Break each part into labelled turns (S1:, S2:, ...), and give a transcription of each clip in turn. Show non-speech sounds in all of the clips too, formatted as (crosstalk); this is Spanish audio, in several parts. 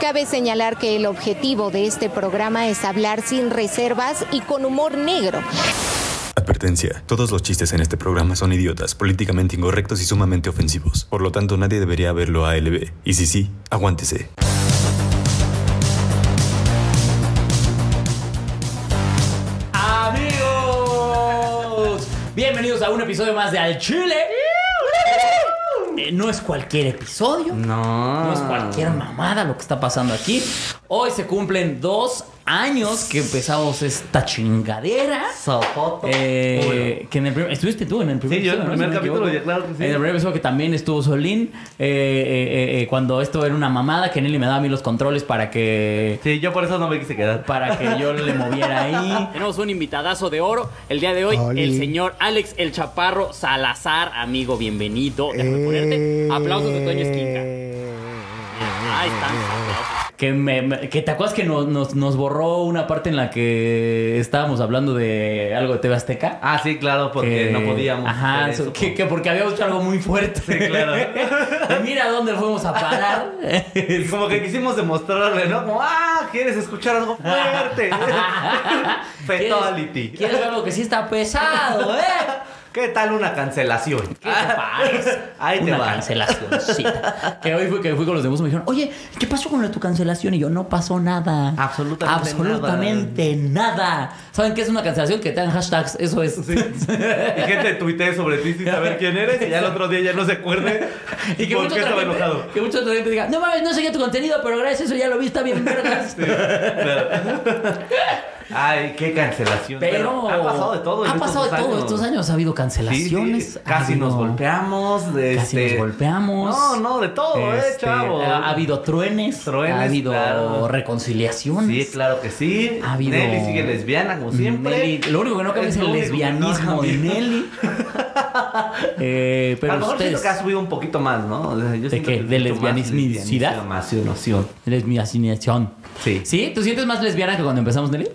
S1: Cabe señalar que el objetivo de este programa es hablar sin reservas y con humor negro.
S2: Advertencia. Todos los chistes en este programa son idiotas, políticamente incorrectos y sumamente ofensivos. Por lo tanto, nadie debería verlo a LB. Y si sí, aguántese.
S3: Amigos, bienvenidos a un episodio más de Al Chile. Eh, No es cualquier episodio,
S4: No.
S3: no es cualquier mamada lo que está pasando aquí. Hoy se cumplen dos años que empezamos esta chingadera.
S4: Sofoto.
S3: Eh, que en el primer- estuviste tú en el primer
S4: Sí, yo en el
S3: ¿no?
S4: primer
S3: Si no me
S4: capítulo,
S3: equivoco.
S4: ya, claro que sí.
S3: En el primer episodio que también estuvo Solín, eh, eh, eh, eh, cuando esto era una mamada, que Nelly me daba a mí los controles para que,
S4: Sí, yo por eso no me quise quedar.
S3: para que yo le moviera ahí.
S5: Tenemos un invitadazo de oro el día de hoy,
S6: Oli.
S5: el señor Alex El Chaparro Salazar, amigo, bienvenido. Déjame
S6: Eh.
S5: ponerte. Aplausos de Toño Esquinca. Ahí están los aplausos.
S3: Que, me- me- que te acuerdas que nos, nos- nos borró una parte en la que estábamos hablando de algo de TV Azteca.
S4: Ah, sí, claro, porque
S3: Que-
S4: no podíamos.
S3: Ajá,
S4: hacer
S3: so-
S4: eso,
S3: que, que porque había hecho algo muy fuerte.
S4: Sí, claro.
S3: (laughs) Y mira dónde fuimos a parar.
S4: Y (laughs) como que quisimos demostrarle, ¿no? Como, ah, ¿quieres escuchar algo
S3: (laughs)
S4: fuerte?
S3: ¿Quieres-
S4: Fatality.
S3: ¿Quieres ver algo que sí está pesado, eh?
S4: ¿Qué tal una cancelación?
S3: ¿Qué te parece?
S4: Ahí te
S3: Una
S4: va.
S3: cancelacioncita. (laughs) Que hoy fue que fui con los demás y me dijeron, oye, ¿qué pasó con la- tu cancelación? Y yo, no pasó nada.
S4: Absolutamente
S3: Absolutamente nada. ¿Saben qué es una cancelación? Que te dan hashtags, eso es. (laughs)
S4: Y gente tuitee sobre ti sin saber quién eres y ya el otro día ya no se acuerde
S3: Y que
S4: por
S3: mucha
S4: qué
S3: otra
S4: estaba
S3: gente-
S4: enojado.
S3: Que mucha otra gente diga, no mames, no sé qué tu contenido, pero gracias a eso ya lo vi, está bien,
S4: (laughs)
S3: vergas.
S4: Ay, qué cancelación.
S3: Pero
S4: ha pasado de todo. en
S3: Ha pasado de
S4: estos
S3: todo.
S4: años.
S3: Estos años ha habido
S4: Sí, sí,
S3: cancelaciones. ha
S4: Casi nos
S3: habido-
S4: golpeamos. de
S3: Casi
S4: este-
S3: nos golpeamos.
S4: No, no, de todo, eh,
S3: Este,
S4: chavo.
S3: Ha, ha habido truenes,
S4: Truenes,
S3: ha habido
S4: claro.
S3: reconciliaciones.
S4: Sí, claro que sí.
S3: Ha habido-
S4: Nelly sigue lesbiana, como siempre.
S3: Nelly- lo único que no cabe es,
S4: lo
S3: el
S4: único que no
S3: lesbianismo de
S4: cambia. (laughs)
S3: Nelly. Eh,
S4: a
S3: pero
S4: lo mejor
S3: ustedes,
S4: siento que ha subido un poquito más, ¿no? O sea, yo siento
S3: qué?
S4: que es
S3: ¿De
S4: mucho más
S3: lesbianismicidad?
S4: lesbianismo, Más sí, no, sí, no.
S3: lesbianización.
S4: Sí.
S3: ¿Sí? ¿Tú sientes más lesbiana que cuando empezamos,
S4: (laughs)
S3: Nelly?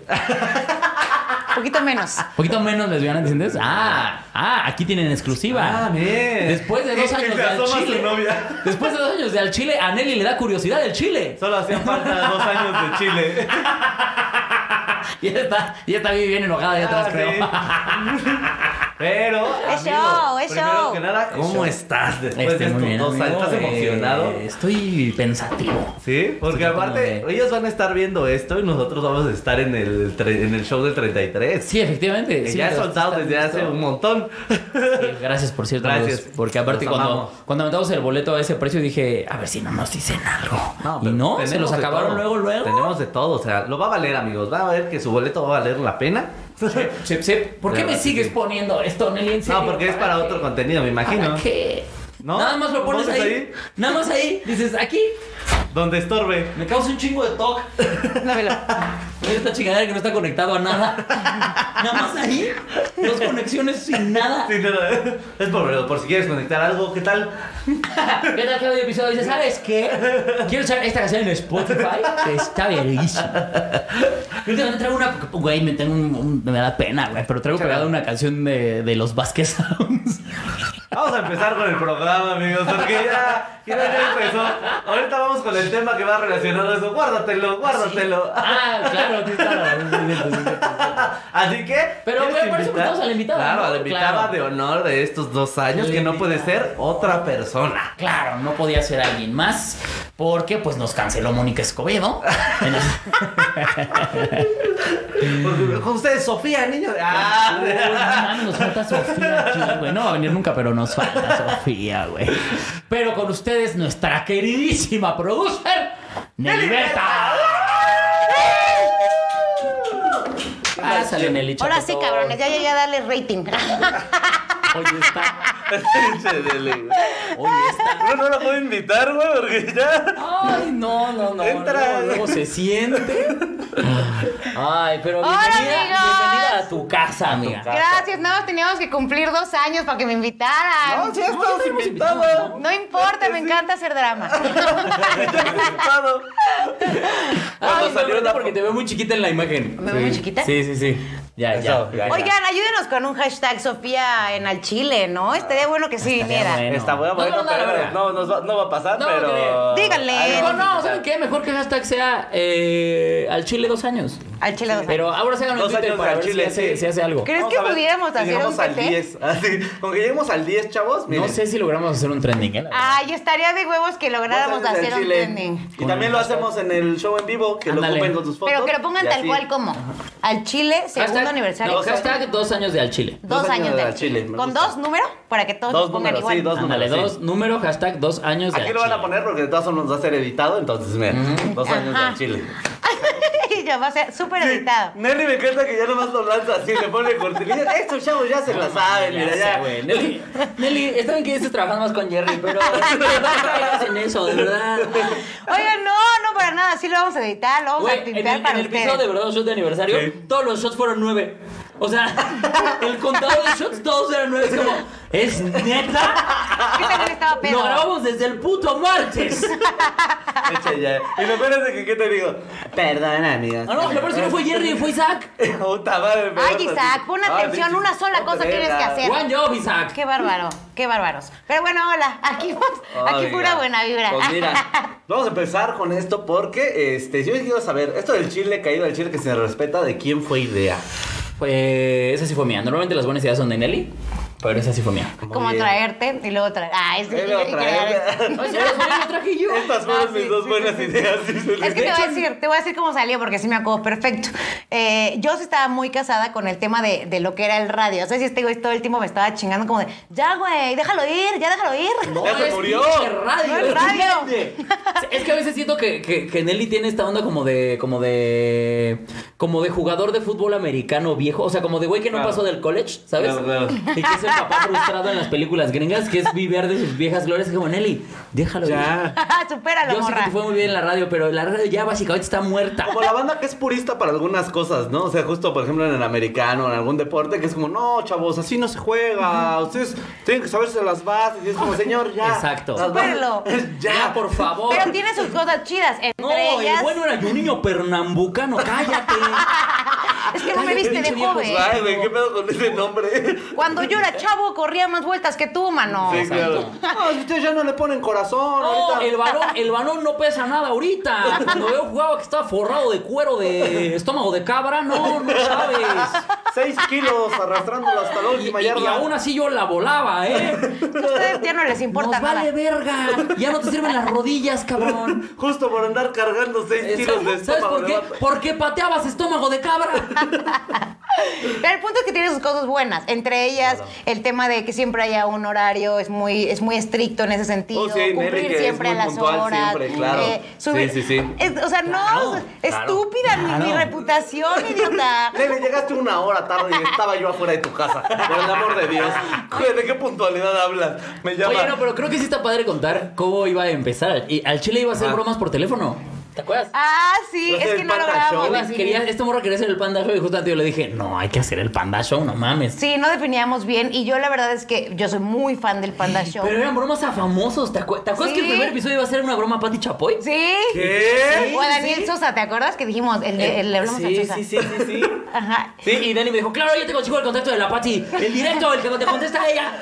S1: Poquito menos.
S3: Poquito menos lesbiana, ¿entiendes? Ah, ah, aquí tienen exclusiva.
S4: Ah, bien.
S3: Después de dos
S4: Que
S3: años
S4: se
S3: de al
S4: asoma su
S3: Chile.
S4: novia.
S3: Después de dos años de al Chile, a Nelly le da curiosidad el Chile.
S4: Solo hacían falta dos años
S3: (laughs)
S4: de Chile.
S3: Y ya está, ya está bien, bien enojada de atrás,
S4: Ah,
S3: creo. (laughs)
S4: sí. Pero.
S1: Es
S4: amigo,
S1: show, es
S4: primero
S1: show.
S4: que nada, ¿cómo estás después
S3: Estoy
S4: de
S3: Este, muy
S4: estos
S3: bien,
S4: dos años?
S3: amigo.
S4: ¿Estás
S3: Eh,
S4: emocionado?
S3: Estoy pensativo.
S4: Sí, porque
S3: Estoy como
S4: aparte,
S3: de-
S4: ellos van a estar viendo esto y nosotros vamos a estar en el, tre- en el show del 33.
S3: Sí, efectivamente.
S4: que
S3: sí,
S4: ya he
S3: pero
S4: soltado
S3: está
S4: desde hace
S3: listo.
S4: un montón.
S3: Sí, Eh, gracias, por cierto.
S4: Gracias.
S3: amigos, porque aparte,
S4: Los
S3: cuando,
S4: amamos.
S3: cuando aventamos el boleto a ese precio, dije, a ver si no nos dicen algo. y
S4: pero
S3: no, se
S4: tenemos
S3: los
S4: de
S3: acabaron
S4: todo.
S3: luego, luego.
S4: Tenemos de todo, o sea, lo va a valer, amigos. Va a ver que su boleto va a valer la pena.
S3: Sep, sep, ¿Por
S4: De
S3: qué me
S4: verdad,
S3: sigues
S4: sí.
S3: poniendo esto, Nelly? en serio?
S4: No, porque es para
S3: qué?
S4: otro contenido, me imagino.
S3: ¿Para qué?
S4: ¿No?
S3: Nada más lo pones
S4: ¿Pones
S3: ahí,
S4: ahí?
S3: Nada más ahí. Dices, aquí
S4: Donde estorbe.
S3: me causa un chingo de
S4: (laughs)
S3: toque. Mira Esta chingadera que no está conectado a nada. Nada más ahí. Dos conexiones sin nada.
S4: Sí, no, no, es por, por si quieres conectar algo, ¿qué tal?
S3: ¿Qué tal cada episodio? Dice, ¿sabes qué? Quiero echar esta canción en Spotify. que Está verguísima. Yo también traigo una... Güey, me, tengo un- un- me da pena, güey. Pero traigo pegada una canción de, de los Vázquez Sounds.
S4: Vamos a empezar con el programa, amigos, porque ya, ya, ya empezó. Ahorita vamos con el tema que va relacionado a eso. Guárdatelo, guárdatelo.
S3: Ah, claro, sí, claro. Sí, sí, sí, sí.
S4: Así que.
S3: Pero,
S4: ¿quieres
S3: pero por eso
S4: invitar?
S3: invitamos a la invitada,
S4: Claro,
S3: ¿no?
S4: a la invitada
S3: Claro.
S4: de honor de estos dos años,
S3: La
S4: que no puede
S3: invitada.
S4: ser
S3: (laughs)
S4: otra persona.
S3: Claro, no podía ser alguien más. Porque pues nos canceló Mónica Escobedo.
S4: Porque con ustedes, Sofía, (laughs) niño.
S3: Ah, no
S4: Ah,
S3: mames, nos falta Sofía aquí, güey. No va a venir nunca, pero nos falta Sofía, güey. Pero con ustedes, nuestra queridísima producer, Neliberta. Pásale, Nelly.
S1: Ahora
S3: chato.
S1: sí, cabrones, ya llegué a darle rating.
S3: Oye, está.
S4: Pinche dele, güey. No, no la puedo invitar, güey, porque ya.
S3: Ay, no, no, no.
S4: Entra.
S3: Luego, luego se siente. Ay, pero
S1: Hola,
S3: bienvenida,
S1: amigos.
S3: bienvenida a tu casa, amiga.
S1: Gracias, nada más teníamos que cumplir dos años para que me invitaran.
S4: No, si estás invitada.
S1: No importa, me encanta hacer drama.
S4: Invitado.
S3: Cuando
S4: Ay, no,
S3: salió
S4: no,
S3: porque te veo muy chiquita en la imagen.
S1: ¿Me veo muy chiquita?
S3: Sí, sí, sí. Ya, ya.
S4: Eso,
S3: ya, ya.
S7: Oigan, ayúdenos con un hashtag Sofía en al Chile, ¿no? Estaría bueno que sí
S3: Estaría
S7: viniera.
S3: bueno.
S4: Está bueno, bueno,
S3: No, no, no,
S4: pero
S3: no,
S4: no, nos va, no va a pasar,
S3: No,
S4: pero.
S7: creo. Díganle.
S4: Ay,
S3: Ah, No,
S7: Mejor
S3: no, ¿saben qué? Mejor que hashtag sea eh, al Chile dos años.
S7: Al Chile dos
S3: Pero ahora se hagan un
S4: Dos
S3: Twitter
S4: años
S3: para
S4: al
S3: ver
S4: Chile,
S3: si, hace,
S4: sí.
S3: si hace algo.
S7: ¿Crees
S4: Vamos
S7: que
S4: a ver
S7: pudiéramos
S4: si
S7: hacer
S4: llegamos
S7: un
S4: al
S7: PT?
S4: 10. (laughs) Así, Con que lleguemos al 10, chavos, miren.
S3: No sé si logramos hacer un trending, ¿eh? la verdad.
S7: Ay, estaría de huevos que lográramos
S4: Dos años
S7: hacer
S4: al
S7: un
S4: Chile.
S7: trending.
S4: Y también lo hacemos en el show en vivo, que
S3: Ándale.
S4: lo ocupen con sus fotos.
S7: Pero que lo pongan
S4: y
S7: tal
S4: así.
S7: cual como. Al Chile, segundo
S3: Hashtag-
S7: aniversario.
S3: No, hashtag dos años de al Chile.
S7: Dos,
S4: Dos
S7: años
S4: años
S7: de
S4: al
S7: al
S4: Chile,
S7: Chile.
S4: me
S7: Con
S4: gusta.
S7: dos números para que todos
S4: Dos
S7: lo pongan
S4: números,
S7: igual.
S4: sí, dos números.
S3: Ándale,
S4: sí.
S3: dos, número, hashtag dos años de
S4: Aquí
S3: al
S4: lo van a
S3: Chile.
S4: poner porque de todas formas va a ser editado, entonces miren, dos años
S7: Ajá.
S4: al Chile.
S7: (laughs) Y ya va a ser súper editado.
S4: Nelly me encanta que ya nomás lo lanza así, le pone cortinilla. (laughs) Estos chavos ya se la saben, mira,
S3: sé,
S4: ya.
S3: güey. Nelly, Nelly, está bien que estés trabajando más con Jerry, pero no caigas en eso, de verdad.
S7: Oigan, no, no para nada. Sí lo vamos a editar, lo vamos
S3: Güey,
S7: a
S3: en el,
S7: pintar para
S3: en el
S7: ustedes.
S3: episodio de verdad shot de aniversario,
S4: Sí.
S3: todos los shots fueron nueve. O sea, (laughs) el contador de shots todos eran nueve. Es como, ¿es neta?
S7: Yo también
S3: (laughs)
S7: estaba pedo.
S3: Lo grabamos desde el puto
S7: (laughs)
S3: martes.
S4: Eche ya. Y lo peor es de que, ¿qué te digo? Perdón, amigos.
S3: Ah, no, lo peor es que no fue Jerry, fue Isaac.
S4: (laughs) Puta madre,
S7: Ay,
S4: perdón.
S7: Isaac, pon
S4: Ay,
S7: atención,
S4: pinche-
S7: una sola
S4: no
S7: cosa
S4: te
S7: tienes que
S4: veas.
S7: hacer.
S3: One job, Isaac.
S7: Qué bárbaro, qué bárbaros. Pero bueno, hola, aquí, (laughs) aquí
S4: Oiga.
S7: pura buena vibra.
S4: Pues mira, vamos a empezar con esto porque este, yo quiero saber, esto del chile caído del chile que se respeta, ¿de quién fue idea?
S3: Pues esa sí fue mía. Normalmente las buenas ideas son de Nelly, pero esa sí fue
S7: (laughs)
S3: mía.
S4: Muy
S7: (laughs) Como
S4: bien.
S7: traerte y luego traer. Ah, es
S4: Ahí lo (laughs)
S3: (laughs)
S4: trae.
S3: Ay, señores, ¿por qué lo traje yo?
S4: Estas fueron
S7: Ah,
S4: mis
S7: sí,
S4: dos
S7: sí,
S4: buenas
S7: sí, sí.
S4: ideas.
S7: Es que te voy a decir, te voy a decir cómo salió, porque sí me acuerdo perfecto. Eh, yo sí estaba muy casada con el tema de, de lo que era el radio. O sea, si este güey todo el tiempo me estaba chingando como de, ya güey, déjalo ir, ya déjalo ir. (laughs)
S4: Ya se
S3: es
S4: murió.
S3: pinche radio.
S7: No es radio.
S3: entiende. Es que a veces siento que, que- que Nelly tiene esta onda como de. como de. como de jugador de fútbol americano viejo. O sea, como de güey que no
S4: Claro.
S3: pasó del college, ¿sabes?
S4: Claro, claro.
S3: Y que es el papá frustrado en las películas gringas, que es vivir de sus viejas glorias. Es como Nelly, déjalo ir.
S7: Supéralo,
S3: Yo sé que
S7: morra.
S3: te fue muy bien en la radio, pero la radio ya básicamente está muerta.
S4: Como la banda que es purista para algunas cosas, ¿no? O sea, justo por ejemplo en el americano, en algún deporte, que es como, no, chavos, así no se juega. Ustedes tienen que saberse las bases. Y es como, señor, ya.
S3: Exacto.
S4: Las bases-
S7: Supéralo.
S4: (laughs) (laughs) ya.
S3: Ya,
S7: (laughs)
S3: por favor.
S7: Pero tiene sus cosas chidas. Entre
S3: no,
S7: ellas.
S3: el bueno era yo un niño pernambucano, cállate.
S7: es que no
S3: Cállate,
S7: me viste de
S3: pinche viejo
S7: joven.
S4: Ay, güey, ¿qué pedo con ese nombre?
S7: Cuando yo era chavo, corría más vueltas que tú, mano.
S4: Sí, claro. No, si ustedes ya no le ponen corazón.
S3: No,
S4: (laughs)
S3: eh,
S4: ahorita.
S3: el balón, el balón no pesa nada ahorita. Cuando veo jugaba que estaba forrado de cuero de estómago de cabra, no,
S4: (laughs)
S3: no sabes.
S4: 6 kilos arrastrándola hasta
S3: (laughs)
S4: la
S3: Y,
S4: última
S3: y-
S4: yarda.
S3: y aún así yo la volaba,
S4: (laughs)
S3: ¿eh?
S7: A ustedes ya no les importa
S3: Nos vale
S7: nada.
S3: verga. Ya no te sirven las rodillas,
S4: (laughs)
S3: cabrón.
S4: Justo por andar cargando 6 kilos de
S3: ¿Sabes ¿sabes
S4: estómago.
S3: por qué?
S4: de vaca.
S3: Porque pateabas estómago de cabra.
S7: Pero el punto es que tiene sus cosas buenas. Entre ellas, el tema de que siempre haya un horario, es muy, es muy estricto en ese sentido.
S4: Oh, sí, Nelly,
S7: cumplir
S4: que es
S7: siempre
S4: muy
S7: a las
S4: puntual
S7: horas. eh,
S4: siempre, claro.
S7: subir-
S4: Sí, sí, sí.
S7: es- o sea,
S3: Claro,
S7: no,
S3: claro,
S7: estúpida mi- mi,
S3: claro.
S7: reputación, idiota.
S4: Lele, llegaste una hora tarde y estaba yo afuera de tu casa. Por el amor de Dios. Güey, ¿de qué puntualidad hablas? Me llama.
S3: Oye, no, pues, pero creo que sí está padre contar cómo iba a empezar. Y al chile iba a hacer
S4: Ajá.
S3: bromas por teléfono. ¿Te acuerdas?
S7: Ah, sí,
S4: Pero
S7: es
S4: es
S7: que
S4: el
S7: no lo
S4: panda show.
S7: grabamos.
S3: Ibas- quería- este morro quería hacer el panda show y justamente yo le dije, no, hay que hacer el panda show, no mames.
S7: Sí, no definíamos bien. Y yo la verdad es que yo soy muy fan del Panda Show.
S3: Pero eran bromas a famosos. ¿Te, acuer- te acuerdas
S7: Sí.
S3: que el primer episodio iba a ser una broma a Pati Chapoy?
S7: ¿Sí?
S4: ¿Qué?
S7: O a Daniel Sosa, ¿te acuerdas que dijimos? El, de- el- le hablamos a
S3: Eh, sí,
S7: Sosa.
S3: sí, sí, sí, sí.
S7: Ajá.
S3: Sí, y Dani me dijo, claro, yo te consigo el contacto de la Pati. El directo, el que no te contesta a
S7: (laughs)
S3: ella.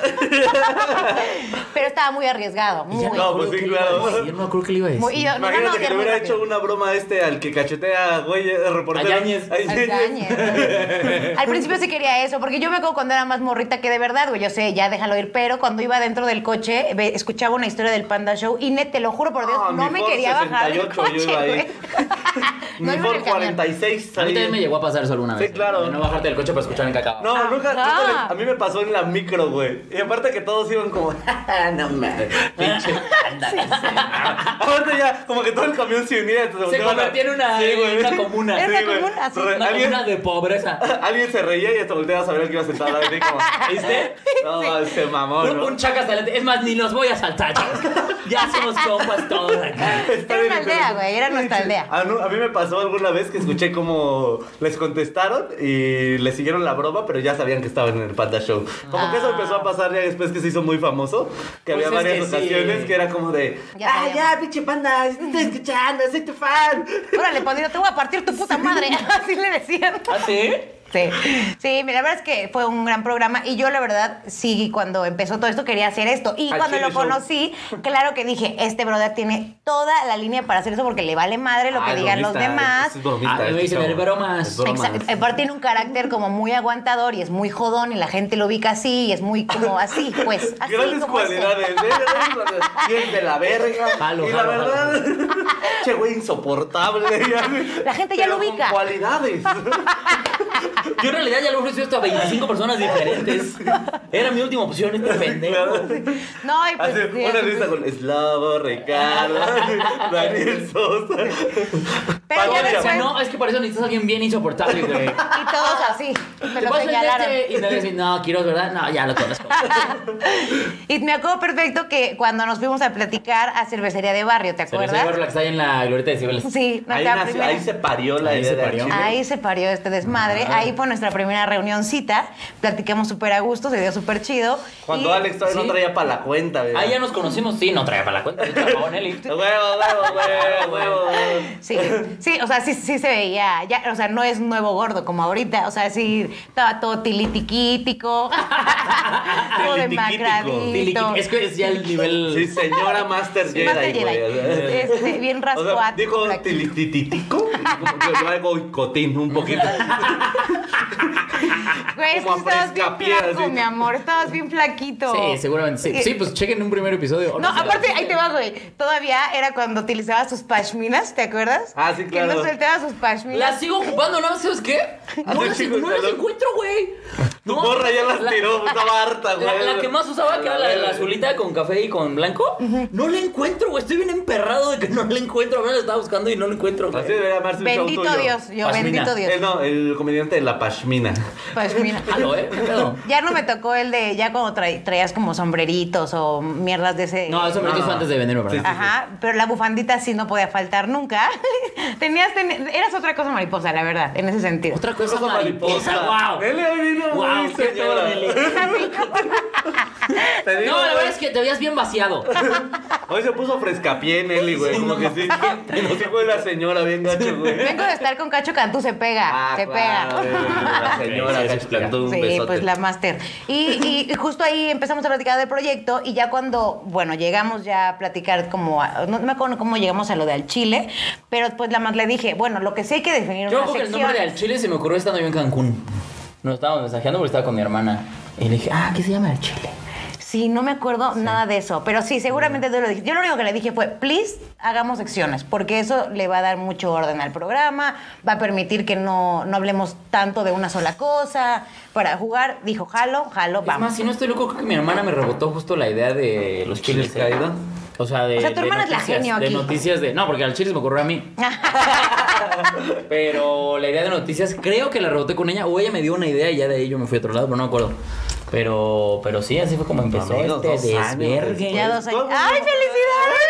S7: Pero estaba muy arriesgado.
S3: Y
S7: Muy,
S3: ya
S4: No,
S3: me acuerdo
S4: pues sí,
S3: qué le iba a
S4: claro.
S3: decir, no me acuerdo qué le iba a decir.
S7: muy- y no, no, no,
S4: Imagínate que
S7: ya
S4: le
S7: muy
S4: hubiera
S7: rápido.
S4: hecho una broma a este al que cachetea, güey, el reportero.
S3: A Yáñez.
S4: A Yáñez.
S7: Al principio sí quería eso, porque yo me acuerdo cuando era más morrita que de verdad, güey, yo sé, ya déjalo ir, pero cuando iba dentro del coche, ve- escuchaba una historia del Panda Show y ne, te lo juro por Dios,
S4: Ah,
S7: no
S4: mi
S7: me
S4: Ford
S7: quería bajar del
S4: 68 yo
S7: coche,
S4: iba ahí.
S7: güey. No
S4: (laughs) Mi
S7: iba en
S4: Ford
S7: el camión.
S4: 46
S3: A mí
S4: ahí.
S3: también me llegó a pasar eso alguna
S4: Sí,
S3: vez.
S4: claro.
S3: De no bajarte del coche para escuchar en cacao.
S4: No, nunca, nunca
S7: Ajá.
S4: le- a mí me pasó en la micro, güey. Y aparte que todos iban como, (laughs) "Ah, no mames,
S3: (laughs)
S4: pinche panda". Aparte ya, como que todo el camión se unía.
S3: Se
S4: volteaban a-
S3: convertía en una,
S4: Sí, güey.
S3: en una comuna.
S7: Era una
S4: Sí, güey.
S7: comuna, sí.
S4: Re-
S3: Una
S4: alguien,
S3: comuna de pobreza.
S4: (laughs) alguien se reía y hasta volteaba a saber al que iba a sentar. Así como,
S3: ¿Viste?
S7: (laughs)
S4: no, se mamó,
S3: Un,
S4: ¿no?
S3: un chacas adelante. Es más, ni los voy a saltar. chavos. Ya somos compas todos acá.
S4: (laughs) Está
S7: Era
S4: bien
S7: una aldea,
S4: interesante.
S7: güey, era nuestra aldea.
S4: A, nu- a mí me pasó alguna vez que escuché como les contestaron y le siguieron la broma, pero ya sabían que estaban en el Panda Show. Como que
S7: Ah.
S4: eso empezó a pasar ya después que se hizo muy famoso, que
S3: Pues
S4: había
S3: es
S4: varias
S3: que sí.
S4: ocasiones que era como de,
S7: Ya
S4: ah,
S7: sabíamos".
S4: ya, pinche panda, te estoy escuchando, soy tu fan.
S7: (laughs) Órale, pandita, te voy a partir tu puta madre. Así le decían.
S3: ¿Ah, sí?
S7: Sí, sí, mira, la verdad es que fue un gran programa y yo la verdad sí, cuando empezó todo esto quería hacer esto y
S4: Al
S7: cuando
S4: chile
S7: lo
S4: show.
S7: conocí, claro que dije, este brother tiene toda la línea para hacer eso porque le vale madre lo que
S4: Ah, es
S7: digan los
S4: bromista,
S7: demás.
S4: es bromista
S3: Ah,
S4: este
S3: güey, se me
S4: chavo.
S3: bromas.
S4: Es broma.
S7: Exacto. eh, Aparte tiene un carácter como muy aguantador y es muy jodón y la gente lo ubica así y es
S4: (laughs)
S7: muy como así, pues. Así
S4: Grandes
S7: como es.
S4: cualidades, ¿eh? Grandes cualidades. Y es de la verga.
S3: Jalo,
S4: y
S3: jalo,
S4: la verdad, (laughs) che, güey, insoportable. ya, güey.
S7: (laughs) La gente ya
S4: Pero
S7: lo ubica.
S4: Con
S7: (laughs)
S4: cualidades.
S3: Yo en realidad ya lo he ofrecido esto a 25 personas diferentes. Era mi última opción, este pendejo.
S7: No, y pues,
S4: Hace
S7: sí,
S4: una
S7: así,
S4: lista
S7: pues,
S4: con Slavo,
S7: (laughs)
S4: Ricardo, Daniel Sosa.
S7: Pero ya
S4: Patricia.
S3: O
S7: después,
S3: sea, no, es que para eso necesitas a alguien bien insoportable, güey.
S7: y todos así, me
S3: Te
S7: lo
S3: paso el de
S7: señalaron.
S3: este y te decís, no, quiero, ¿verdad? No, ya lo
S7: (laughs)
S3: conozco.
S7: Y me acuerdo perfecto que cuando nos fuimos a platicar a cervecería de barrio, ¿te
S3: Se lo sé,
S7: acuerdas?
S3: la que está ahí en la glorieta de Cibeles.
S7: Sí,
S4: Ahí,
S7: nuestra
S4: nació-
S7: primera-
S4: ahí se parió la
S3: Ahí
S4: idea
S3: se
S4: de
S3: parió.
S4: Chile.
S7: Ahí se parió este desmadre. Ahí fue nuestra primera reunioncita. Platicamos súper a gusto, se dio súper chido.
S4: Cuando
S7: Y-
S4: Alex todavía
S3: sí.
S4: no traía para la cuenta, güey.
S3: Ah, ya nos conocimos. Sí, no traía para la cuenta. el chapabón, Eli.
S4: Huevo, huevo, huevo, huevo.
S7: Sí, sí, o sea, sí, sí se veía, ya, o sea, no es nuevo gordo como ahorita, o sea, sí, estaba todo tilitiquítico, (laughs) todo demacradito.
S3: Tiliqui- Es que es ya el nivel...
S4: Sí, señora Master Jedi,
S7: Más de
S4: güey.
S7: Jedi. Este,
S4: (laughs)
S7: bien
S4: O sea,
S7: rascuato.
S4: dijo
S7: flaquito.
S4: tilititico, como que yo hago boicotín un poquito.
S7: Güey, es que
S4: como a
S7: estabas bien
S4: frescapiedras,
S7: flaco,
S4: sí.
S7: mi amor, estabas bien flaquito.
S3: Sí, seguramente sí. Sí, pues chequen un primer episodio.
S7: No, aparte, ahí te va, güey. Todavía era cuando utilizaba sus pashminas, ¿te acuerdas?
S4: Ah, sí,
S7: Que
S4: claro.
S7: no soltaba sus pashminas.
S3: Las sigo ocupando, ¿no? ¿Sabes qué? No
S4: Hace
S3: las,
S4: Ah, chingos,
S3: no las
S4: ¿no?
S3: encuentro, güey.
S4: (laughs) Tu
S3: No,
S4: porra ya las
S3: la-
S4: tiró, estaba harta, güey.
S3: La, la que más usaba, que era la, la azulita con café y con blanco, no la encuentro, güey. Estoy bien emperrado de que no la encuentro. Ahora la estaba buscando y no la encuentro, güey.
S4: Así debería llamarse un show
S7: Bendito
S4: tuyo.
S7: Dios, yo,
S3: Pashmina.
S7: bendito
S4: Eh,
S7: Dios.
S4: no, el comediante de la pashmina.
S7: Pashmina.
S3: Jalo, ¿eh? ¿Qué pedo?
S7: Ya no me tocó el de, ya cuando tra- traías como sombreritos o mierdas de ese.
S3: No, eso me lo
S4: No.
S3: hizo antes de venirme para acá.
S7: Ajá, pero la bufandita sí no podía faltar nunca. (laughs) Tenías, ten- eras otra cosa mariposa, la verdad, en ese sentido.
S3: Otra cosa mariposa, wow.
S4: Él vino
S3: Guau,
S4: muy
S3: qué pedo,
S4: señora.
S3: Nelly.
S4: Te digo,
S3: No, la
S4: güey.
S3: verdad es que te veías bien vaciado.
S4: Hoy se puso frescapié, Nelly, güey.
S3: Sí,
S4: como
S3: no
S4: (laughs) que sí. Sí, fue la señora bien gacho, güey.
S7: Vengo de estar con Cacho Cantú, se pega,
S4: Ah,
S7: se
S4: claro,
S7: pega.
S4: güey, La señora
S3: Sí, sí,
S4: gacho,
S3: sí,
S4: plantó un
S7: (laughs) Sí,
S4: besote.
S7: pues la máster. Y, y justo ahí empezamos a platicar del proyecto y ya cuando, bueno, llegamos ya a platicar como, a- no me acuerdo cómo llegamos a lo de al chile, pero pues la más le dije, bueno, lo que sí hay que definir
S3: Yo
S7: una
S3: creo que el
S7: sección.
S3: nombre de Al Chile se me ocurrió estando yo en Cancún. Nos estábamos mensajeando porque estaba con mi hermana. Y le dije, ah, ¿qué se llama Al Chile?
S7: Sí, no me acuerdo nada de eso, pero sí,
S3: Mm.
S7: seguramente tú lo dijiste. Yo lo único que le dije fue, please, hagamos secciones, porque eso le va a dar mucho orden al programa, va a permitir que no, no hablemos tanto de una sola cosa. Para jugar, dijo, jalo, jalo,
S3: Es más,
S7: vamos.
S3: si no estoy loco, creo que mi hermana me rebotó justo la idea de los chiles.
S4: ¿Chiles caído?
S3: O sea, de.
S7: O sea, tu
S3: de
S7: hermana es la
S3: noticias,
S7: genio
S3: De
S7: aquí.
S3: noticias de. No, porque al chile se me ocurrió a mí. (laughs) Pero la idea de noticias, creo que la reboté con ella. O ella me dio una idea y ya de ahí yo me fui a otro lado, pero no me acuerdo. Pero, pero sí, así fue como empezó
S4: Amigos,
S3: este
S4: dos años
S3: desvergue.
S7: ya dos años.
S4: ¿Cómo?
S7: ¡Ay, felicidades,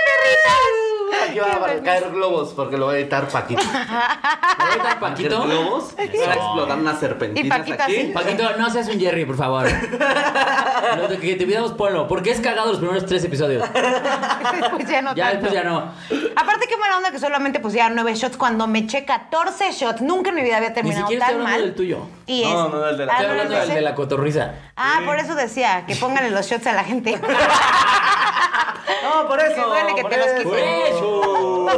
S4: Aquí van a caer globos porque lo va a editar Paquito.
S3: ¿Ahí está Paquito?
S4: globos? Se va a explotar unas
S7: Y
S4: serpentinas
S7: Paquito así.
S4: aquí.
S3: Paquito, no seas un Jerry, por favor. (laughs) Lo de que te pidamos ponlo, porque es cagado los primeros tres episodios.
S7: perritas! (laughs) Pues ya no
S3: Ya
S7: tanto.
S3: después ya no.
S7: Aparte, qué mala onda que solamente pusiera nueve shots cuando me eché 14 shots. Nunca en mi vida había terminado
S3: siquiera
S7: tan
S3: estoy hablando
S7: mal.
S3: del tuyo.
S7: Y
S4: No,
S7: es-
S4: no, del de la-
S7: Ah,
S3: Estoy
S7: no,
S3: hablando
S7: del
S3: del
S7: de-
S3: de la cotorriza.
S7: Ah, por eso decía, que pónganle los shots a
S4: (laughs)
S7: la gente.
S4: No, por eso.
S7: Que duele que
S4: por
S7: te los
S4: eso.
S7: quiten.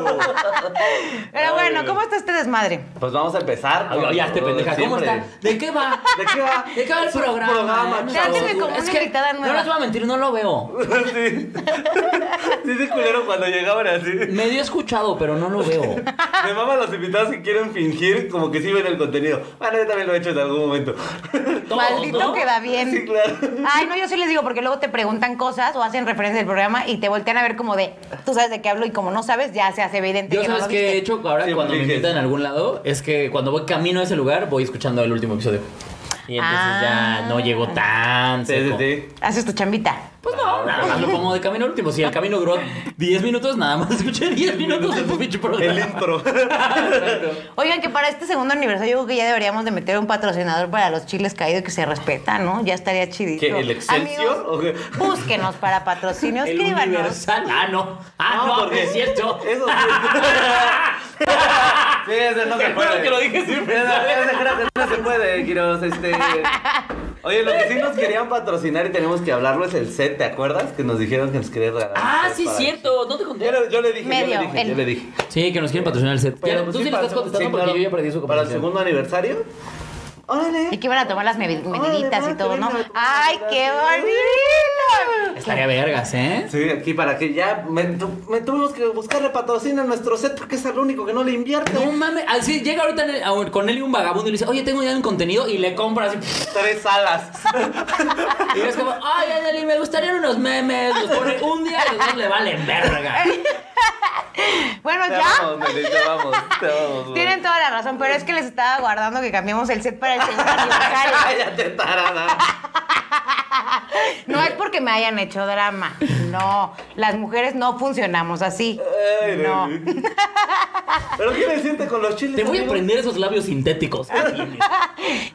S7: Pero bueno, ¿cómo está este desmadre?
S4: Pues vamos a empezar.
S3: Ay, Ah, Ya te
S4: Como
S3: pendeja, ¿cómo
S4: siempre.
S3: está? ¿De qué va?
S4: ¿De qué va?
S3: ¿De qué va el
S4: Es un
S3: programa?
S4: programa,
S3: No
S4: chavos.
S7: Trátenme como
S3: Es
S7: una
S3: que-
S7: invitada
S3: No
S7: nueva.
S3: les voy a mentir, no lo veo.
S4: (laughs) Sí. Sí, sí, culero cuando llegaban así.
S3: Medio he escuchado, pero no lo (laughs) veo.
S4: Me maman los invitados que quieren fingir como que sí ven el contenido. Bueno, yo también lo he hecho en algún
S7: (laughs)
S4: momento.
S3: Todos,
S7: Maldito
S3: ¿no?
S7: que va bien.
S4: Sí, claro.
S7: Ay, no, yo sí les digo porque luego te preguntan cosas o hacen referencia del programa y te voltean a ver como de, tú sabes de qué hablo y como no sabes, ya se hace evidente
S3: Yo
S7: que no
S3: sabes
S7: lo
S3: que he
S7: viste.
S3: hecho ahora
S4: Siempre
S3: cuando me
S4: dije
S3: invitan
S4: eso.
S3: a algún lado, es que cuando voy camino a ese lugar voy escuchando el último episodio. Y entonces
S7: Ah.
S3: ya no llego tan
S4: Sí, sí,
S3: seco.
S4: sí. Ah.
S7: Haces tu chambita.
S3: Pues no, nada más lo pongo de camino al último. Si el camino duró 10 minutos, nada más escuché 10 minutos de tu pinche programa.
S4: El intro.
S7: Oigan, que para este segundo aniversario yo creo que ya deberíamos de meter un patrocinador para los chiles caídos que se respeta, ¿no? Ya estaría chidito.
S4: ¿Qué, el Excelsior?
S7: Amigos,
S4: ¿O qué?
S7: búsquenos para patrocinio,
S3: El
S7: escríbanos.
S8: Ah, (laughs)
S3: universal. Ah, no. Ah, no, porque es cierto.
S4: Eso sí. Sí, ese no se puede.
S8: Claro que lo dije sin
S4: Ese- ese creo que no se puede, Quiroz. Este. Oye, lo que sí nos querían patrocinar y tenemos que hablarlo es el set, ¿te acuerdas? Que nos dijeron que nos querían regalar.
S8: Ah,
S4: un set
S8: sí,
S4: para-
S8: cierto. No te
S4: Yo
S8: conté.
S4: le, yo le dije,
S7: Medio,
S4: yo le dije,
S7: el-
S4: yo le dije.
S3: Sí, que nos quieren patrocinar el set.
S4: Pero,
S3: Ya,
S4: pues,
S3: Tú
S4: sí
S3: sí le estás
S4: pasó.
S3: contestando
S4: Sí,
S3: porque
S4: claro.
S3: yo ya perdí su
S4: ¿Para el
S3: comparación.
S4: segundo aniversario?
S7: Y
S4: ¡Órale!
S7: que van a tomar las med- mediditas
S4: ¿verdad?
S7: y todo,
S4: Qué
S7: ¿no?
S4: lindo.
S7: ¡Ay, qué bonito!
S3: Estaría vergas, ¿eh?
S4: Sí, aquí para que ya me, tu- me tuvimos que buscarle patrocinio a nuestro set porque es el único que no le invierte.
S3: No mames, así llega ahorita en el- a- con él y un vagabundo y le dice, oye, tengo ya un contenido y le compra así.
S4: Tres salas.
S3: Y es como, ay, Anneli, me gustarían unos memes. Los pone un día y los dos le valen verga.
S7: Bueno,
S4: Te
S7: ya.
S4: vamos, Nelly, te vamos, te vamos. güey.
S7: Tienen toda la razón, pero es que les estaba guardando que cambiamos el set para el segundo
S4: (laughs)
S7: aniversario.
S4: Cállate, tarada.
S7: No es porque me hayan hecho drama. No, las mujeres no funcionamos así.
S4: Ay,
S7: No.
S4: Nelly. Pero ¿qué me siente con los chiles?
S3: Te voy a
S4: amigo?
S3: prender esos labios sintéticos. que tienes.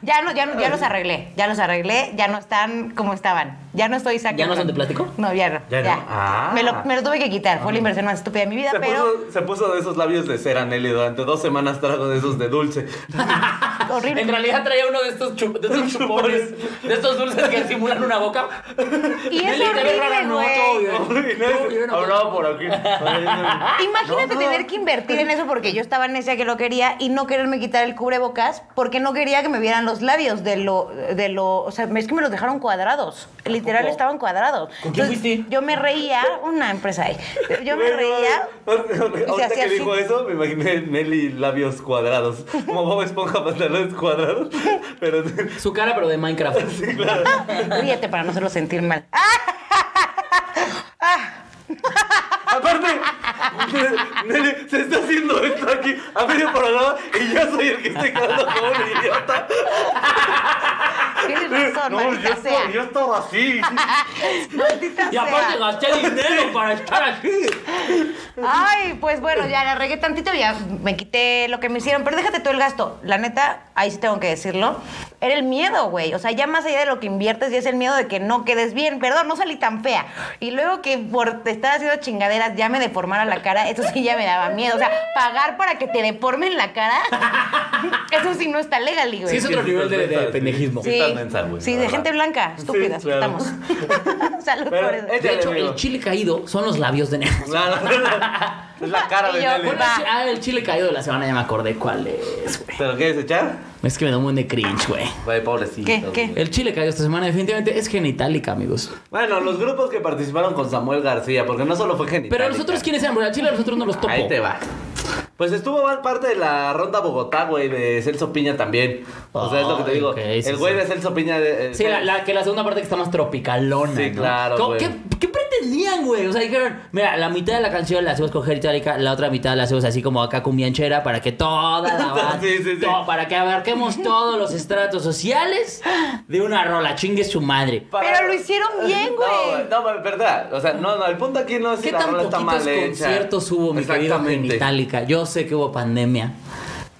S7: Ya no, ya no, ya los arreglé, ya los arreglé, ya no están como estaban. Ya no estoy sacando.
S3: ¿Ya no son de plástico?
S7: No, ya no.
S4: Ya
S7: Ya.
S4: no. Ah.
S7: Me, lo, me lo tuve que quitar.
S3: Ah.
S7: Fue la inversión más estúpida de mi vida,
S4: Se
S7: pero
S4: puso, se puso de esos labios de cera, Nelly. Durante dos semanas trago de esos de dulce. (laughs)
S7: horrible.
S3: En realidad traía uno de estos, chup- de estos chupones, de estos dulces que simulan una boca.
S7: Y es
S3: Nelly, te ves rara,
S7: horrible,
S3: no, todo
S7: güey.
S3: bien. Todo bien, ok.
S4: Hablaba Oh, por
S7: (laughs)
S4: aquí.
S3: Ah,
S7: Imagínate tener que invertir en eso porque yo estaba necia que lo quería y no quererme quitar el cubrebocas porque no quería que me vieran los labios de lo, de lo, o sea, es que me los dejaron cuadrados, literal
S3: poco?
S7: estaban cuadrados.
S3: ¿Con quién fuiste?
S7: Yo me reía, una empresa ahí, yo me
S4: Bueno,
S7: reía.
S4: Ahorita
S7: hacía
S4: que
S7: así.
S4: dijo eso, me imaginé Nelly labios cuadrados. Como Bob Esponja pantalones
S7: (laughs)
S4: cuadrados. Pero
S3: Su cara, pero de Minecraft.
S7: Ríete para no hacerlo sentir mal. (laughs) Ah,
S4: aparte, Nelly se está haciendo esto aquí a medio programa y yo soy el que estoy quedando como un idiota.
S7: Tienes razón,
S4: no, yo,
S7: maldita sea.
S4: estaba, yo estaba así.
S7: Maldita
S3: Y aparte
S7: sea.
S3: gasté dinero para estar aquí.
S7: Ay, pues bueno, ya la regué tantito, ya me quité lo que me hicieron, pero déjate todo el gasto. La neta, ahí sí tengo que decirlo, era el miedo, güey. O sea, ya más allá de lo que inviertes, ya es el miedo de que no quedes bien. Perdón, no salí tan fea. Y luego que por te estar haciendo chingaderas ya me deformara la cara, eso sí ya me daba miedo. O sea, pagar para que te deformen la cara, (laughs) eso sí no está legal, güey.
S3: Sí, es otro nivel de, de
S4: Sí.
S3: pendejismo.
S4: Sí. estás mensa, güey,
S7: sí,
S4: la
S7: de
S4: verdad.
S7: gente blanca, estúpidas,
S4: Sí, claro.
S7: estamos. (laughs) Salud
S4: Pero,
S7: por eso.
S4: eh,
S3: De hecho,
S4: Amigo.
S3: el chile caído son los labios de negro.
S4: Claro. Es la cara de
S7: Y yo,
S4: Nelly.
S7: bueno. Va.
S3: Ah, el chile caído de la semana ya me acordé cuál es, güey.
S4: ¿Te lo quieres echar?
S3: Es que me da un buen de cringe, güey.
S4: Güey, pobrecito.
S7: ¿Qué? ¿Qué?
S3: El chile caído esta semana definitivamente es genitálica, amigos.
S4: Bueno, los grupos que participaron con Samuel García, porque no solo fue genial.
S3: Pero los otros, ¿quiénes eran? Porque al chile a los otros no los topo.
S4: Ahí te va. Pues estuvo mal parte de la ronda Bogotá, güey, de Celso Piña también. O sea, es lo que te
S3: Ay,
S4: digo.
S3: ok, sí,
S4: el güey
S3: sí.
S4: de Celso Piña. eh,
S3: Sí, la, la- que la segunda parte que está más tropicalona.
S4: Sí,
S3: ¿no?
S4: claro,
S3: ¿Cómo-
S4: güey.
S3: ¿Qué, qué pretendían, güey? O sea, dijeron, mira, la mitad de la canción la hacemos con genitálica, la otra mitad la hacemos así como acá cumbianchera para que toda
S4: (laughs)
S3: la banda,
S4: Sí, sí, sí.
S3: to- para que abarquemos todos los estratos sociales de una rola. Chingue su madre.
S4: para-
S7: Pero lo hicieron bien, güey.
S4: No, No, güey, verdad. O sea, no, no, el punto aquí no es si
S3: ¿Qué
S4: la
S3: tan
S4: rola está mal
S3: poquitos
S4: hecha.
S3: conciertos hubo, mi querido
S4: Exactamente.
S3: Genitálica? Yo sé que hubo pandemia.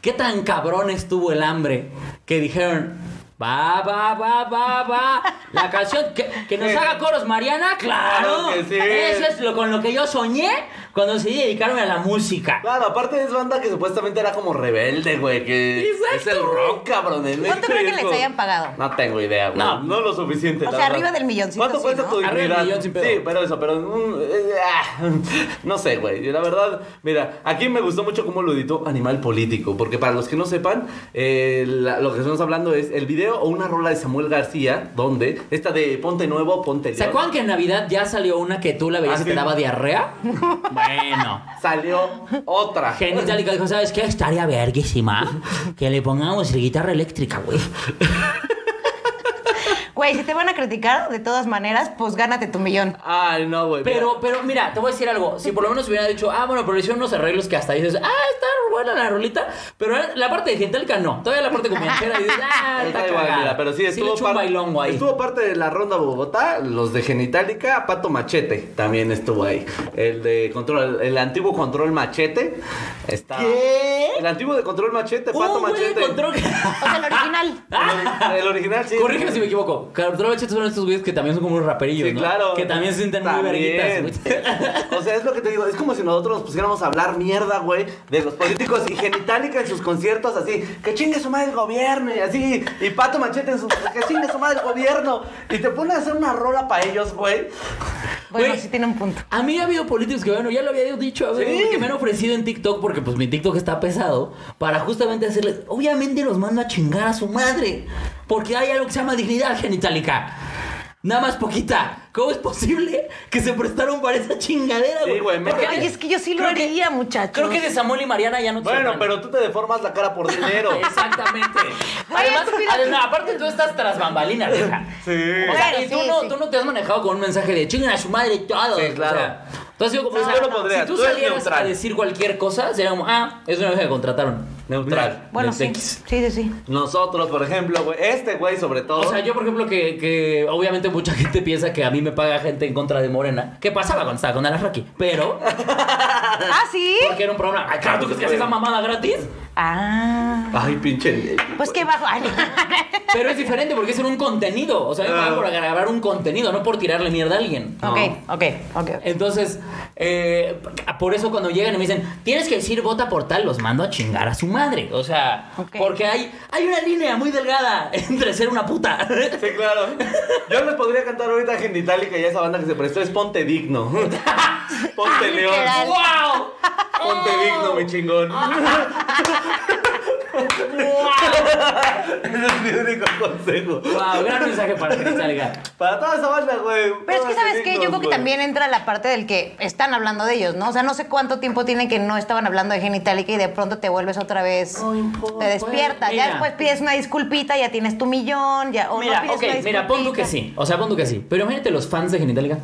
S3: ¿Qué tan cabrón estuvo el hambre que dijeron... Va, va, va, va, va. La canción que, que nos
S4: Sí.
S3: haga coros Mariana, claro.
S4: Claro que sí.
S3: Eso es lo, con lo que yo soñé cuando decidí dedicarme a la música.
S4: Claro, aparte es banda que supuestamente era como rebelde, güey, que es
S3: Exacto.
S4: el rock, cabrón. en México
S7: ¿Cuánto creen
S4: y
S7: que
S4: es
S7: les
S4: como-
S7: hayan pagado?
S4: No tengo idea, güey.
S3: No.
S4: No, lo suficiente. la
S7: O sea,
S4: verdad.
S7: arriba del milloncito,
S4: ¿Cuánto
S7: sí,
S4: cuesta
S7: ¿no?
S4: tu
S3: Arriba del
S4: dignidad?
S3: millón, sin pedo.
S4: Sí, pero eso, pero mm, eh, ah, (laughs) no sé, güey. La verdad, mira, aquí me gustó mucho cómo lo editó Animal Político, porque para los que no sepan, eh, la- lo que estamos hablando es el video o una rola de Samuel García, donde esta de Ponte Nuevo, Ponte
S3: ¿Se
S4: León,
S3: acuerdan que en Navidad ya salió una que tú la veías
S4: Ah,
S3: y te
S4: sí.
S3: daba
S4: (laughs)
S3: diarrea? Bueno.
S4: salió otra.
S3: Genitálica dijo, ¿sabes qué? Estaría verguísima que le pongamos la guitarra eléctrica, güey.
S7: Güey, si te van a criticar, de todas maneras, pues gánate tu millón.
S4: Ay, no, güey. mira.
S3: Pero, pero mira, te voy a decir algo. Si por lo menos hubiera dicho, ah, bueno, pero hicieron unos arreglos que hasta dices, ah, está buena la rolita. Pero la parte de Gentelca no. Todavía la parte
S4: (laughs)
S3: como y dices, ah,
S4: Ahí
S3: está
S4: está igual,
S3: cagada.
S4: mira, pero sí,
S3: le
S4: estuvo,
S3: echó un
S4: par-
S3: bailongo ahí.
S4: estuvo parte de la ronda Bogotá, los de Genitalica, Pato Machete también estuvo ahí. El de control, el antiguo control Machete. Está...
S3: ¿Qué?
S4: El antiguo de control Machete, Pato
S3: Un güey
S4: Machete.
S3: encontró
S4: (laughs)
S3: que-
S7: O sea, el original.
S4: El ori- El original, sí.
S3: Corrígeme si me equivoco. Control Machete son estos güeyes que también son como unos raperillos,
S4: Sí,
S3: ¿no?
S4: claro.
S3: Que también se sienten muy
S4: También.
S3: verguitas, güey.
S4: (laughs) O sea, es lo que te digo. Es como si nosotros nos pusiéramos a hablar mierda, güey, de los políticos políticos y genitálica en sus conciertos, así, que chingue su madre el gobierno, y así, y pato machete en sus, que chingue su madre el gobierno, y te ponen a hacer una rola para ellos, güey.
S7: Bueno,
S3: Güey.
S7: sí tiene un punto.
S3: A mí ha habido políticos que, bueno, ya lo había dicho, a ver,
S4: Sí.
S3: que me han ofrecido en TikTok, porque pues mi TikTok está pesado, para justamente hacerles, obviamente los mando a chingar a su madre, porque hay algo que se llama dignidad genitálica. Nada más poquita. ¿Cómo es posible que se prestaron para esa chingadera,
S4: Sí,
S3: güey?
S4: güey, me-
S3: Porque-
S7: Ay, es que yo sí lo
S3: creo que-
S7: haría, muchachos.
S3: Creo que de Samuel y Mariana ya no te
S4: Bueno,
S3: sorprende.
S4: pero tú te deformas la cara por dinero.
S3: Exactamente.
S7: Güey,
S3: además,
S7: tú mira-
S3: además- aparte tú estás tras bambalinas, vieja. O
S4: Sí.
S3: sea,
S7: Bueno,
S3: y tú,
S7: sí,
S3: no,
S7: sí.
S3: tú no te has manejado con un mensaje de chingan a su madre todo.
S4: Sí, claro.
S3: O sea, tú has sido como,
S4: No,
S3: o sea,
S4: yo no podría,
S3: si tú,
S4: tú eres
S3: salieras
S4: neutral.
S3: a decir cualquier cosa, sería como, ah, es una vieja que contrataron. Este,
S4: Neutral.
S7: Bueno,
S3: Del
S7: sí.
S3: Tex.
S7: Sí, sí, sí.
S4: Nosotros, por ejemplo, güey, este güey sobre todo.
S3: O sea, yo, por ejemplo, que, que obviamente mucha gente piensa que a mí me paga gente en contra de Morena. ¿Qué pasaba cuando estaba con Alarraqui? Pero,
S7: Ah, sí.
S3: porque era un programa. Ay, claro, ¿tú crees que haces esa mamada gratis?
S7: Ah.
S4: Ay, pinche.
S7: Pues qué bajo. Ay, no.
S3: Pero es diferente porque es en un contenido. O sea, me pagan por grabar un contenido, no por tirarle mierda a alguien.
S7: Ok, ok, ok.
S3: Entonces, eh, por eso cuando llegan y me dicen, tienes que decir vota por tal, los mando a chingar a su madre. O sea,
S7: Ok.
S3: porque hay, hay una línea muy delgada entre ser una
S7: (laughs)
S3: puta.
S4: Sí, claro. Yo les podría cantar ahorita Genitalica y esa banda que se prestó es
S3: (laughs)
S4: Ponte Digno. Ponte León.
S7: Literal.
S3: ¡Wow!
S4: Ponte Digno, mi chingón. (laughs) Ese es mi único consejo.
S3: ¡Wow! Gran mensaje para que salga.
S4: Para toda esa banda, güey.
S7: Pero es
S4: Ponte
S7: que, ¿sabes qué? Yo
S4: dignos,
S7: creo que
S4: güey.
S7: también entra la parte del que están hablando de ellos, ¿no? O sea, no sé cuánto tiempo tienen que no estaban hablando de genitalica y de pronto te vuelves otra vez.
S3: No importa.
S7: te despiertas.
S3: Mira.
S7: Ya después pides una disculpita, ya tienes tu millón, ya. O no
S3: Mira,
S7: pides
S3: ok,
S7: una
S3: mira,
S7: disculpita.
S3: pon tú que sí. O sea, pon tú que sí. Pero imagínate los fans de Genitalica.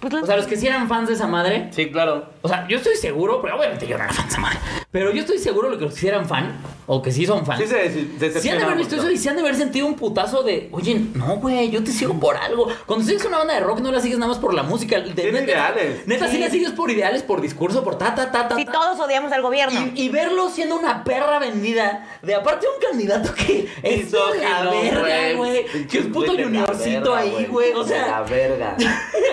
S7: Pues,
S3: O sea, los que sí eran fans de esa madre.
S4: Sí, claro.
S3: O sea, yo estoy seguro, pero obviamente yo no era fan de esa madre. Pero yo estoy seguro de que los que sí eran fan, o que sí son fans.
S4: Sí se desi-
S3: Sí han de
S4: decepciona.
S3: haber visto eso y sí han de haber sentido un putazo de, oye, no, güey, yo te sigo por algo. Cuando sigues una banda de rock, no la sigues nada más por la música. De-
S4: Tiene
S3: neta-
S4: ideales.
S3: Neta, sí. la sigues por ideales, por discurso, por ta, ta, ta, ta.
S7: Si
S3: ta.
S7: todos odiamos al gobierno.
S3: Y, y verlo siendo una perra vendida de aparte un candidato que es de la
S4: Misógino,
S3: verga, güey. Que es puto
S4: de la
S3: juniorcito
S4: verga,
S3: ahí, güey. O
S4: de
S3: sea,
S4: La verga.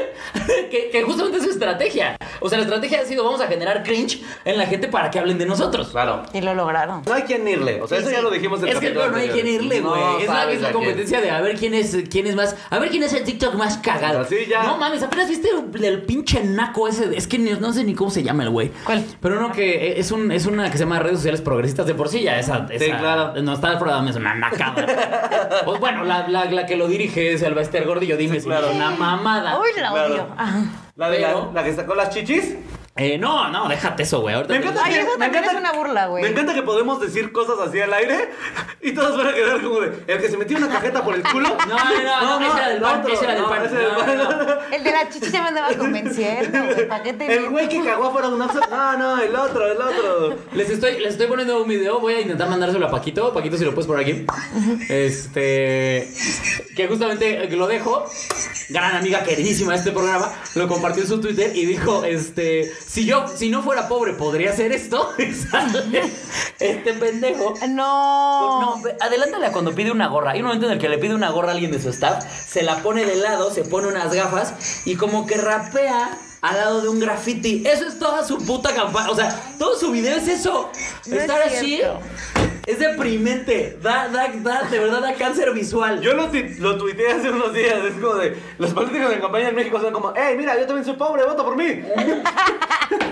S3: (laughs) que, que justamente es su estrategia. O sea, la estrategia ha sido vamos a generar cringe en la gente para que hablen de nosotros.
S4: Claro.
S7: Y lo lograron.
S4: No hay quien irle. O sea, eso ya lo dijimos en
S3: Es que el peor no hay quien irle, güey. es la, es la competencia de a ver quién es, quién es más. A ver quién es el TikTok más cagado.
S4: Así ya.
S3: No mames, apenas viste el, el pinche naco ese. de- Es que ni- no sé ni cómo se llama el güey.
S7: ¿Cuál?
S3: Pero uno que e, es, un, es una que se llama redes sociales progresistas de por sí. Ya esa. esa
S4: claro.
S3: No está el programa, es una
S4: (laughs)
S3: nacada. pues bueno, la, la, la que lo dirige es Albaester Gordillo. Dime si
S4: claro.
S3: es una mamada.
S7: Uy, la
S4: Claro.
S7: odio. Ah.
S4: La de
S3: Pero-
S4: la, la que sacó las chichis.
S3: Eh, no, no, déjate eso, güey. Ahorita
S4: Me
S3: te-
S4: encanta
S7: Ay,
S4: que,
S7: eso
S4: me
S7: también
S4: encanta-
S7: es una burla, güey.
S4: Me encanta que podemos decir cosas así al aire y todos van a quedar como de el que se metió una cajeta por el culo.
S3: (laughs) No, no, no, ese era del pan,
S4: otro,
S3: ese era del
S4: no,
S3: pan.
S4: ese era del
S3: No,
S4: pan.
S7: El de la chichi se
S4: (laughs)
S7: me andaba convenciendo, güey. ¿Para qué te
S4: El güey que cagó afuera de un Oxxo. No, no, el otro, el otro.
S3: Les estoy, les estoy poniendo un video, voy a intentar mandárselo a Paquito. Paquito, si lo puedes por aquí. Este. Que justamente lo dejo. Gran amiga queridísima de este programa. Lo compartió en su Twitter y dijo: Este. Si yo, si no fuera pobre, podría hacer esto. (laughs) Y sale este pendejo.
S7: No.
S3: No, ve- adelántale a cuando pide una gorra. Hay un momento en el que le pide una gorra a alguien de su staff, se la pone de lado, se pone unas gafas y como que rapea al lado de un graffiti. Eso es toda su puta campaña. O sea, todo su video es eso.
S7: No es
S3: Estar así
S7: cierto.
S3: es deprimente. Da, da, da, de verdad da cáncer visual.
S4: Yo lo, tuit- lo tuiteé hace unos días. Es como de los políticos en campaña en México son como, hey, mira, yo también soy pobre, vota por mí.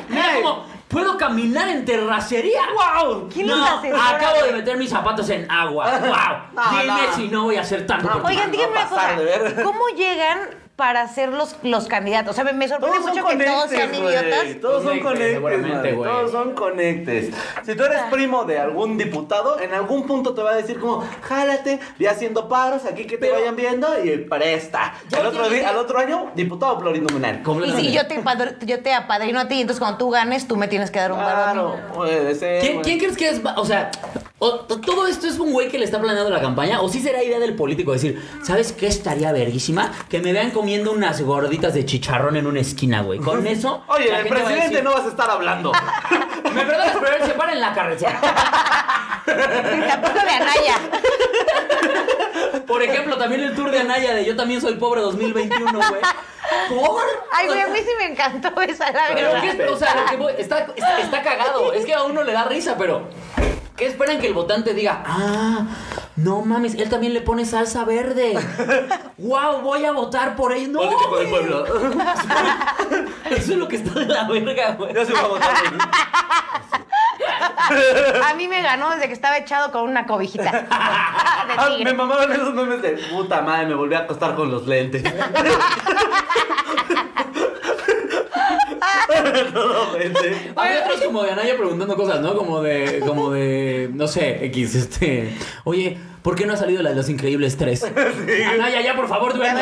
S3: Mira cómo puedo caminar en terracería. ¡Wow!
S7: ¿Quién los asesora,
S3: acabo de
S7: güey?
S3: meter mis zapatos en
S7: (laughs)
S3: agua. ¡Wow!
S4: No,
S3: Dime
S4: no.
S3: si no voy a hacer tanto.
S4: No,
S3: por ti.
S7: Oigan, díganme
S4: va a
S7: una
S4: pasar,
S7: cosa.
S4: de ver.
S7: ¿Cómo llegan para ser los, los candidatos? O sea, me, me sorprende
S4: son
S7: mucho que todos
S4: conectes,
S7: sean
S4: güey.
S7: idiotas.
S4: Todos son
S3: Conectes,
S4: conectes,
S3: seguramente,
S4: madre.
S3: güey.
S4: Todos son conectes. Si tú eres primo de algún diputado, en algún punto te va a decir como, jálate, ve haciendo paros aquí que te
S3: Pero-
S4: vayan viendo y para esta.
S3: Ya
S4: Al otro,
S3: tiene-
S4: día, al otro año, diputado plurinominal.
S7: Y
S3: Completamente.
S7: si yo te, empadr- yo te apadrino a ti, entonces cuando tú ganes, tú me tienes que dar un
S4: Claro,
S7: varón.
S4: puede ser.
S3: ¿Quién,
S4: güey.
S3: quién crees que es? O sea, o- t- ¿todo esto es un güey que le está planeando la campaña? ¿O sí será idea del político decir, ¿sabes qué estaría verguísima? Que me vean comiendo unas gorditas de chicharrón en una esquina, güey. Con eso.
S4: Oye,
S3: la
S4: el
S3: gente va a
S4: presidente
S3: decir,
S4: no vas a estar hablando.
S3: Me perdonas, pero él se para en la carretera.
S7: (laughs) Tampoco de Anaya.
S3: Por ejemplo, también el tour de Anaya de Yo también soy pobre 2021, güey.
S9: ¿Por?
S7: Ay, güey, a mí sí me encantó esa, la
S3: Pero,
S7: verdad.
S3: ¿qué es- o sea, lo que voy- está, está- está cagado. Es que a uno le da risa, pero. ¿Qué esperan que el votante diga? Ah, no mames, él también le pone salsa verde. ¡Wow! Voy a votar por él. ¡No!
S4: Político del
S3: güey!
S4: pueblo.
S3: (laughs) Eso es lo que está de la verga, güey.
S4: Ya se va a votar.
S7: A mí me ganó desde que estaba echado con una cobijita.
S4: (laughs) Ah,
S7: (laughs) De
S4: me
S7: tigre.
S4: mamaban esos memes de puta madre, me volví a acostar con los lentes. Todo gente.
S3: Hay otros como de Anaya preguntando cosas, ¿no? Como de, como de, no sé, X, este... Oye, ¿por qué no ha salido la de Los Increíbles 3? Anaya, ya, por favor, duerme.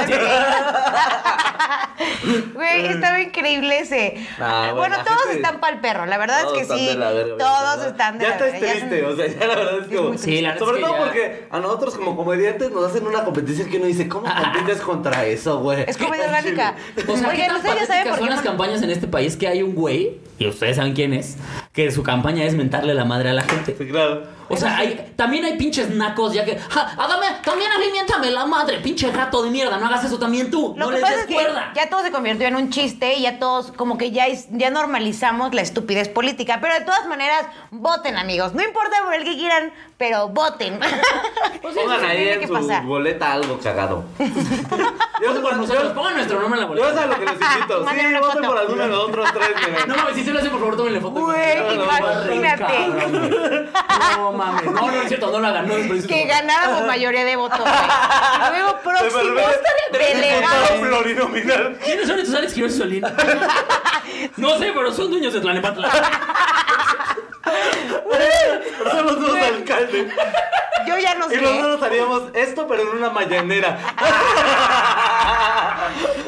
S7: Güey, estaba increíble ese.
S4: Ah, bueno,
S7: bueno,
S4: la
S7: todos
S4: gente-
S7: están para el perro, la verdad es que
S4: están
S7: sí.
S4: de la verga,
S7: todos
S4: ¿verdad?
S7: están de
S4: Ya
S7: la
S4: estás
S7: verga. ya
S4: triste,
S7: son-
S4: o sea, ya la verdad es como.
S3: Sí, la verdad
S4: Sobre
S3: es que
S4: todo
S3: ya-
S4: porque a nosotros como comediantes nos hacen una competencia que uno dice, ¿cómo compites contra eso, güey?
S7: Es comedia orgánica.
S3: O sea,
S7: Oigan,
S3: ¿qué tan
S7: ustedes ya saben
S3: patéticas
S7: por
S3: son
S7: qué.
S3: las
S7: mon-
S3: campañas en este país que hay un güey, y ustedes saben quién es, que su campaña es mentarle la madre a la gente.
S4: (laughs) Sí, claro.
S3: O sea, hay, también hay pinches nacos ya que... "Ja, hágame, también alimentame la madre, pinche gato de mierda, no hagas eso también tú,
S7: Lo
S3: no
S7: que
S3: les
S7: pasa
S3: des
S7: es que
S3: cuerda".
S7: ya todo se convirtió en un chiste y ya todos, como que ya, es- ya normalizamos la estupidez política. Pero de todas maneras, voten, amigos. No importa por el que quieran,
S4: (laughs)
S7: pero voten.
S4: Pongan
S7: eso
S4: ahí
S7: tiene
S4: en
S7: que
S4: su
S7: pasar.
S4: boleta algo cagado.
S7: (laughs)
S4: yo sé
S3: Por
S4: por
S3: nosotros,
S4: yo-
S3: pongan nuestro nombre en la
S4: yo
S3: boleta.
S4: sé a lo que les invito.
S7: (laughs) Manden
S4: Sí,
S7: una
S4: voten
S7: foto.
S4: por alguno de los otros tres. miren.
S3: No mames, si se lo hacen, por favor, tómenle foto.
S7: Güey,
S3: No, no,
S7: imagínate.
S3: no, no, no, No mames. No, no es cierto, no la ganó. pero es-
S7: que ganáramos mayoría de
S4: (laughs)
S7: votos. güey. Y Luego próximos delegados.
S4: plurinominal.
S3: ¿Quiénes son estos Alex Quiroz y Solín? No sé, pero son dueños de Tlanepantla.
S4: Son los dos alcaldes.
S7: Yo ya no
S4: Y
S7: sé. Ah,
S4: nosotros haríamos esto, pero en una mayanera.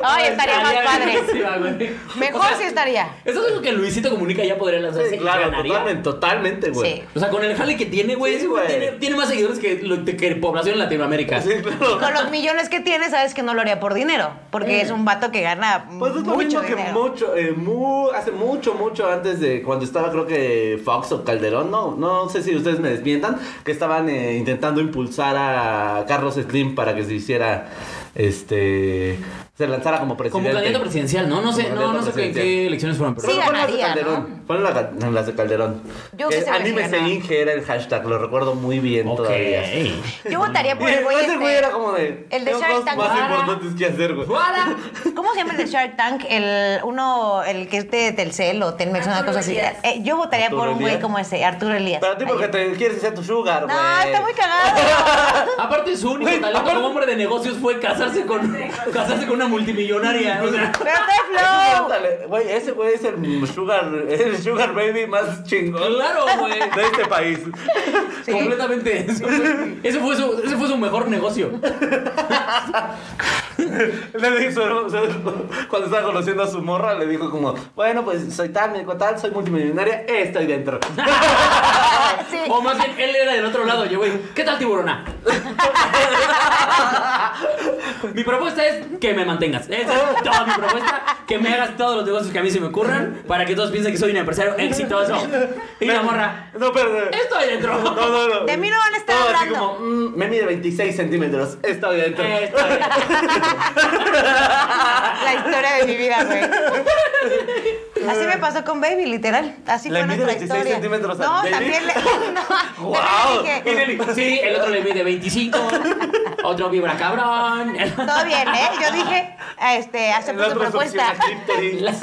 S7: Ay, estaría más
S3: (laughs)
S4: (laughs)
S7: padre.
S3: buenísima, güey.
S7: Mejor
S3: O sea,
S7: sí estaría.
S3: Eso es lo que Luisito Comunica ya podría lanzarse. y
S4: Claro,
S3: ganaría.
S4: totalmente, totalmente, güey.
S7: pues Sí.
S3: O sea, con el jale que tiene, güey,
S4: Sí,
S3: ese güey
S4: güey.
S3: tiene, tiene más seguidores que, lo- que población en Latinoamérica.
S4: Sí, claro.
S7: Con los millones que tiene, sabes que no lo haría por dinero. Porque es un vato que gana
S4: Pues es lo
S7: mucho
S4: mismo que
S7: dinero.
S4: mucho, eh, mu- hace mucho, mucho antes de cuando estaba, creo que Fox o Calderón, no, no sé si ustedes me desmientan, que estaban eh, intentando impulsar a Carlos Slim para que se hiciera, este, se lanzara como
S3: Como
S4: presidente.
S3: candidato presidencial, ¿no? No sé,
S4: Como
S3: no, no
S4: candidato
S3: sé qué,
S4: presidencial.
S3: qué elecciones fueron, pero.
S7: Sí,
S4: Fueron las de
S7: ganaría,
S4: Calderón. Fueron la- no, las de Calderón.
S7: Yo sí
S4: Eh,
S7: se me
S4: Anime
S7: imagino.
S4: Seinge era el hashtag, lo recuerdo muy bien
S3: Ok. Pues
S4: todavía.
S7: Yo votaría
S4: Y
S7: por el güey.
S4: ese güey
S7: este.
S4: era como de.
S7: el de
S4: "Tengo
S7: Shark
S4: cosas
S7: Tank".
S4: más
S7: Guara.
S4: importantes que hacer, güey.
S3: ¡Para!
S7: ¿Cómo se llama el de Shark Tank? El uno, el que es de Telcel o Telmex, una cosa así. Eh, yo votaría por
S4: Arturo
S7: un güey
S4: Elías.
S7: como ese, Arturo Elías.
S4: Para ti, porque te quieres hacer tu sugar, güey.
S7: No, está muy cagado.
S3: Aparte, su único
S4: Güey,
S3: talento
S4: aparte-
S3: como hombre de negocios fue casarse con, casarse con una multimillonaria. O sea,
S4: (laughs)
S7: Pero
S4: Ese
S7: está
S4: güey,
S7: flow.
S4: ándale, Güey, ese güey es el sugar, el sugar baby más chingón
S3: claro, güey.
S4: de este país. (laughs)
S3: Completamente. Eso fue, ese fue su, ese fue su mejor negocio.
S4: Le dijo, su- su- cuando estaba conociendo a su morra, le dijo como, bueno, pues soy tal, me dijo tal, soy multimillonaria, estoy dentro.
S7: Sí.
S3: O más bien, él era del otro lado. Yo, güey, ¿qué tal, tiburona? mi propuesta es que me mantengas. Esa es toda mi propuesta. Que me hagas todos los negocios que a mí se me ocurran para que todos piensen que soy un empresario exitoso. Y la morra,
S4: No, pero...
S3: estoy dentro.
S4: No, no, no.
S7: De mí no van a estar
S4: No, así
S7: hablando. Eh,
S4: como, "Mm, me mide 26 centímetros, estoy dentro. (laughs)
S3: Estoy dentro.
S7: La historia de mi vida, güey. Así me pasó con Baby, literal. Así
S4: Le
S7: fue
S4: mide
S7: nuestra
S4: 26
S7: historia.
S4: centímetros a
S7: no,
S4: Baby.
S7: también le. (laughs) No,
S4: Guau.
S7: también
S3: Y
S7: le dije.
S3: Nelly, Sí, el otro le mide 25. Otro vibra cabrón.
S7: Todo bien, ¿eh? Yo dije, este,
S4: El
S7: acepto tu
S4: otro
S7: propuesta.
S4: succiona clítoris.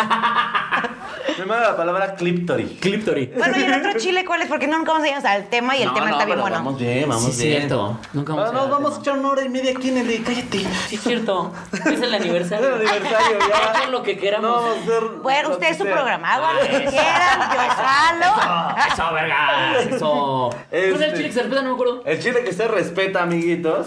S4: Me manda la palabra cliptory.
S3: Cliptory.
S7: Bueno, y el
S4: (laughs)
S7: otro chile, ¿cuál es? Porque no, nunca vamos a llegar al tema y el
S4: No,
S7: tema
S4: no,
S7: está bien
S4: pero
S7: bueno.
S4: Vamos bien, vamos
S3: Sí, es
S4: bien.
S3: cierto. Nunca vamos
S4: Ah,
S3: a
S4: no,
S3: llegar al
S4: vamos a
S3: tema.
S4: echar una hora y media aquí en el. Cállate.
S3: Sí, es cierto. Es el
S4: Es el
S3: aniversario.
S4: aniversario, ya.
S3: Hacer lo que queramos.
S4: No, vamos a hacer
S7: Bueno,
S4: lo
S7: usted
S4: que
S7: es su
S4: sea.
S7: programa, hagan lo que quieran, yo
S4: (laughs)
S7: jalo.
S3: Eso, verga. Eso. ¿Cuál es el
S4: Este.
S3: chile que se respeta? No me acuerdo.
S4: El chile que se respeta, amiguitos.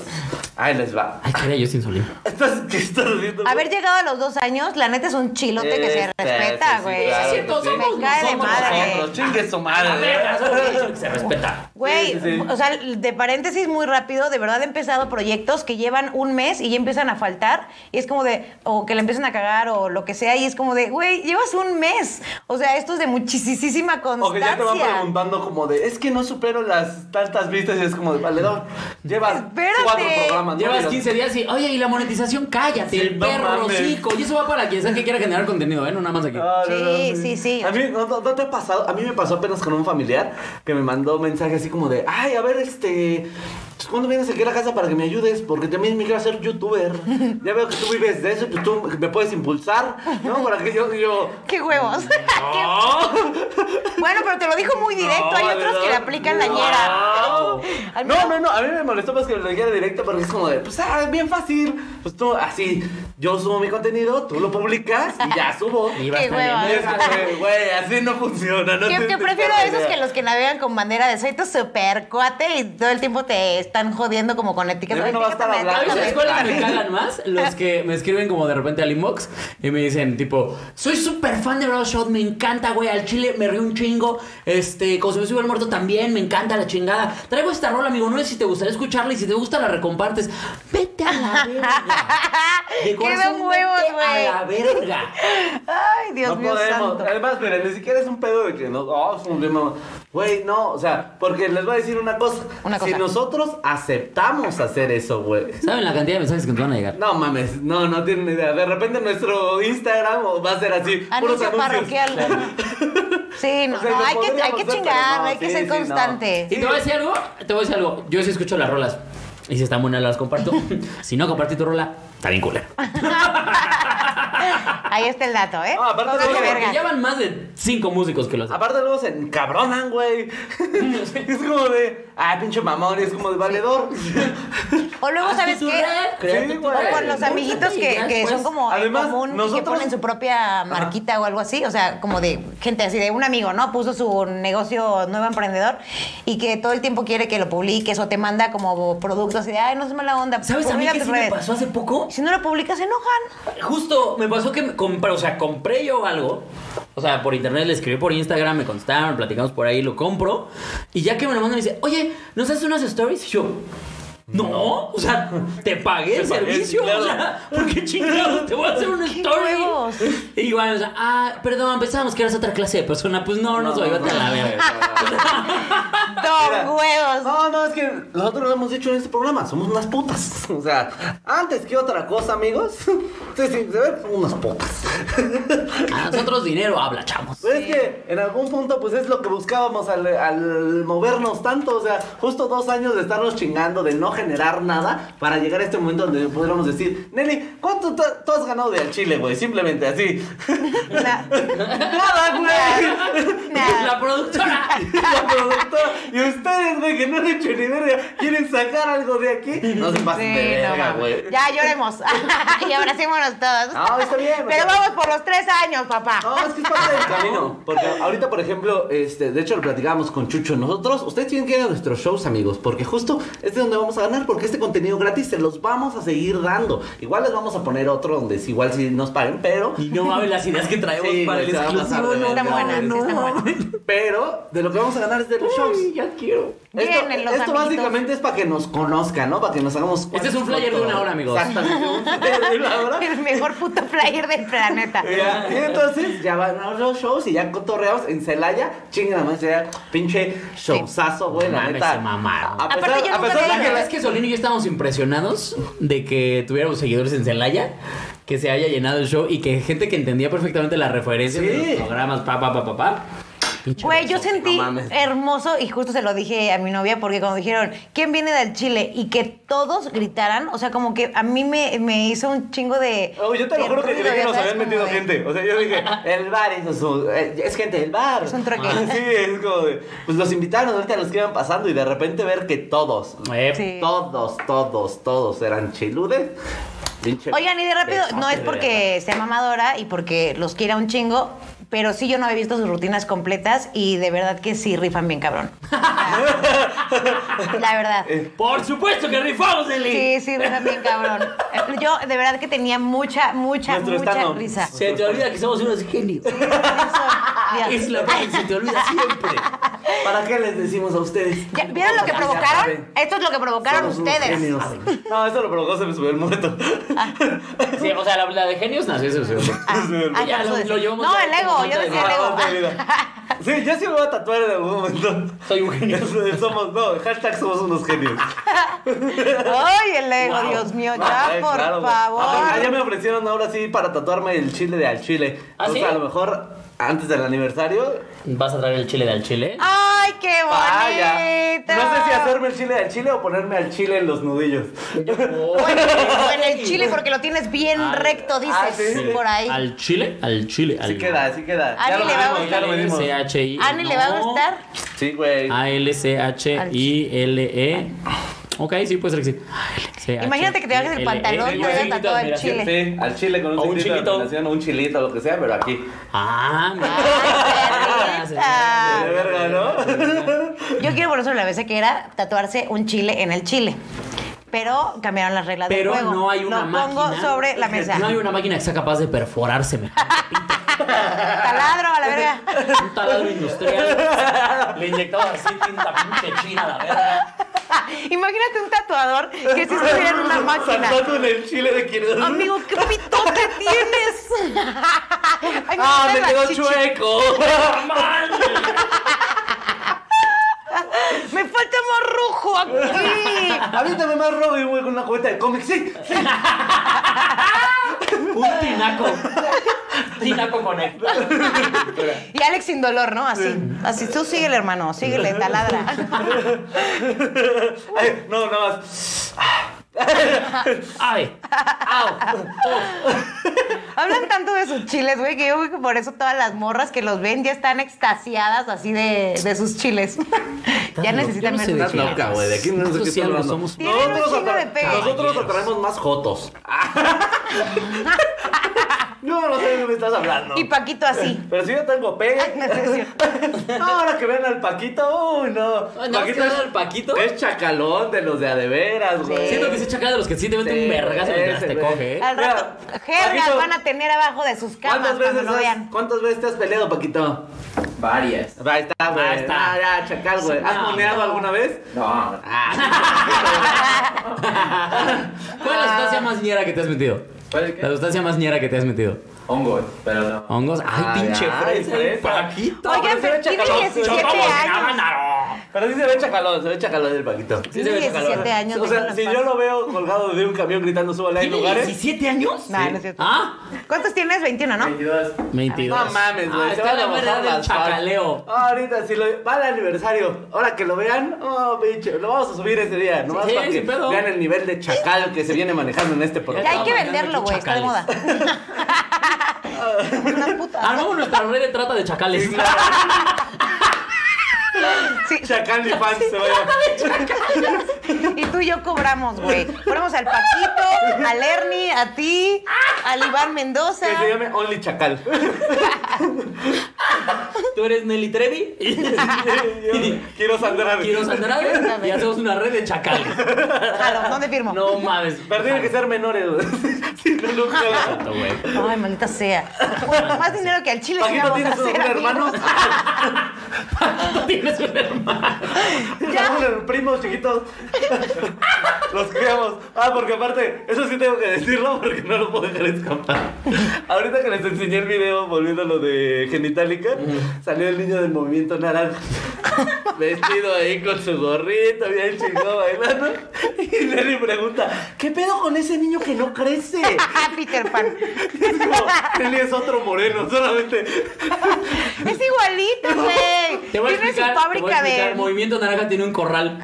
S4: Ahí les va.
S3: Ay, quería yo sin solín.
S4: Entonces, ¿qué estás haciendo?
S7: Haber llegado a los dos años, la neta es un chilote que se
S4: Este,
S7: respeta,
S4: sí,
S7: güey.
S4: claro
S3: es cierto,
S4: que sí.
S3: somos
S7: Me cae de
S3: somos
S7: madre.
S3: nosotros.
S4: Chingue su
S3: A Ah, la
S4: madre.
S3: verga, somos se respeta.
S7: Güey,
S4: Sí, sí, sí.
S7: o sea, de paréntesis muy rápido, de verdad he empezado proyectos que llevan un mes y ya empiezan a faltar y es como de, o que le empiezan a cagar o lo que sea y es como de, güey, llevas un mes. O sea, esto es de muchísima
S4: O que ya
S7: constancia.
S4: te van preguntando como de, es que no supero las tantas vistas y es como de valedor. Llevas
S7: Espérate.
S4: cuatro programas. ¿no?
S3: Llevas
S4: Digas,
S3: 15 días y, oye, y la monetización, cállate,
S4: Sí,
S3: el
S4: no
S3: perro,
S4: mames.
S3: hocico. Y eso va para quien sea que quiera generar contenido, ¿eh? No nada más aquí.
S4: Ah, no, no,
S7: Sí, sí, sí.
S4: A mí ¿no, no- no te ha pasado, a mí me pasó apenas con un familiar que me mandó mensaje así como de, ay, a ver, este, pues, ¿cuándo vienes aquí a la casa para que me ayudes? Porque también me quiero hacer youtuber. Ya veo que tú vives de eso, pues tú me puedes impulsar, ¿no? Para que yo, yo,
S7: ¡Qué huevos! (laughs) bueno, pero te lo dijo muy directo. Hay otros que le aplican la
S4: No,
S7: ñera.
S4: No, no, no, a mí me molestó más que lo dijera directo porque es como de, pues, ah, es bien fácil. Pues tú, así, yo subo mi contenido, tú lo publicas y ya subo.
S3: Y
S4: Y
S3: vas
S7: Qué
S3: también.
S7: hueva.
S4: es como de, Güey, así no funciona, ¿no?
S7: Que,
S4: te-
S7: que
S4: te
S7: prefiero a
S4: cagas
S7: esos
S4: ya.
S7: que los que navegan con bandera de soy tu super cuate y todo el tiempo te están jodiendo como con etiquetas.
S4: Ya no va a estar
S7: Etiquétame,
S4: hablando.
S3: ¿Sabes
S7: etiquétame.
S3: ¿Sabes cuáles me cagan más? Los que me escriben como de repente al inbox y me dicen, tipo, soy súper fan de Bro Shot, me encanta, güey, al chile me río un chingo. Este, como se me sube el muerto también, me encanta la chingada. Traigo esta rola, amigo, no sé si te gustaría escucharla y si te gusta la recompartes. Vete a la
S7: (laughs)
S3: verga.
S7: ¡Qué
S3: De
S7: buen
S3: corazón,
S7: huevos,
S3: vete
S7: güey!
S3: a la verga.
S7: Ay, Dios
S4: no
S7: mío
S4: podemos. eh.
S7: santo.
S4: Además, mira, ni siquiera es un pedo de que no. Oh, es un tema. Güey, no, o sea, porque les voy a decir una cosa.
S7: Una
S4: Si
S7: cosa.
S4: nosotros aceptamos hacer eso, güey.
S3: ¿Saben la cantidad de mensajes que nos van a llegar?
S4: No mames, no, no tienen idea. De repente nuestro Instagram va a ser así. puros
S7: Anuncio
S4: anuncios. (laughs)
S7: parroquial. Sí, no,
S4: O sea,
S7: no,
S4: lo
S7: hay que,
S4: podríamos
S7: hay que
S4: hacer,
S7: chingar,
S4: pero no,
S7: hay que
S4: sí,
S7: ser
S4: sí, no.
S7: constante.
S4: (laughs)
S3: Y te voy a decir algo, te voy a decir algo. Yo sí escucho las rolas. Y si están buenas, las
S7: (laughs)
S3: comparto. si no compartí tu rola, está bien culero.
S7: Ahí está el dato, ¿eh?
S4: Ah, aparte de
S7: Pónganse
S4: eso,
S3: Porque
S7: verga.
S3: ya van más de cinco músicos que lo hacen.
S4: Aparte luego se encabronan,
S7: (laughs)
S4: güey. es como de, ah, pinche mamón, es como de valedor. (laughs)
S7: O luego, ¿sabes qué?
S4: créate tu red.
S7: O con los amiguitos que,
S3: Pues,
S7: que son como en
S4: Además,
S7: común y que
S4: nosotros-
S7: ponen su propia marquita o algo así. O sea, como de gente así, de un amigo, ¿no? Puso su negocio nuevo emprendedor y que todo el tiempo quiere que lo publiques o te manda como productos y de, ay, no es mala onda.
S3: ¿Sabes a mí
S7: publica
S3: qué
S7: tus
S3: sí me
S7: redes".
S3: pasó hace poco?
S7: Si no lo publicas, se
S4: (laughs)
S7: enojan.
S3: Justo me pasó que me compré, o sea, compré yo algo. O sea, por internet le escribí por Instagram, me contaron, platicamos por ahí, lo compro. Y ya que me lo mandan, me dice, oye, ¿nos haces unas stories? Y yo. No, o sea, te pagué el
S4: Te pagué,
S3: servicio,
S4: claro.
S3: o sea, ¿por qué chingados te voy a hacer una
S7: (laughs) ¿Qué
S3: story?
S7: huevos?
S3: Y igual, o sea, ah, perdón, pensábamos que eras otra clase de persona, pues no, no, soy, vete a la verga.
S4: Mira,
S7: Dos huevos.
S4: No, no, es que nosotros lo hemos dicho en este programa, somos unas putas. (laughs) O sea, antes que otra cosa, amigos, (laughs) sí, sí, se ven unas putas.
S3: (laughs)
S4: (laughs)
S3: A nosotros dinero habla, chamos.
S4: Pero Pues es que en algún punto, pues es lo que buscábamos al, al movernos tanto. O sea, justo dos años de estarnos chingando, de no generar nada, para llegar a este momento donde pudiéramos decir, Nelly, ¿cuánto tú tú has ganado de al chile, güey? Simplemente así. (laughs)
S7: Na- (laughs)
S4: Nada, güey.
S3: La
S4: (laughs)
S7: nada.
S3: productora.
S4: La productora. Y ustedes, güey, que no han hecho ni verga, quieren sacar algo de aquí. No se pasen de
S7: Sí, no
S4: verga,
S7: mames.
S4: güey.
S7: ya lloremos (laughs) y abracémonos todos.
S4: No, está bien,
S7: Pero
S4: está-
S7: vamos por los tres años, papá.
S4: No, es que
S3: (laughs)
S4: es parte del camino. Porque ahorita, por ejemplo, este, de hecho lo platicábamos con Chucho. Nosotros, ustedes tienen que ir a nuestros shows, amigos, porque justo este es donde vamos a ganar, porque este contenido gratis se los vamos a seguir dando. Igual les vamos a poner otro donde si igual si nos paguen, pero.
S3: Y no mames las ideas que traemos
S4: Sí,
S3: para
S4: güey,
S3: el
S4: se va a pasar
S3: exclusivo.
S4: de
S3: No,
S4: verga.
S7: Están buenas,
S3: no,
S7: sí, están
S3: no.
S7: buenas.
S4: (laughs) Pero de lo que vamos a ganar es de los shows.
S3: Ya quiero.
S4: Esto,
S7: Vienen los
S4: esto
S7: amiguitos.
S4: básicamente es para que nos conozcan, ¿no? Para que nos hagamos.
S3: Este es un flyer de una hora, amigos.
S4: Exactamente, (laughs) un flyer
S3: (laughs)
S4: de una hora.
S7: (laughs) El mejor puto flyer del planeta.
S4: Ya, (laughs) Y entonces ya van a los shows y ya cotorreamos en Celaya. Chingada más, ya pinche showzazo, güey, la
S3: Mames,
S4: neta.
S3: se mamaron.
S4: A pesar,
S7: Aparte, yo
S4: a
S7: nunca
S4: pesar
S7: había
S4: de que
S7: ido.
S3: La
S4: la-
S3: vez que Solín y yo estábamos impresionados de que tuviéramos seguidores en Celaya, que se haya llenado el show y que gente que entendía perfectamente las referencias
S4: Sí.
S3: de los programas, pa, pa, pa, pa, pa. Pinche
S7: Güey, yo
S3: beso.
S7: sentí
S4: no mames.
S7: hermoso y justo se lo dije a mi novia porque cuando dijeron, ¿quién viene del Chile? Y que todos gritaran, o sea, como que a mí me, me hizo un chingo de...
S4: Oh, yo te lo
S7: de
S4: juro que
S7: ruido,
S4: creí que
S7: ya
S4: nos
S7: sabes,
S4: habían metido
S7: como de-
S4: gente. O sea, yo dije, el bar es, su- eh, es gente del bar. Ah,
S7: Es un trueque.
S4: Sí, es como de. Pues los invitaron ahorita los que iban pasando y de repente ver que todos,
S3: Eh,
S7: Sí.
S4: todos, todos, todos eran chiludes. Pinche
S7: Oigan, y de rápido, no es
S4: desastre,
S7: porque sea mamadora y porque los quiera un chingo, pero sí yo no había visto sus rutinas completas y de verdad que sí rifan
S4: (laughs)
S7: bien cabrón. La verdad.
S3: Por supuesto que rifamos, Eli.
S7: Sí, sí, rifan bien cabrón. Yo de verdad que tenía mucha, mucha,
S4: Nuestro
S7: mucha
S4: stand-up.
S7: risa.
S3: Se te olvida que somos unos genios.
S7: Eso. Ya.
S3: Es la que se te olvida siempre.
S4: ¿Para qué les decimos a ustedes?
S7: Ya, ¿Vieron lo que
S4: Ya
S7: provocaron?
S4: saben.
S7: Esto es lo que provocaron
S4: Somos unos
S7: ustedes. Ah,
S4: genios. No, eso lo provocó, se me subió el muerto. (laughs)
S3: Sí, o sea, la, la de genios nació ese sujeto.
S7: Ah, ah,
S3: Ya,
S7: claro,
S3: lo- lo llevamos
S7: no,
S3: ya
S7: el ego,
S3: como
S7: yo
S3: nota de
S7: decía el
S3: vida.
S7: ego.
S4: Ah, de vida. Sí, yo sí me voy a tatuar en algún momento. (laughs)
S3: Soy un genio.
S4: Somos, no, hashtag somos unos genios.
S7: Ay, el ego,
S3: Wow.
S7: Dios mío,
S4: Ah,
S7: ya,
S4: eh,
S7: por
S4: claro, güey.
S7: favor.
S4: Ah, ya me ofrecieron ahora sí para tatuarme el chile de al chile.
S3: ¿Ah,
S4: Entonces,
S3: sí?
S4: a lo mejor antes del aniversario.
S3: ¿Vas a traer el chile de al chile?
S7: Ay, qué bonito.
S4: Vaya. No sé si hacerme el chile de al chile o ponerme al chile en los nudillos.
S7: O en el- o en el chile, porque lo tienes bien recto, dices,
S4: ah, sí, sí.
S7: por ahí.
S5: Al chile, al chile.
S4: Así
S5: Al...
S4: queda, así queda.
S7: A
S4: Ya
S7: mí
S4: lo
S7: le va a
S4: medimos, ya lo medimos.
S5: C-H-I.
S7: ¿A Ani le va a
S5: no.
S7: gustar?
S4: Sí, güey.
S3: Ah, E.
S5: A-L-C-H-I-L-E. Ok, sí,
S3: pues,
S5: puede ser que sí. A-L-C-H-I-L-E.
S7: Imagínate que te bajes el pantalón y te hayas tatuado al
S4: Sí,
S7: chile.
S4: sí, al chile con un,
S3: O un
S4: chilito de
S3: chilito.
S4: admiración, o un chilito, lo que sea, pero aquí.
S5: Ah, mira.
S7: Ay, perrita.
S4: De verga, Ah, ¿no?
S7: Yo quiero por eso la vez que era tatuarse un chile en el chile. Pero cambiaron las reglas del
S3: Pero
S7: juego.
S3: no hay una
S7: Lo
S3: máquina.
S7: pongo sobre
S3: (laughs)
S7: la mesa.
S3: No hay una máquina que sea capaz de perforarse
S7: Taladro a la
S3: (laughs)
S7: verga. (laughs)
S3: Un taladro industrial. Le inyectaba así tinta pinche china, la (laughs) verga.
S7: Imagínate un tatuador (laughs) que si estuviera
S4: (laughs)
S7: en
S3: (laughs)
S7: una máquina.
S4: Tatuando en el chile de quien
S7: Amigo, ¿qué
S3: (laughs)
S7: pitote tienes?
S4: (laughs)
S7: Ay,
S4: ¡Ah,
S7: me
S4: me
S7: la
S4: quedó
S7: chichi.
S4: chueco!
S3: ¡Oh,
S7: Me falta más
S3: (laughs)
S7: rojo aquí.
S4: (laughs) Aviéntame más Robin, güey, con una cubeta de cómics. ¡Sí! sí.
S3: Un tinaco. Tinaco con él.
S7: Y Alex sin dolor, ¿no? Así. Así, tú síguele, hermano. Síguele, taladra.
S4: Ay, no, nada más.
S3: Ay. Au.
S7: Hablan tanto de sus chiles, güey, que yo creo que por eso todas las morras que los ven ya están extasiadas así de, de sus chiles. (laughs) ya
S5: yo no
S7: necesitan ver
S5: sé de
S7: sus
S5: qué
S7: chiles.
S5: hablas. Nosotros sí algo somos-
S7: Tienen un
S4: Nosotros
S7: chingo de
S4: atra-
S7: pegue.
S4: Nosotros atraemos más
S7: (laughs)
S4: jotos. no, no sé de qué me estás hablando.
S7: Y Paquito así.
S4: (laughs) Pero si yo tengo pegue.
S7: Ay, no es
S4: (laughs)
S7: cierto.
S4: Ahora que ven al Paquito, uy, no.
S3: Ay, ¿no has quedado al Paquito?
S4: Es chacalón de los de adeveras, güey.
S3: Siento que ese chacal de los que sí te mete
S4: Sí,
S3: un vergazo mientras
S4: ese,
S3: te
S4: güey.
S3: coge. ¿eh?
S7: Al rato,
S4: Mira,
S7: jergas
S4: Paquito,
S7: van a tener abajo de sus camas
S4: ¿Cuántas veces,
S7: cuando lo
S4: has-
S7: vean.
S4: ¿Cuántas veces te has peleado, Paquito?
S10: Varias.
S4: Ahí está, güey.
S3: Ahí está.
S4: Ah, ya, chacal, güey. ¿Has moneado alguna vez?
S10: No.
S3: (laughs) ¿Cuál es la sustancia más ñera que te has metido?
S10: ¿Cuál es qué?
S3: La sustancia más ñera que te has metido.
S10: Hongo, pero no.
S5: Hongos. Ay,
S4: Ah,
S5: pinche
S4: ya,
S5: fresa.
S4: fresa.
S5: Paquito.
S7: ¿eh? Oigan,
S4: pero se ve
S7: pero tiene
S4: chacalón.
S7: 17 años.
S4: Pero sí se ve chacalón, se ve chacalón el Paquito.
S7: Tiene 17 años.
S4: O sea,
S7: déjalo en
S4: si
S7: paz.
S4: yo lo veo colgado de un camión gritando súbale en lugares.
S3: 17 años?
S7: Nah, no es cierto.
S3: ¿Ah?
S7: ¿Cuántos tienes? 21, ¿no?
S10: 22.
S5: 22.
S4: No mames, güey.
S3: Ah,
S4: se
S3: está
S4: van a
S3: la mera
S4: bajar
S3: del
S4: las fans.
S3: chacaleo.
S4: Ah, ahorita si lo va al aniversario. Ahora que lo vean, oh, pinche, lo vamos a subir ese día, nomás
S3: Sí,
S4: para que
S3: sin pedo.
S4: vean el nivel de chacal que se viene manejando en este
S7: Ya
S4: programa.
S7: hay que
S3: Estaba bailando
S7: venderlo, güey. Está de moda.
S3: chacales.
S7: Una puta.
S3: Armamos Ah, nuestra red de trata de chacales.
S7: (laughs) Sí,
S4: Chacal y fans se vaya.
S7: Y tú y yo cobramos, güey. Ponemos al Paquito, al Ernie, a ti, al Iván Mendoza.
S4: Que se llame Only
S3: (laughs)
S4: Chacal.
S3: (laughs) Tú eres Nelly
S4: (laughs)
S3: Trevi.
S4: Quiero saldrar.
S3: Quiero Andrade. Y hacemos una red de chacales.
S7: Jalo, ¿Dónde firmo?
S3: No mames.
S4: Pero tienen que ser menores. güey. (laughs) si no, no juegan.
S3: (laughs) Exacto, güey.
S7: Ay, maldita sea. Bueno, más dinero que al chile. sí
S4: Paquito
S7: vamos a
S4: tienes un
S7: hacer, amigos.
S4: hermano.
S3: Tú tienes un hermano. (laughs)
S4: Los primos chiquitos. Los criamos. Ah, porque aparte, eso sí tengo que decirlo porque no lo puedo dejar escapar. Ahorita que les enseñé el video volviendo a lo de genitálica, salió el niño del movimiento
S3: (laughs)
S4: naranja. Vestido ahí con su gorrito, bien chingado bailando. Y Nelly pregunta: ¿Qué pedo con ese niño que no crece?
S7: Ah, (laughs) Peter Pan.
S4: Y es como, Nelly es otro moreno, solamente.
S7: Es igualito, güey.
S3: Te voy a
S7: Tiene su
S3: explicar. te voy a
S7: fábrica
S3: explicar.
S7: de. (laughs)
S3: Movimiento Naranja tiene un
S4: (laughs)
S3: corral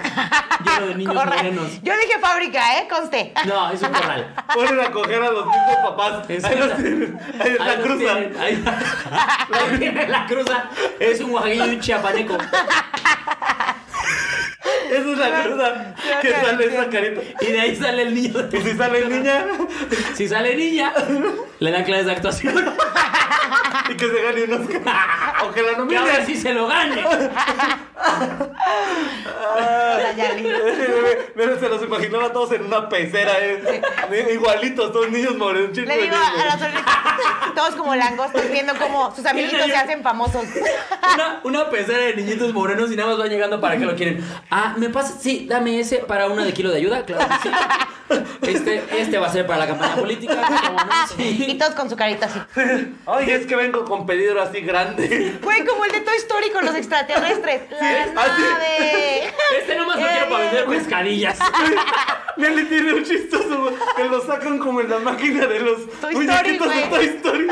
S3: lleno de niños
S7: Corra-
S3: morenos.
S7: Yo dije fábrica, ¿eh? Conste.
S3: No, es un corral.
S4: Ponen a coger a los mismos papás. Ahí los tienen. Ahí
S3: Ahí
S4: está
S3: los
S4: cruza.
S3: tienen, Ahí,
S4: (laughs)
S3: ahí tienen la cruza. Es un oaxaqueño y un chiapaneco.
S4: Esa es la cruza que
S7: ya,
S4: sale esa carita.
S3: Y de ahí sale el niño.
S4: Y si sale niña
S3: Si sale niña, le dan clases de actuación.
S4: (laughs) y que se gane un
S7: (laughs)
S4: Oscar. O que la
S3: Que ahora
S4: (laughs) nominen.
S3: sí se lo gane. Ah,
S7: La Yali.
S4: Ese bebé, Mira, se los imaginaba todos en una pecera, eh. Igualitos, todos niños morenos.
S7: Le digo a las solitas, (laughs) todos como langostas viendo cómo sus amiguitos se hacen famosos.
S3: Una, una pecera de niñitos morenos y nada más van llegando para que lo quieren. Ah, ¿me pasa? Sí, dame ese para una de kilo de ayuda, claro que sí. Este, este va a ser para la campaña política, ¿cómo no? Sí.
S7: Y todos con su carita así.
S4: (laughs) Ay, es que vengo con pedido así grande. (laughs)
S7: Güey, como el de Toy Story con los extraterrestres. Las
S4: Ah, sí.
S7: naves.
S3: Este nomás lo quiero para vender pescadillas.
S4: Nelly tiene un chistoso, güey, que lo sacan como en la máquina de los
S7: Toy
S4: muñequitos
S7: Story,
S4: de
S7: güey.
S4: Toy
S7: (laughs)
S4: Story.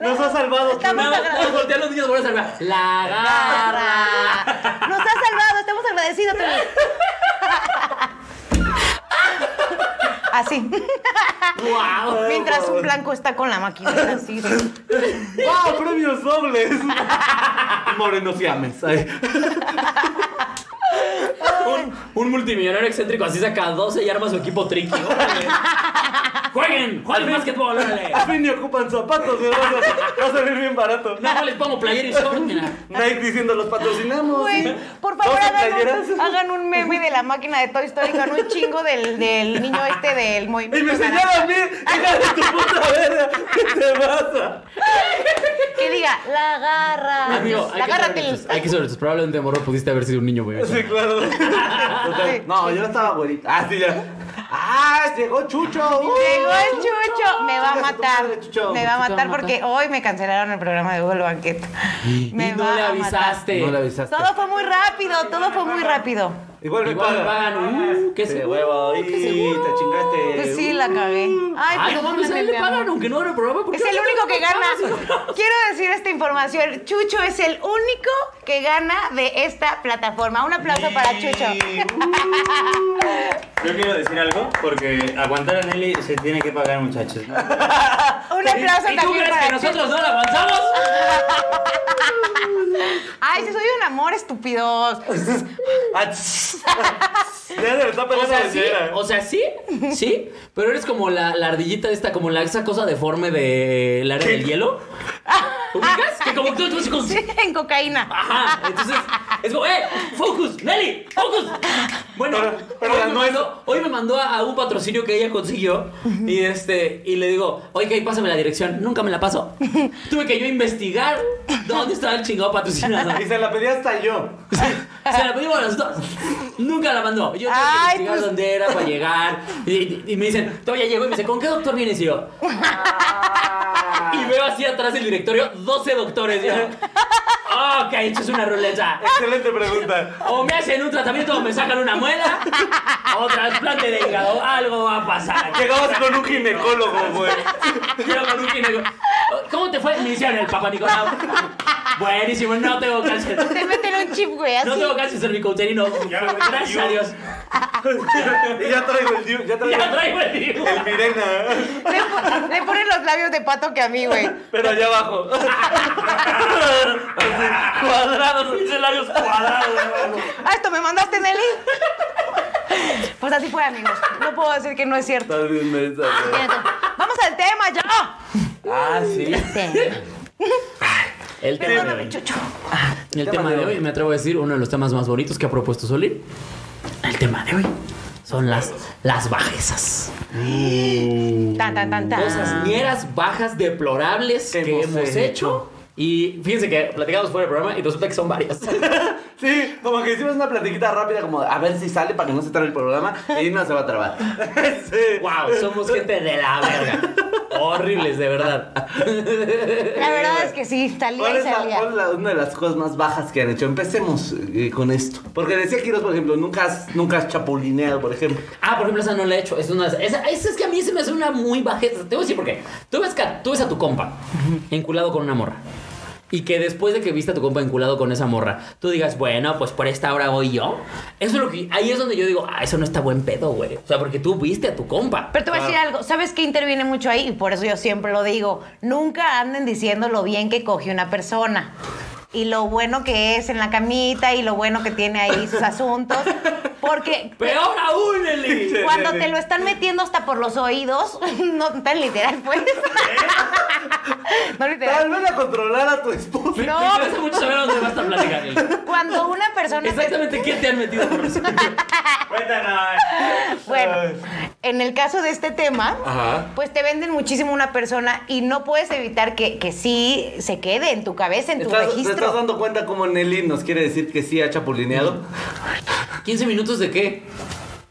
S4: Nos ha salvado.
S7: Estamos
S4: Chula.
S3: Nada más voltean los niños morenos a ver, La garra.
S7: Barra. Nos has salvado, estamos agradecidos. Tony. (laughs) Así.
S3: ¡Wow!
S7: Mientras un blanco está con
S4: (laughs)
S7: la maquinita así.
S4: ¡Wow! Ah, ¡Premios dobles!
S7: (laughs)
S4: Morenos y ames. Ay.
S3: Un, un multimillonario excéntrico así saca 12 y arma su equipo tricky. órale. ¡Jueguen! ¡Jueguen básquetbol! órale!
S4: Al fin ni ocupan zapatos, me va a, va a salir bien barato.
S3: No, no les pongo player y short, mira.
S4: Nike diciendo los patrocinamos.
S7: Güey, por favor,
S4: Doce
S7: hagan
S4: playeras.
S7: un, hagan un meme de la máquina de Toy Story con un chingo del, del niño este del movimiento.
S4: Y me enseñaron a mí, hija de tu puta verga. ¿Qué te pasa?
S7: Que diga, la garra.
S3: Amigo, hay
S7: la
S3: que
S7: garra
S3: ser honestos, Hay que ser honestos. Probablemente de morro pudiste haber sido un niño, güey.
S4: Sí, claro. Total, No, yo no estaba güerita. Ah, sí, ya. ¡Ah! Llegó Chucho. Uh.
S7: Llegó el chucho, me va
S4: Chinga
S7: a
S4: tu
S7: matar.
S4: madre, Chucho.
S7: Me va a matar porque hoy me cancelaron el programa de Google Banquet. Me
S3: y no
S7: va
S3: le
S7: a
S3: avisaste.
S4: No le avisaste.
S7: Todo fue muy rápido, todo fue muy rápido.
S4: Igual me
S3: Igual me
S4: paga.
S3: pagan. Uh, qué
S4: Sí,
S3: seguro.
S4: huevo. Y
S3: qué
S4: te
S3: seguro.
S4: chingaste.
S7: Pues sí, la cagué. Ay,
S3: Ay, no
S7: perdóname,
S3: mames, a él le
S7: mi amor.
S3: pagan aunque no era programa. ¿por
S7: Es
S3: qué
S7: el
S3: no le
S7: único que
S3: pagan?
S7: (laughs) gana. Quiero decir esta información. Chucho es el único que gana de esta plataforma. Un aplauso para Chucho.
S5: Yo quiero decir algo, porque aguantar a Nelly se tiene que pagar, muchachos. ¿no?
S7: Un aplauso
S3: ¿Y tú
S7: también
S3: crees
S7: para
S3: que
S7: Chucho.
S3: nosotros no la
S7: (laughs)
S3: avanzamos?
S7: Ay, sí, soy un amor estúpido.
S4: Ah, tss. Ya se le está
S3: O
S4: pegando la
S3: sea, sí,
S4: señora.
S3: o sea, sí, sí, pero eres como la, la ardillita esta, como la, esa cosa deforme del área del
S7: (laughs)
S3: hielo. ¿Ubicas? Que como tú, tú, así como-
S7: Sí, en cocaína.
S3: Ajá, entonces es como, ¡eh! ¡Focus! ¡Nelly! ¡Focus! Bueno,
S4: Pero- pero
S3: hoy,
S4: la
S3: me
S4: nuez-
S3: mandó, hoy me mandó a, a un patrocinio que ella consiguió y este y le digo, oye, pásame la dirección. Nunca me la
S4: (laughs)
S3: paso. Tuve que yo investigar dónde estaba el chingado patrocinador.
S4: (laughs) Y se la pedí hasta yo.
S3: Se la pedimos a los dos. Nunca la mandó. Yo tuve
S7: Ay,
S3: que investigar
S7: pues-
S3: dónde era para llegar. Y, y- y me dicen, todavía llego y me dice, ¿con qué doctor vienes? Y yo.
S4: Ah.
S3: Y veo así atrás del directorio 12 doctores. Y
S4: (laughs)
S3: yo, ok, esto es una ruleta.
S4: Excelente pregunta.
S3: O me hacen un tratamiento o me sacan una muela. O trasplante de hígado. Algo va a pasar.
S4: Llegabas con un ginecólogo, güey.
S3: Quiero con un ginecólogo. ¿Cómo te fue? Me hicieron el papá Nicolau. Buenísimo, no tengo cáncer.
S7: Te meten un chip, güey,
S3: No
S7: así.
S3: tengo cáncer cervicouterino. Gracias a Dios.
S4: Y ya traigo el diu- ya traigo
S3: Ya traigo el libro.
S4: el Mirena.
S7: Le, po- le ponen los labios de pato que a mí, güey.
S4: Pero allá abajo.
S3: Cuadrados, labios cuadrados.
S7: Ah, esto me mandaste, Nelly. Pues así fue, amigos. No puedo decir que no es cierto.
S4: Estás bien mensa, güey.
S7: Vamos al tema ya.
S4: Ah, sí.
S3: El tema de
S7: Perdóname,
S3: hoy.
S7: Chucho.
S3: El tema de hoy, me atrevo a decir, uno de los temas más bonitos que ha propuesto Solín. El tema de hoy son las, las bajezas.
S7: Tan, tan, tan, tan.
S3: Cosas ñeras, bajas, deplorables que,
S4: Que
S3: Ah. hemos,
S4: hemos
S3: hecho. Y fíjense que platicamos fuera del programa y resulta que son (laughs) varias.
S4: Sí, como que hicimos una platiquita rápida, como a ver si sale para que no se trabe el programa y no se va a trabar. Sí.
S3: wow, somos gente de la verga. Horribles, de verdad.
S7: La verdad es que sí,
S4: ¿Cuál
S7: salía y
S4: es, la- cuál
S7: salía.
S4: es la- una de las cosas más bajas que han hecho? Empecemos eh, con esto. Porque decía Kiros, por ejemplo, nunca has, nunca has chapulineado, por ejemplo.
S3: Ah, por ejemplo, esa no la he hecho. Es una, esa, esa es que a mí se me hace una muy bajeza. Te voy a decir por qué. Tú ves, que a- tú ves a tu compa enculado con una morra. Y que después de que viste a tu compa enculado con esa morra, tú digas, bueno, pues por esta hora voy yo. Eso es lo que. Ahí es donde yo digo, ah, eso no está buen pedo, güey. O sea, porque tú viste a tu compa.
S7: Pero te voy a
S3: Ah.
S7: decir algo, ¿sabes qué interviene mucho ahí? Y por eso yo siempre lo digo, nunca anden diciendo lo bien que coge una persona. Y lo bueno que es en la camita y lo bueno que tiene ahí sus asuntos.
S3: (laughs)
S7: Porque
S3: Peor aún, Eli. (laughs)
S7: (laughs) cuando te lo están metiendo hasta por los oídos, no tan literal pues. (laughs) No, literal.
S4: Tal vez a controlar a tu esposa.
S7: No,
S3: Me interesa mucho saber a dónde vas a platicar. Eli.
S7: cuando una persona...
S3: Exactamente, ¿qué te han metido por eso?
S5: Cuéntanos.
S7: Bueno, en el caso de este tema,
S4: Ajá.
S7: pues te venden muchísimo una persona y no puedes evitar que, que sí se quede en tu cabeza, en tu
S4: ¿Estás- ¿Te estás
S7: registro.
S4: dando cuenta cómo Nelly nos quiere decir que sí ha chapulineado?
S3: 15 minutos de qué?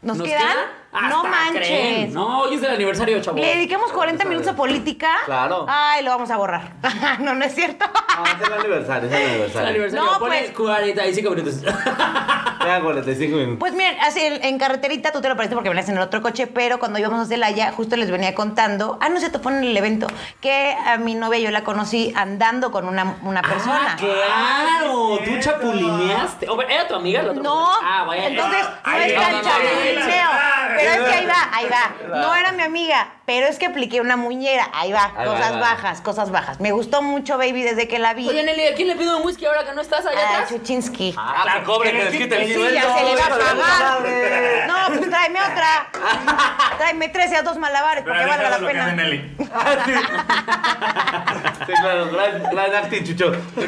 S7: ¿Nos,
S3: ¿Nos
S7: quedan?
S3: queda?
S7: No
S3: Hasta
S7: manches.
S3: creen. No, hoy es el aniversario, chavo.
S7: Le dedicamos 40 minutos a política.
S4: Claro.
S7: Ay, lo vamos a borrar. (laughs) no, no es cierto.
S4: No, es el aniversario, es el
S3: Es el
S4: aniversario.
S3: aniversario.
S7: No,
S3: Ponle
S7: pues.
S3: 45 minutos.
S4: Ya 45 minutos.
S7: Pues miren, así en, en carreterita tú te lo perdiste porque venías en el otro coche, pero cuando íbamos a Celaya, justo les venía contando, ah, no se te fue en el evento, que a mi novia yo la conocí andando con una, una persona.
S3: Ah, (laughs) claro, tú chapulineaste. O, ¿Era tu amiga la otra
S7: No,
S3: persona? Ah, vaya.
S7: entonces no
S3: Ahí
S7: es
S3: va, ahí va, ahí
S7: tan
S3: va, ahí va.
S7: chapulineo. Pero es que ahí va, ahí va. No era mi amiga, pero es que apliqué una muñera. Ahí va,
S4: Ahí va,
S7: cosas
S4: ahí va.
S7: bajas, cosas bajas. Me gustó mucho, baby, desde que la vi.
S11: Oye, Nelly, ¿a quién le pido un whisky ahora que no estás allá
S7: a
S11: atrás? (laughs)
S7: Chuchinsky.
S4: Ah, pues cobre, que les quite el
S7: Sí,
S4: sueldo,
S7: ya se le va
S4: hijo de la
S7: a
S4: madre.
S7: pagar. No, pues tráeme otra. Tráeme tres y a dos malabares para que valga la pena.
S4: Sí, claro, gran, gran acting, Chucho.
S7: (laughs)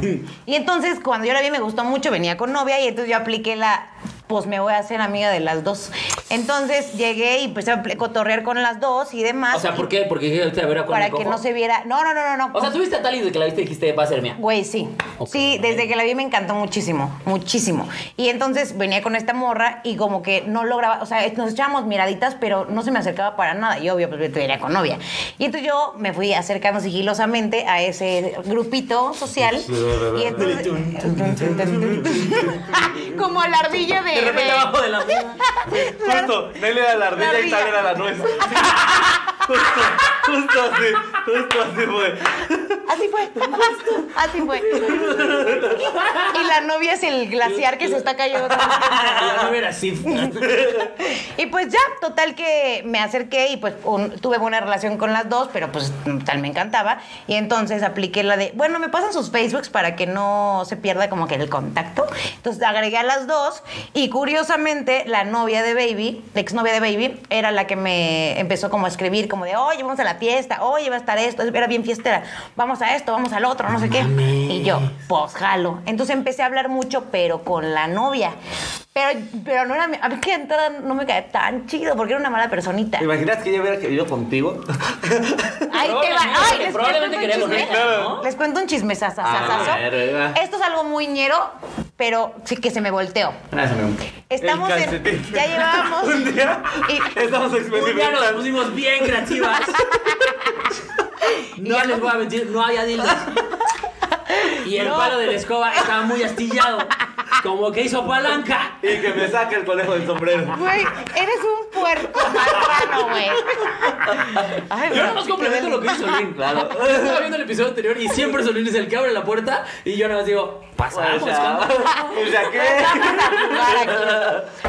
S7: Sí. Y entonces, cuando yo la vi, me gustó mucho, venía con novia y entonces yo apliqué la. Pues me voy a hacer amiga de las dos. Entonces llegué y pues, empecé a pl- cotorrear con las dos y demás.
S3: O sea, ¿por
S7: Y-
S3: qué? Porque dijiste a ver a cuál
S7: Para
S3: me
S7: que
S3: cojo.
S7: no se viera. No, no, no, no, no.
S3: O sea, tuviste a Tali de que la viste y dijiste, va a ser mía.
S7: Güey, sí.
S3: Ok.
S7: Sí, desde que la vi me encantó muchísimo, muchísimo. Y entonces venía con esta morra y como que no lograba, o sea, nos echábamos miraditas, pero no se me acercaba para nada. Y obvio, pues yo venía con novia. Y entonces yo me fui acercando sigilosamente a ese grupito social. y entonces... (laughs) como la ardilla de...
S3: De repente
S7: de-
S3: abajo de la
S4: Justo, Nelly era la
S7: La
S4: ardilla y
S7: ardilla.
S4: Tal era la nuez. Sí. Justo, justo así, justo así fue.
S7: Así fue. Así
S3: (laughs)
S7: fue. Y la novia es el glaciar que se está cayendo.
S3: Ah, No era así.
S7: Y pues ya, total que me acerqué y pues un- tuve buena relación con las dos, pero pues tal me encantaba. Y entonces apliqué la de, bueno, me pasan sus Facebooks para que no se pierda como que el contacto. Entonces agregué a las dos y curiosamente la novia de Baby, la exnovia de Baby, era la que me empezó como a escribir como de, oye, vamos a la fiesta, oye, va a estar esto, era bien fiestera, vamos a esto, vamos al otro, no sé qué. Y yo, pues jalo. Entonces empecé a hablar mucho, pero con la novia. Pero, pero no era mi- a mí que de entrada no me caía tan chido porque era una mala personita.
S4: ¿Te imaginas que yo hubiera querido contigo?
S7: Ay, te va.
S3: Probablemente-
S7: Ay, les
S3: probablemente quería Ah,
S7: cuento un
S3: con
S7: chisme.
S3: ella, ¿no?
S7: Les cuento un chisme sasasasaso.
S4: A ver, venga.
S7: Esto es algo muy ñero, pero sí que se me volteó.
S4: Ah,
S3: Gracias, amigo.
S7: Estamos
S4: El
S7: en.
S4: calcetín.
S7: Ya llevábamos.
S4: (laughs) Un día estamos
S7: Y-
S3: Un día nos
S4: experimentando.
S3: pusimos bien creativas. No les voy a mentir, no había dildos. Y el
S7: No.
S3: palo de la escoba estaba muy astillado. Como que hizo palanca.
S4: Y que me saque el conejo del sombrero.
S7: Güey, eres un puerco marrano, güey. Ay,
S3: Yo
S7: pero-
S3: nomás complemento lo que hizo Solín. Claro. Yo estaba viendo el episodio anterior y siempre Solín es el que abre la puerta y yo nada más digo, pasamos.
S4: O sea,
S3: cabrón".
S4: (laughs) o sea, ¿qué?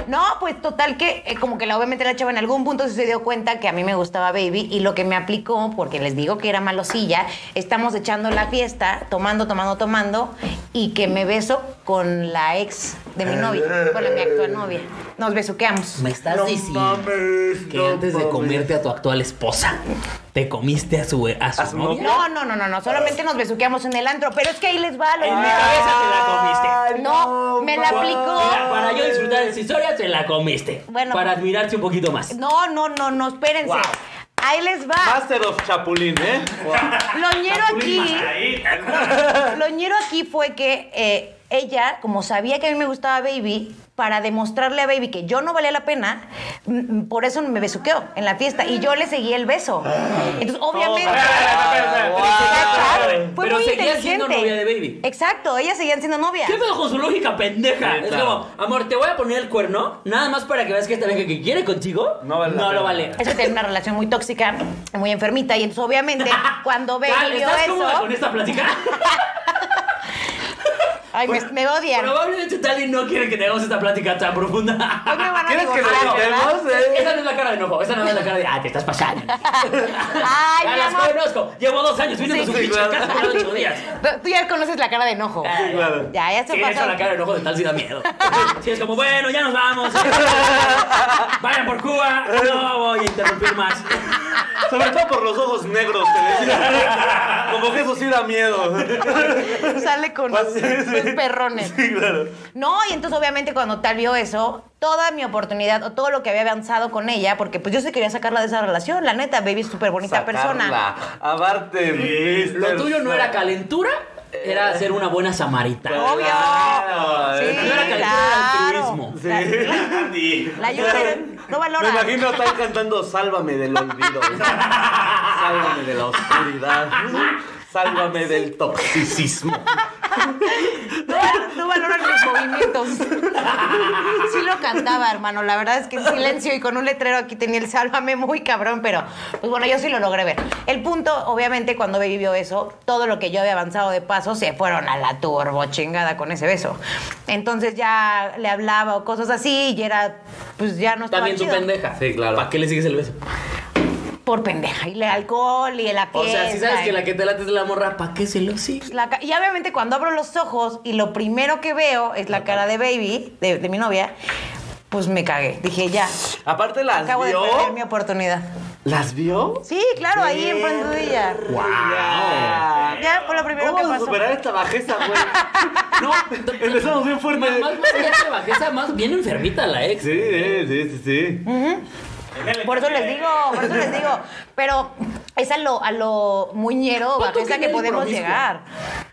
S7: No, pues total que eh, como que la obviamente la chava en algún punto sí se dio cuenta que a mí me gustaba Baby y lo que me aplicó, porque les digo que era malosilla, estamos echando la fiesta, tomando, tomando, tomando y que me beso con la ex de mi novia, con la mi actual novia. Nos besuqueamos.
S3: Me estás diciendo
S4: mames,
S3: que
S4: no
S3: antes de
S4: mames.
S3: comerte a tu actual esposa, te comiste a su, a su, novia.
S7: No, no, no, no, no, solamente nos besuqueamos en el antro, pero es que ahí les va lo
S3: En mi
S7: ñero.
S3: cabeza te la comiste.
S4: Ay,
S7: No, me la
S4: mames.
S7: aplicó.
S3: Mira, para yo disfrutar de su historia, te la comiste.
S7: Bueno.
S3: Para admirarte un poquito más.
S7: No, no, no, no, espérense.
S3: Wow.
S7: Ahí les va.
S4: Master of Chapulín, ¿eh?
S7: Lo ñero aquí. Lo ñero aquí fue que eh, ella, como sabía que a mí me gustaba Baby, para demostrarle a Baby que yo no valía la pena, mm, mm, por eso me besuqueó en la fiesta y yo le seguí el beso.
S3: Ah,
S7: Entonces, obviamente. Claro, Fue
S3: ah, Pero
S7: muy
S3: seguía
S7: inteligente.
S3: siendo novia de Baby.
S7: Exacto, ellas seguían siendo novia.
S3: ¿Qué pedo con su lógica pendeja?
S4: Sí,
S3: es como,
S4: claro.
S3: amor, te voy a poner el cuerno, nada más para que veas que esta vieja que quiere contigo
S4: No vale la
S3: lo
S4: pena.
S3: vale.
S7: Es que tenía una relación muy tóxica, muy enfermita, y entonces
S3: (laughs)
S7: obviamente cuando Baby
S3: Cal,
S7: vio
S3: Ah, ¿Estás
S7: eso,
S3: cómoda con esta
S7: (laughs)
S3: plática?
S7: ay, me, me odian.
S3: Probablemente Tali no quiere que tengamos esta plática tan profunda.
S7: Hoy
S3: (laughs)
S7: me van a
S4: ¿Quieres que lo
S7: divorciar, Ah, ¿verdad?
S4: quitemos? eh?
S3: Esa no es la cara de enojo, esa no es la cara de, ah, te estás pasando.
S7: (laughs) Ay,
S3: ya
S7: mi
S3: las
S7: amor.
S3: conozco, llevo dos años viniendo
S7: Sí.
S3: a su pinche
S4: claro.
S3: casa cada ocho días.
S7: Tú ya conoces la cara de enojo.
S3: Ah,
S4: claro.
S7: Ya, ya se
S3: Sí, de hecho,
S7: pasó.
S3: la cara de enojo de tal si da miedo. Sí, es como, bueno,
S7: (laughs)
S3: ya nos vamos. Vayan por Cuba. No voy a interrumpir más.
S4: Sobre todo por los ojos negros, te decía. Como que eso sí da miedo.
S3: (laughs)
S7: Sale con los,
S4: Así es, sí.
S7: los perrones.
S4: Sí, claro.
S7: No, y entonces obviamente cuando tal vio eso, toda mi oportunidad o todo lo que había avanzado con ella, porque pues yo sí quería sacarla de esa relación, la neta, baby es súper bonita persona.
S4: Aparte,
S3: Lo tuyo no era calentura, era ser una buena samaritana.
S7: Obvio.
S4: Claro.
S7: Sí,
S3: No era calentura, era
S7: claro.
S3: altruismo.
S4: Sí.
S7: La ayuda no valora.
S4: Me imagino a Ty cantando Sálvame del olvido. Sálvame de la oscuridad. Sálvame del toxicismo.
S7: No, val- no valoran mis movimientos. Sí lo cantaba, hermano. La verdad es que en silencio y con un letrero aquí tenía el sálvame muy cabrón, pero pues bueno, yo sí lo logré ver. El punto, obviamente, cuando Baby vio eso, todo lo que yo había avanzado de paso se fueron a la turbo chingada con ese beso. Entonces ya le hablaba o cosas así y era, pues ya no estaba
S3: También tu
S7: chido.
S3: pendeja.
S4: Sí, claro.
S3: ¿Para qué le sigues el beso?
S7: Por pendeja. Y el alcohol y el
S3: O sea, si sabes que
S7: fiesta,
S3: la que te late es la morra, ¿para qué se lo sigues?
S7: La ca- y obviamente cuando abro los ojos y lo primero que veo es la cara de baby, de, de mi novia, pues me cagué. Dije, ya,
S4: Aparte las
S7: acabo de
S4: vio.
S7: perder mi oportunidad.
S4: ¿Las vio?
S7: Sí, claro, ahí enfrente de ella.
S4: Ya.
S7: Ya fue lo primero que
S4: ¿Cómo
S7: pasó.
S4: superar esta bajeza,
S7: (laughs)
S4: güey?
S3: No,
S4: (laughs) Empezamos bien fuerte.
S3: más, más, más allá de bajeza, más bien enfermita la ex.
S4: Sí, eh, sí, sí, sí.
S7: Por eso les digo, por eso les digo. Pero es a lo, a lo muñero o
S3: ¿Cuánto
S7: bajeza que
S3: queda de
S7: podemos
S3: promiscua?
S7: llegar.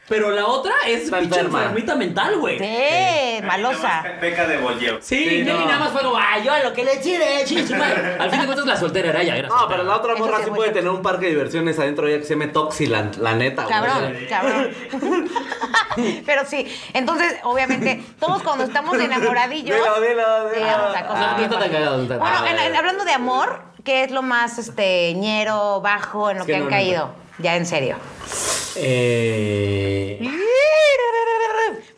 S3: Pero la otra es
S4: Está
S3: pinche
S4: enferma.
S3: enfermita mental, güey.
S7: Sí, malosa.
S10: Peca de bolleo.
S3: Sí,
S4: Sí,
S3: y
S4: no.
S3: nada más fue como, ay, yo a lo que le chile, chile, su madre". Al fin de cuentas, la soltera era ella, era
S4: No,
S3: soltera.
S4: pero la otra
S7: Eso
S4: morra
S7: sí
S4: sí
S7: es
S4: puede
S7: muy
S4: tener un parque de diversiones adentro ya que se llame Toxiland, la neta, güey.
S7: Cabrón, cabrón. (laughs) Pero sí, entonces, obviamente, todos cuando estamos enamoradillos.
S4: Dilo, dilo,
S7: Sí,
S4: dilo.
S7: o sea, cosas
S3: No, Ah, no
S7: que-
S3: está tan cagado, no está tan
S7: Bueno,
S3: cagado.
S7: en- en- hablando de amor, ¿qué es lo más este ñero, bajo, en lo
S3: Es
S7: que,
S3: que
S7: han
S3: no, no,
S7: caído? Ya en serio.
S3: Eh...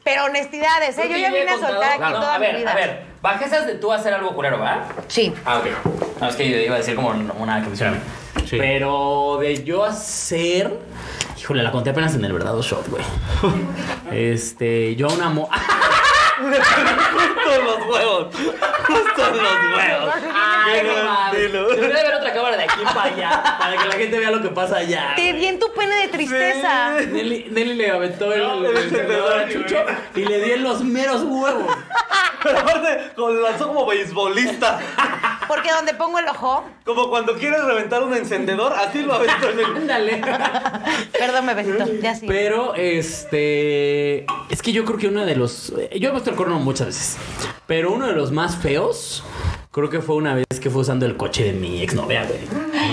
S7: Pero honestidades, ¿eh? Yo ya vine a soltar aquí
S3: Claro.
S7: toda
S3: a ver,
S7: mi vida.
S3: A ver, bajezas de tú hacer algo culero, ¿verdad?
S7: Sí.
S3: Ah, ok. No, es que yo iba a decir como una que menciona a mí.
S4: Sí.
S3: Pero de yo hacer. Híjole, la conté apenas en el verdadero shot, (laughs) güey. Este, yo a una (laughs) mo.
S4: (laughs) Justo en los huevos. Justo en los huevos.
S3: ¡Ay, no mames!
S4: Dilo.
S3: Debería haber otra cámara de aquí para allá, para que la gente vea lo que pasa allá.
S7: Te vi en tu pene de tristeza.
S3: Nelly, Nelly le aventó el, el, encendedor a Chucho y le di en los meros huevos.
S4: Pero aparte, como lo lanzó como beisbolista. (laughs)
S7: Porque donde pongo el ojo,
S4: Como cuando quieres reventar un encendedor, así lo aventó en el...
S3: Ándale. (laughs)
S7: perdón, bebecito, ya sí.
S3: Pero, este. Es que yo creo que uno de los. Yo he puesto el corno muchas veces. Pero uno de los más feos. Creo que fue una vez que fue usando el coche de mi exnovia, güey.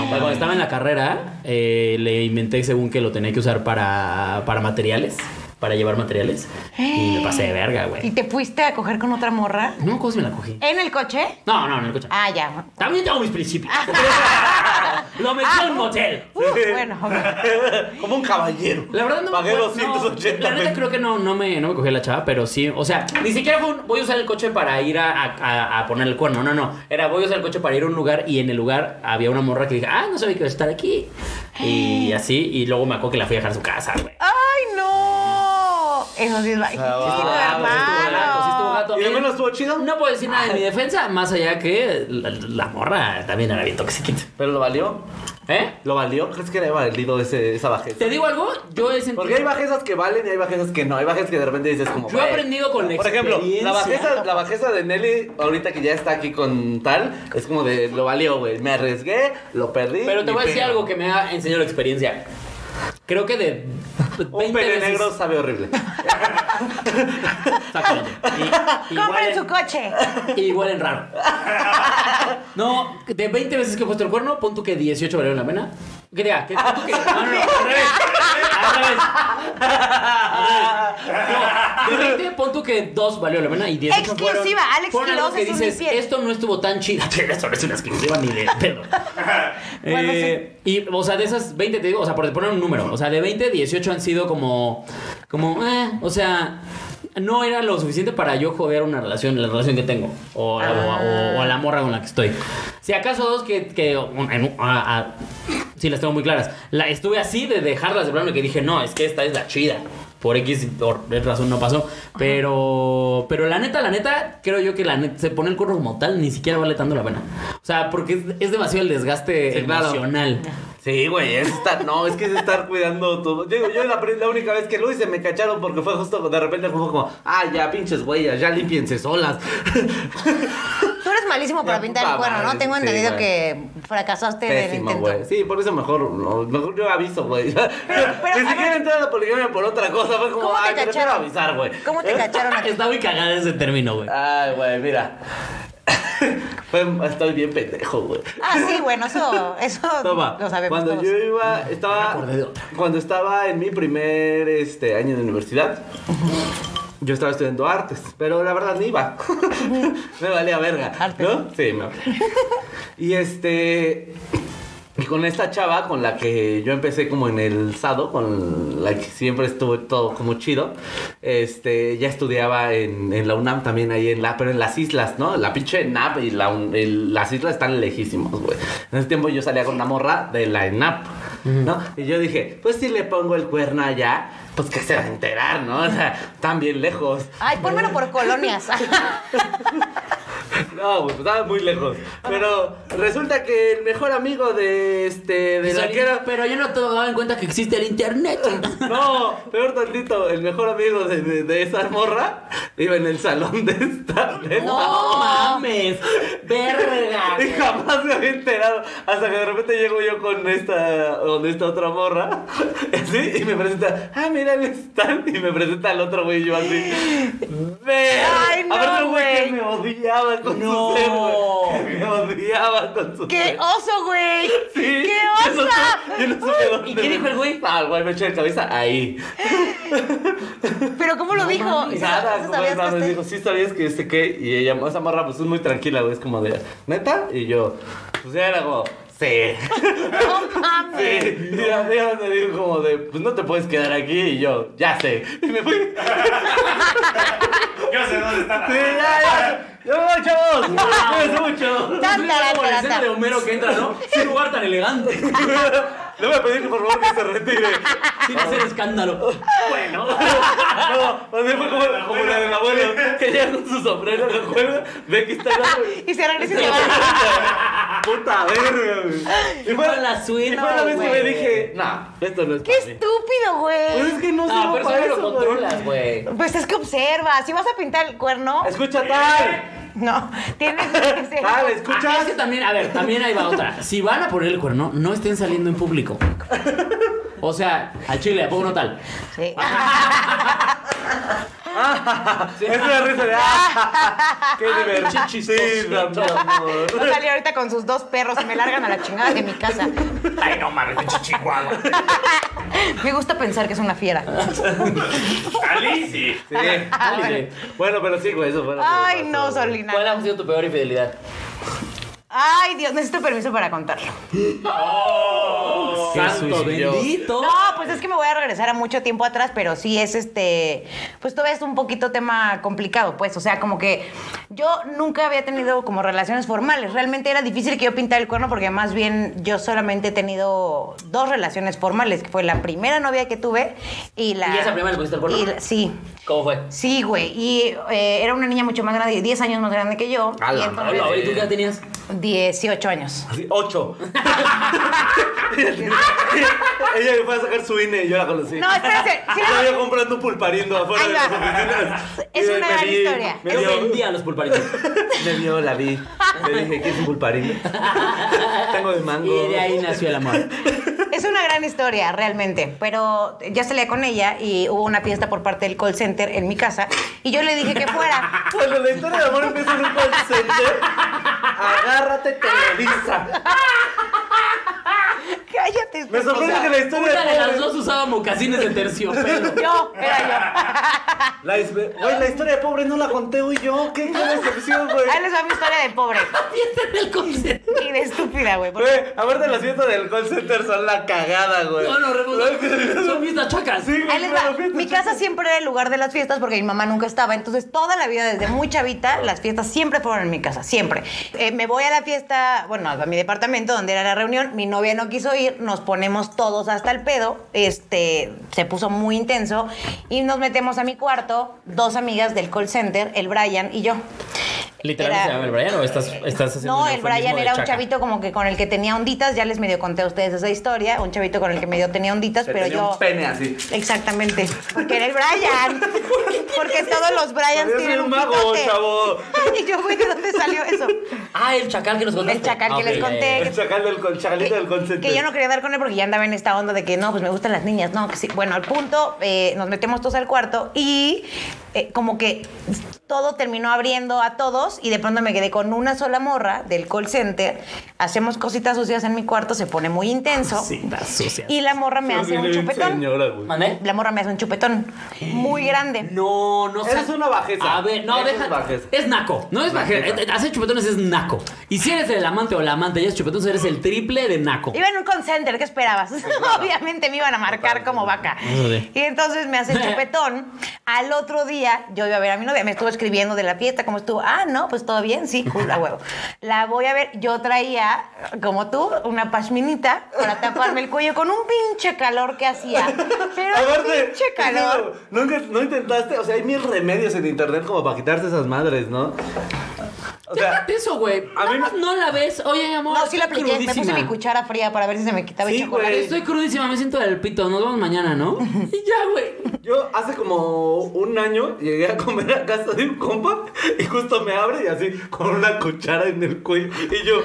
S3: Cuando estaba en la carrera, eh, le inventé según que lo tenía que usar para, para materiales, para llevar materiales. Y me pasé de verga,
S7: ¿Y
S3: güey.
S7: te fuiste a coger con otra morra?
S3: No, ¿cómo se me la cogí?
S7: ¿En el coche?
S3: No, no, en el coche.
S7: Eh. Ah, ya.
S3: También tengo mis
S7: (laughs)
S3: principios. lo metí en un motel.
S7: Uf, Uh, bueno, ok.
S4: (laughs) Como un caballero.
S3: La verdad no
S4: Pagué
S3: me acuerdo-
S4: 280
S3: no, La neta
S4: pesos.
S3: creo que no, no me, no me cogió la chava, pero sí. O sea, ni siquiera fue un voy a usar el coche para ir a, a- a- a poner el cuerno. No, no. Era voy a usar el coche para ir a un lugar y en el lugar había una morra que dije, ah, no sabía que iba a estar aquí. Y así, y luego me acuerdo que la fui a dejar a su casa, güey.
S7: ¡Ay, no! Eso sí es ba-
S4: va,
S7: sí,
S4: va,
S3: sí estuvo gato, sí estuvo
S7: Ah, hermano.
S3: gato.
S4: ¿Y de
S3: Eh,
S4: menos estuvo chido?
S3: No puedo decir nada de mi defensa, más allá que la, la morra también era bien toxiquita.
S4: ¿Pero lo valió?
S3: ¿Eh?
S4: ¿Lo valió? ¿Crees que le había valido ese, esa bajeza?
S3: Te digo algo, yo he sentido.
S4: Porque hay bajezas que valen y hay bajezas que no. Hay bajezas que de repente dices como...
S3: Yo he
S4: "Güey".
S3: aprendido con la
S4: Por ejemplo, la
S3: experiencia.
S4: bajeza, la bajeza de Nelly, ahorita que ya está aquí con tal, es como de... Lo valió, güey. Me arriesgué, lo perdí.
S3: Pero te
S4: ni
S3: voy a decir
S4: pedo.
S3: algo que me ha enseñado la experiencia. Creo que de 20
S4: Un pene
S3: veces-
S4: negro sabe horrible.
S3: Exactamente.
S4: (laughs)
S3: Y- y
S7: Compren su
S3: huelen-
S7: coche.
S3: Y huelen raro. No, de 20 veces que he puesto el cuerno, pon tú que 18 valieron la pena. Que diga, que pon tú que. No, no, no, al revés. Al revés. Al revés. No, de 20, pon tú que 2 valió la pena y 10
S7: Exclusiva, Alex Quiroz
S3: que
S7: es un
S3: dices,
S7: infiel.
S3: esto no estuvo tan chido. (laughs) Eso no es una exclusiva ni de pedo.
S7: Bueno,
S3: Eh, Y, o sea, de esas 20, te digo, o sea, por poner un número, o sea, de 20, 18 han sido como, como, eh, o sea, no era lo suficiente para yo joder una relación, la relación que tengo, o, la- o- o a la morra con la que estoy. Si acaso dos que, que un- en un- a- a- sí, las tengo muy claras, la, estuve así de dejarlas de plano y que dije, no, es que esta es la chida. por X or- razón no pasó. Pero, pero la neta, la neta, creo yo que la neta, se pone el curro como tal, ni siquiera vale tanto la pena. O sea, porque es, es demasiado el desgaste
S4: Sí, claro.
S3: emocional.
S4: Sí, güey, es estar, no, es que es estar cuidando todo. Digo, yo la, pri- la única vez que lo hice me cacharon porque fue justo, de repente fue como, ah, ya pinches huellas, ya límpiense solas. (laughs)
S7: Tú eres malísimo para
S4: La
S7: pintar
S4: puta
S7: el cuerno, ¿no?
S4: madre,
S7: Tengo
S4: sí,
S7: entendido
S4: güey.
S7: que fracasaste en el
S4: Pésimo,
S7: intento.
S4: güey. Sí, por eso mejor, no, mejor yo aviso, güey. (laughs)
S7: pero,
S4: Ni
S7: a
S4: siquiera
S7: ver.
S4: entré a la poligamia por otra cosa, fue como,
S7: ¿Cómo te
S4: ay, prefiero
S7: cacharon?
S4: avisar, güey. ¿Eh?
S7: ¿Cómo te cacharon a ti?
S3: Está muy cagada ese término, güey.
S4: Ay, güey, mira. (laughs) Fue- Estoy bien pendejo, güey.
S7: Ah, sí, bueno, eso, eso
S4: (laughs) Toma,
S7: Ah, lo sabemos
S4: cuando
S7: todos.
S4: yo iba, estaba,
S3: acordé de otra.
S4: cuando estaba en mi primer este, año de universidad, yo estaba estudiando artes, pero la verdad ni iba, (laughs) me valía verga,
S7: Artes.
S4: ¿no? Sí, me valía.
S7: (laughs)
S4: Y este, y con esta chava con la que yo empecé como en el sado, con la que siempre estuve todo como chido, este, ya estudiaba en, en la UNAM también ahí en la, pero en las islas, ¿no? La pinche NAP y la, un- el- las islas están lejísimos, güey. En ese tiempo yo salía con una morra de la ENAP, ¿no? Y yo dije, pues si le pongo el cuerno allá, pues que se va a enterar, ¿no? O sea, tan bien lejos.
S7: Ay, pónmelo
S4: (laughs)
S7: por colonias.
S4: No, güey, pues estaba muy lejos. Pero resulta que el mejor amigo de este, de la que era...
S3: Pero yo no tomaba en cuenta que existe el internet.
S4: No, peor tantito, el mejor amigo de, de- de esa morra iba en el salón de esta. de esta-
S3: No mames.
S4: (laughs)
S3: Verga.
S4: Y jamás me había enterado. Hasta que de repente llego yo con esta, con esta otra morra. Así, y me presenta, ah, mira, él está. Y me presenta al otro güey, y yo así. Ver.
S7: Ay, no,
S4: Aparte, un güey. que
S7: güey.
S4: me odiaba con
S3: No.
S4: su ser, güey. Que Me odiaba con su
S7: ¡Qué
S4: ser.
S7: oso, güey!
S4: Sí,
S7: ¡Qué
S4: yo no
S7: osa!
S4: sé- Yo no supe dónde.
S3: ¿Y qué dijo el güey?
S4: Ah, el güey me echó de cabeza ahí.
S7: ¿Pero cómo lo dijo?
S4: (laughs)
S7: ¿Sí
S4: Nada,
S7: sabías
S4: güey,
S7: que
S4: nada, me
S7: este-
S4: dijo, sí sabías que este qué, y ella, esa morra, pues es muy tranquila, güey, es como de, ¿neta? Y yo, pues ya era como, sí,
S7: (laughs) ¡No mames!
S4: sí, y ella ella me dijo como de, pues no te puedes quedar aquí, y yo, ya sé, y me fui, sí,
S5: (laughs) Yo sé dónde está.
S4: ya, ya, ya me voy, chavos, (laughs) me voy,
S7: (laughs)
S4: mucho,
S7: Tan, taran,
S3: Como la
S7: taran,
S3: escena de
S7: taran.
S3: Homero que entra, ¿no? Qué lugar tan elegante.
S4: le voy a pedir por favor que se retire, (laughs)
S3: Sin hacer escándalo. Bueno.
S4: no, o sea, fue como, la- como la del abuelo, que llega con su sombrero, lo cuelga, ve que está el agua, y-
S7: (laughs) Y se
S4: (laughs)
S7: regresa y se va.
S4: puta verga, güey, y fue
S3: Con la suite,
S4: y fue la vez que me
S7: güey.
S4: dije, no, esto no es
S7: ¡Qué
S4: para mí.
S7: estúpido,
S4: Pues
S7: güey!
S4: es que no sirvo
S3: Ah, pero eso no
S4: para
S3: lo
S4: eso, güey.
S3: controlas, güey.
S7: Pues es que observa. Si vas a pintar el cuerno,
S4: Escucha tal.
S7: no. Tienes
S4: (laughs)
S7: que ser-
S4: Tal,
S3: Ah, es
S4: escuchas.
S3: que también, a ver, también ahí va otra. Si van a poner el cuerno, no estén saliendo en público. O sea, al chile, ¿a poco no tal?
S7: Sí.
S4: Ah, Es una risa de ah,
S7: (laughs)
S4: qué divertido. mi amor.
S7: Yo salí ahorita con sus dos perros y me largan a la chingada de
S4: (laughs)
S7: mi casa.
S5: Ay, no mames, pinche chihuahua.
S7: (laughs) Me gusta pensar que es una fiera.
S5: Alice.
S4: Sí.
S3: Al chile.
S4: Bueno, pero sí, güey, eso fue. lo que
S7: Ay,
S4: me
S7: no,
S4: pasó, güey.
S7: Solina.
S3: ¿Cuál ha sido tu peor infidelidad?
S7: Ay, Dios, necesito permiso para contarlo.
S4: Qué
S3: Santo
S4: sucio.
S3: bendito.
S7: No, pues es que me voy a regresar a mucho tiempo atrás, pero sí es este. Pues todavía es un poquito tema complicado, pues. O sea, como que yo nunca había tenido como relaciones formales. Realmente era difícil que yo pintara el cuerno porque más bien yo solamente he tenido dos relaciones formales, que fue la primera novia que tuve y la.
S3: ¿Y esa primera le pusiste el cuerno?
S7: y la- sí.
S3: ¿Cómo fue?
S7: Sí, güey. Y eh, era una niña mucho más grande, 10 años más grande que yo.
S4: A
S7: y
S4: la
S7: entonces,
S3: Hola, ¿y tú qué edad tenías?
S7: 18 años.
S4: Así, ocho. (laughs) Ella me fue a sacar su INE y yo la conocí.
S7: No, espérense. Sí,
S4: Estaba
S7: la-
S4: yo comprando un pulparindo afuera
S7: Ahí
S4: de
S7: va.
S4: las oficinas.
S7: Es
S4: Y
S7: una
S4: me
S7: gran
S4: vi-
S7: historia.
S4: Me
S3: Yo
S4: dio-
S3: vendía los pulparitos.
S4: Me vio, la vi. Le dije, ¿qué es un pulparindo? (laughs)
S7: (laughs)
S4: Tengo de mango.
S3: Y de ahí nació el
S4: (laughs)
S3: amor.
S7: Es una gran historia, realmente. Pero ya salía con ella y hubo una fiesta por parte del call center en mi casa. Y yo le dije
S4: (laughs)
S7: que fuera.
S4: Cuando la historia de amor empieza en un call center, agárrate Televisa.
S7: Cállate.
S4: Me sorprende que la historia
S3: Una de
S4: de
S3: las
S4: amor. (laughs)
S3: dos usaba mocasines de terciopelo.
S7: Yo, era yo.
S4: La, his- güey, la historia de pobre no la conté hoy yo. Qué, qué decepción, güey.
S7: Ahí les va mi historia de pobre
S3: Piensa en el concepto.
S7: y de estúpida, güey. porque-
S4: Güey, aparte las fiestas del call center son la cagada, güey.
S3: No, no, Remo, son fiestas chacas.
S4: Sí, güey,
S7: Ahí les
S4: son
S7: va.
S4: las fiestas
S7: Mi casa siempre era el lugar de las fiestas porque mi mamá nunca estaba. Entonces, toda la vida, desde muy chavita, las fiestas siempre fueron en mi casa, siempre. Eh, me voy a la fiesta, bueno, a mi departamento donde era la reunión. Mi novia no quiso ir, nos ponemos todos hasta el pedo. Este, se puso muy intenso y nos metemos a mi cuarto, dos amigas del call center, el Brian y yo.
S5: ¿Literalmente se
S7: Era-
S5: llama el Brian o estás, estás haciendo
S7: No,
S5: un
S7: el
S5: eufemismo
S7: Brian
S5: de
S7: era un
S5: chaca?
S7: chavito como que con el que tenía onditas, ya les medio conté a ustedes esa historia, un chavito con el que medio tenía onditas,
S4: Que
S7: pero
S4: tenía
S7: yo...
S4: un pene así.
S7: Exactamente. Porque era el Brian. Porque todos los Bryans
S4: Podría
S7: tienen
S4: ser
S7: un
S4: un mago,
S7: pitote.
S4: chavo.
S7: Ay, yo, güey, ¿de dónde salió eso?
S3: Ah, el chacal que nos contaste.
S7: El chacal que
S5: Ah,
S7: les
S5: ok,
S7: conté.
S5: ya,
S4: El
S7: que-
S4: chacal del call- chacalito del call
S7: Que,
S4: center.
S7: yo no quería dar con él porque ya andaba en esta onda de que no, pues me gustan las niñas, no, que sí. Bueno, al punto, eh, nos metemos todos al cuarto y eh, como que todo terminó abriendo a todos y de pronto me quedé con una sola morra del call center. Hacemos cositas sucias en mi cuarto, se pone muy intenso.
S5: Citas sucias.
S7: Y la morra me
S4: Eso
S7: hace un
S4: viene bien
S7: chupetón.
S4: Señora, güey.
S3: ¿Mandé?
S7: La morra me hace un chupetón muy grande.
S3: No, no
S4: Esa
S3: seas-
S4: es una bajeza.
S3: A ver, no,
S4: Esa es
S3: deja. Es,
S4: bajeza.
S3: naco. No es bajeza.
S4: Bajeza.
S3: Eh, Hacer chupetones es naco. Y si eres el amante o la amante y haces chupetones, eres el triple de naco.
S7: Iba en un call center, ¿qué esperabas? (laughs) Obviamente me iban a marcar como vaca.
S3: Sí.
S7: Y entonces me
S4: (laughs)
S7: hace el chupetón. Al otro día yo iba a ver a mi novia, me estuvo escribiendo de la fiesta, cómo estuvo. Ah, no, pues todo bien, sí, cool, a huevo. La voy a ver, yo traía, como tú, una pashminita para taparme el cuello con un pinche calor que hacía. Pero un
S4: Aparte,
S7: pinche calor.
S4: no, nunca, no intentaste, o sea, hay mil remedios en internet como para quitarse esas madres, ¿no? O sea,
S3: Déjate eso, güey.
S4: a
S3: Nada
S4: mí-
S3: más no la ves. Oye, amor.
S7: No, sí la
S3: estoy
S7: apliqué, me puse
S3: crudísima.
S7: mi cuchara fría para ver si se me quitaba el
S4: Sí,
S7: chocolate.
S4: güey.
S3: Estoy crudísima, me siento del pito. Nos vemos mañana,
S7: (laughs)
S3: ¿no? Y ya, güey.
S4: yo hace como un año llegué a comer a casa de un compa y justo me abre y así con una cuchara en el cuello. Y yo,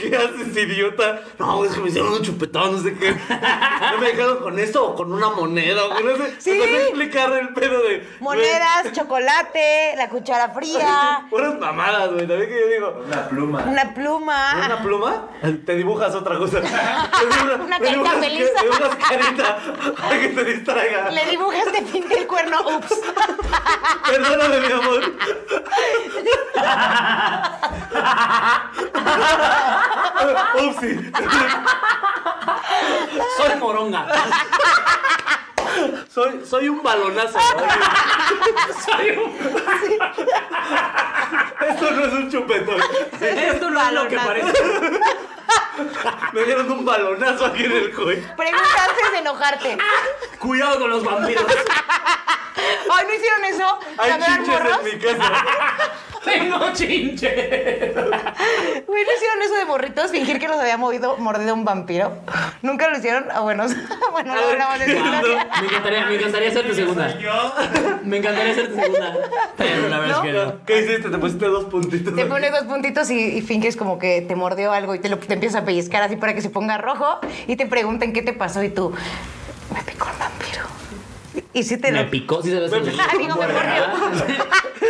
S4: ¿qué haces, idiota? No, es que me hicieron un chupetón, no sé qué. No me dejaron con eso o con una moneda o con no sé.
S7: Sí.
S4: Me empecé a explicar el pedo de. güey,
S7: Monedas, chocolate, la cuchara fría,
S4: (laughs) Puras mamadas, güey. También que yo digo.
S10: Una pluma.
S7: una pluma.
S3: Ah.
S4: ¿Una pluma? Te dibujas otra
S3: (laughs)
S4: cosa.
S7: Una
S4: te
S7: carita
S4: dibujas
S7: feliz.
S4: que- Te dibujas carita para que te distraiga.
S7: Le dibujas de pinte el cuerno, ups.
S4: Perdóname, mi amor. Upsi.
S3: Soy moronga.
S4: Soy, soy un balonazo. Esto no es un chupetón.
S3: Esto no es lo que parece.
S4: Me dieron un balonazo aquí en el cuello.
S7: Pregunta antes de enojarte.
S3: Cuidado con los vampiros.
S7: Ay, ¿no hicieron eso?
S4: Hay
S7: ¿Cuando eran
S4: chinches
S7: morros?
S4: en mi casa.
S3: Tengo chinche.
S7: Güey, ¿no hicieron eso de morritos? Fingir que los había movido, mordido un vampiro. ¿Nunca lo hicieron? Ah, bueno, (laughs) bueno, (laughs) no hablamos de esa historia.
S3: Me encantaría, me encantaría ser tu segunda. Me encantaría ser tu segunda. Pero la verdad es que no.
S4: (laughs) ¿Qué hiciste? Te pusiste dos puntitos.
S7: Te
S4: aquí. (laughs)
S7: pones dos puntitos y, y finges como que te mordió algo y te lo te empiezas a pellizcar así para que se ponga rojo y te preguntan qué te pasó y tú, me picó un vampiro. Y si te
S3: Me
S7: lo-
S3: picó, si se ve así.
S7: Ah, digo,
S3: (laughs)
S7: me mordió.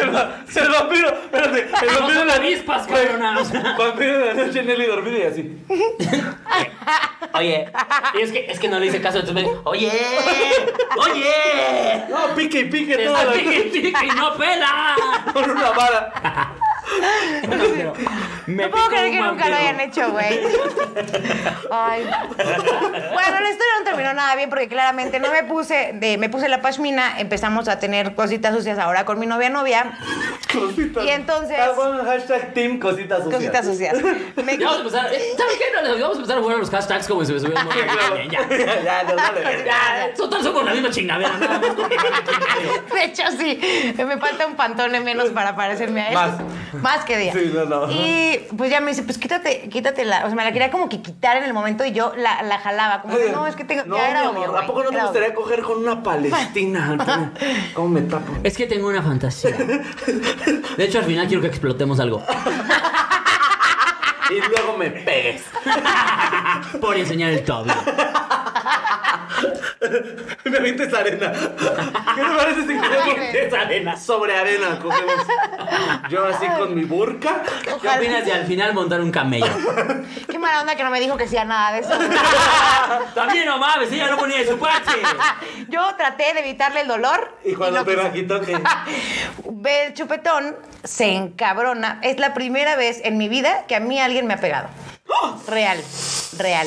S4: El va- El vampiro, espérate, el
S3: No
S4: vampiro de
S3: son
S4: la
S3: avispas, cabrona, o sea.
S4: Vampiro de la noche Nelly dormida y así.
S3: Oye, y es que, es que no le hice caso, entonces me dijo, oye,
S7: (laughs)
S3: oye,
S4: No, pique y pique
S3: te
S4: toda
S3: está
S4: la
S3: pique, pique y no pela.
S4: con una vara.
S3: Me
S7: No puedo
S3: picó
S7: creer
S3: un
S7: que nunca
S3: vampiro.
S7: lo hayan hecho, güey. Ay. Bueno, la historia no terminó nada bien porque claramente no me puse, de, me puse la pashmina, empezamos a tener cositas sucias ahora con mi novia novia,
S4: Cositas.
S7: Y entonces-
S4: Ah, bueno, hashtag team cositas sucias. (laughs) pues,
S7: cositas sucias. Me-
S3: Ya vamos a empezar, eh, ¿sabes qué? No, les- Vamos a empezar a jugar a los hashtags como si me subieran
S4: Sí, claro.
S3: Ya,
S4: Ya, ya, no vale.
S7: (laughs)
S3: ya, total somos la misma chingadera, nada más con que no me chingadera.
S7: De hecho, sí, me falta un pantone menos para parecerme a él.
S4: Más.
S7: Más que día.
S4: Sí, no, no.
S7: Y pues ya me dice, pues quítate, quítate la. O sea, me la quería como que quitar en el momento y yo la, la jalaba. Como, que, no, es que tengo.
S4: No,
S7: ya
S4: mi
S7: era
S4: amor,
S7: obvio,
S4: ¿a
S7: güey,
S4: poco no te
S7: era obvio.
S4: gustaría coger con una palestina?
S7: (laughs)
S4: Antonio? ¿Cómo me tapo?
S3: Es que tengo una fantasía. De hecho, al final quiero que explotemos algo. (laughs)
S4: Y luego me pegues.
S3: Por enseñar el todo.
S4: (laughs) Me avientes arena. ¿Qué te parece si cogemos
S3: arena.
S4: sobre arena? Cogemos. Yo así con mi burka.
S3: ¿Qué opinas de al final montar un
S7: (laughs)
S3: camello?
S7: Qué mala onda que no me dijo que sea nada
S4: (laughs)
S7: de eso.
S3: También no mames, ella no ponía de su parte.
S7: Yo traté de evitarle el dolor.
S4: Y cuando
S7: no
S4: te
S7: quise.
S4: la quitó, ¿qué?
S7: Ve el chupetón, se encabrona. Es la primera vez en mi vida que a mí alguien me ha pegado. Real, real.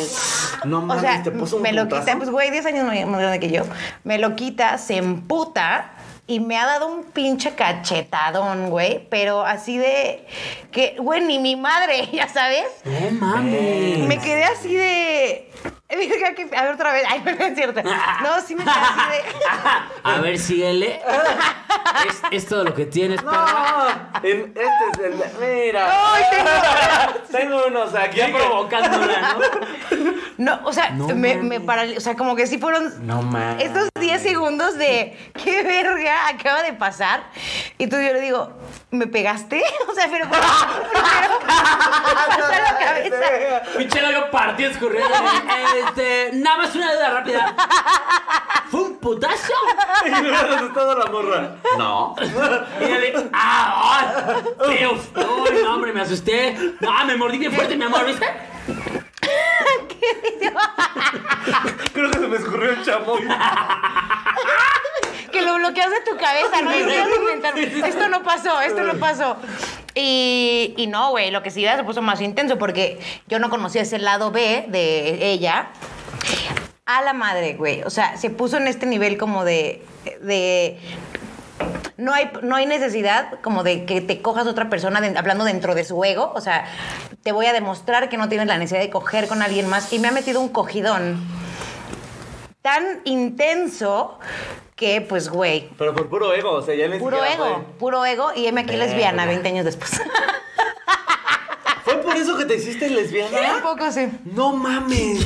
S4: No mames,
S7: o sea,
S4: ¿te puso un
S7: me lo
S4: putazo?
S7: quita, pues güey, 10 años más más grande que yo. Me lo quita, se emputa y me ha dado un pinche cachetadón, güey, pero así de que güey, ni mi madre, (laughs) ya sabes.
S3: No mames.
S7: Me quedé así de Verga, que- a ver otra vez. Ay, no es cierto. No, sí me quedé así de
S3: A ver, síguele. Es, es todo lo que tienes, perra.
S4: Ah, en- este es el. Mira.
S7: Ay,
S4: (laughs) tengo unos aquí.
S3: Ya
S4: que-
S3: provocándola, ¿no?
S7: No, o sea,
S3: No
S7: me,
S3: mames.
S7: me paralizó. O sea, como que sí fueron
S3: No mames.
S7: estos 10 segundos de qué verga acaba de pasar. Y entonces yo le digo, ¿me pegaste? O sea, pero primero me pasó la cabeza.
S3: Pinche algo partido escurriendo. Este, nada más una duda rápida. ¿Fue un putazo?
S4: (laughs) Y me hubiera asustado la morra. No.
S3: Mírale. ¡Ah! ¡Oh! Dios. Uy, no, hombre, me asusté. No, ah, me mordí bien fuerte, mi amor, ¿viste?
S4: Creo que se me escurrió el chamoy.
S7: Que lo bloqueas de tu cabeza, ¿no? Y empiezas a inventar, Esto no pasó, esto no pasó. Y, y no, güey, lo que sí ya se puso más intenso porque yo no conocía ese lado B de ella. A la madre, güey. O sea, se puso en este nivel como de. de no hay, no hay necesidad como de que te cojas a otra persona de- hablando dentro de su ego. O sea, te voy a demostrar que no tienes la necesidad de coger con alguien más. Y me ha metido un cogidón tan intenso que, pues, güey,
S4: Pero por puro ego, o sea, ya ni
S7: puro
S4: siquiera
S7: ego, puro ego. Y heme aquí lesbiana 20 años después.
S4: Ah, Fue. ¿Fue por eso que te hiciste lesbiana?
S7: (laughs) Un poco sí.
S4: No mames.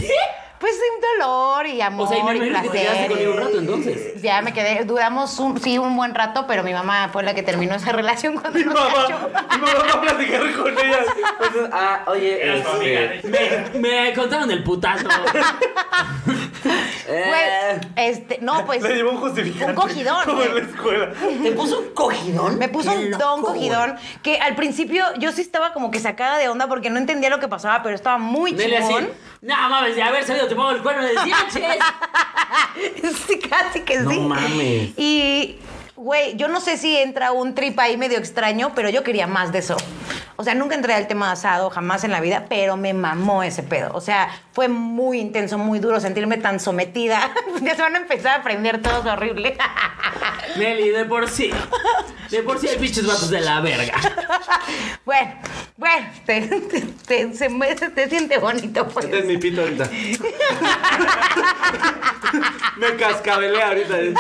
S7: Pues un dolor y amor
S3: O sea, y Pues me
S7: y
S3: imagino que te quedaste
S7: placer.
S3: conmigo un rato entonces.
S7: Ya me quedé, duramos un, sí un buen rato, pero mi mamá fue la que terminó esa (laughs) relación cuando
S4: Mi
S7: nos
S4: mamá,
S7: cachó.
S4: mi mamá va a platicar con ella. Entonces, ah, oye, este.
S3: Me, me contaron el putazo.
S4: eh,
S3: Eh.
S7: Güey, este, no, pues.
S4: le llevó un justificante.
S7: Un cogidón.
S4: Como en la
S7: güey.
S4: escuela.
S3: ¿Te puso un cogidón?
S7: Me puso un don cogidón que al principio yo sí estaba como que sacada de onda porque no entendía lo que pasaba, pero estaba muy
S3: Dele así.
S7: chingón.
S3: No mames, de haber salido te pongo el cuerno de dientes.
S7: (laughs) sí, casi que sí.
S3: mames.
S7: Y, güey, yo no sé si entra un trip ahí medio extraño, pero yo quería más de eso. O sea, nunca entré al tema de asado, jamás en la vida, pero me mamó ese pedo. O sea, fue muy intenso, muy duro sentirme tan sometida. (laughs) ya se van a empezar a aprender todos horrible. (laughs)
S3: Nelly, de por sí. De por sí hay pinches vatos de la verga.
S7: bueno, bueno, te, te- te- se me- te siente bonito, pues.
S4: Este es mi pito ahorita. (laughs) me cascabelé ahorita. eh.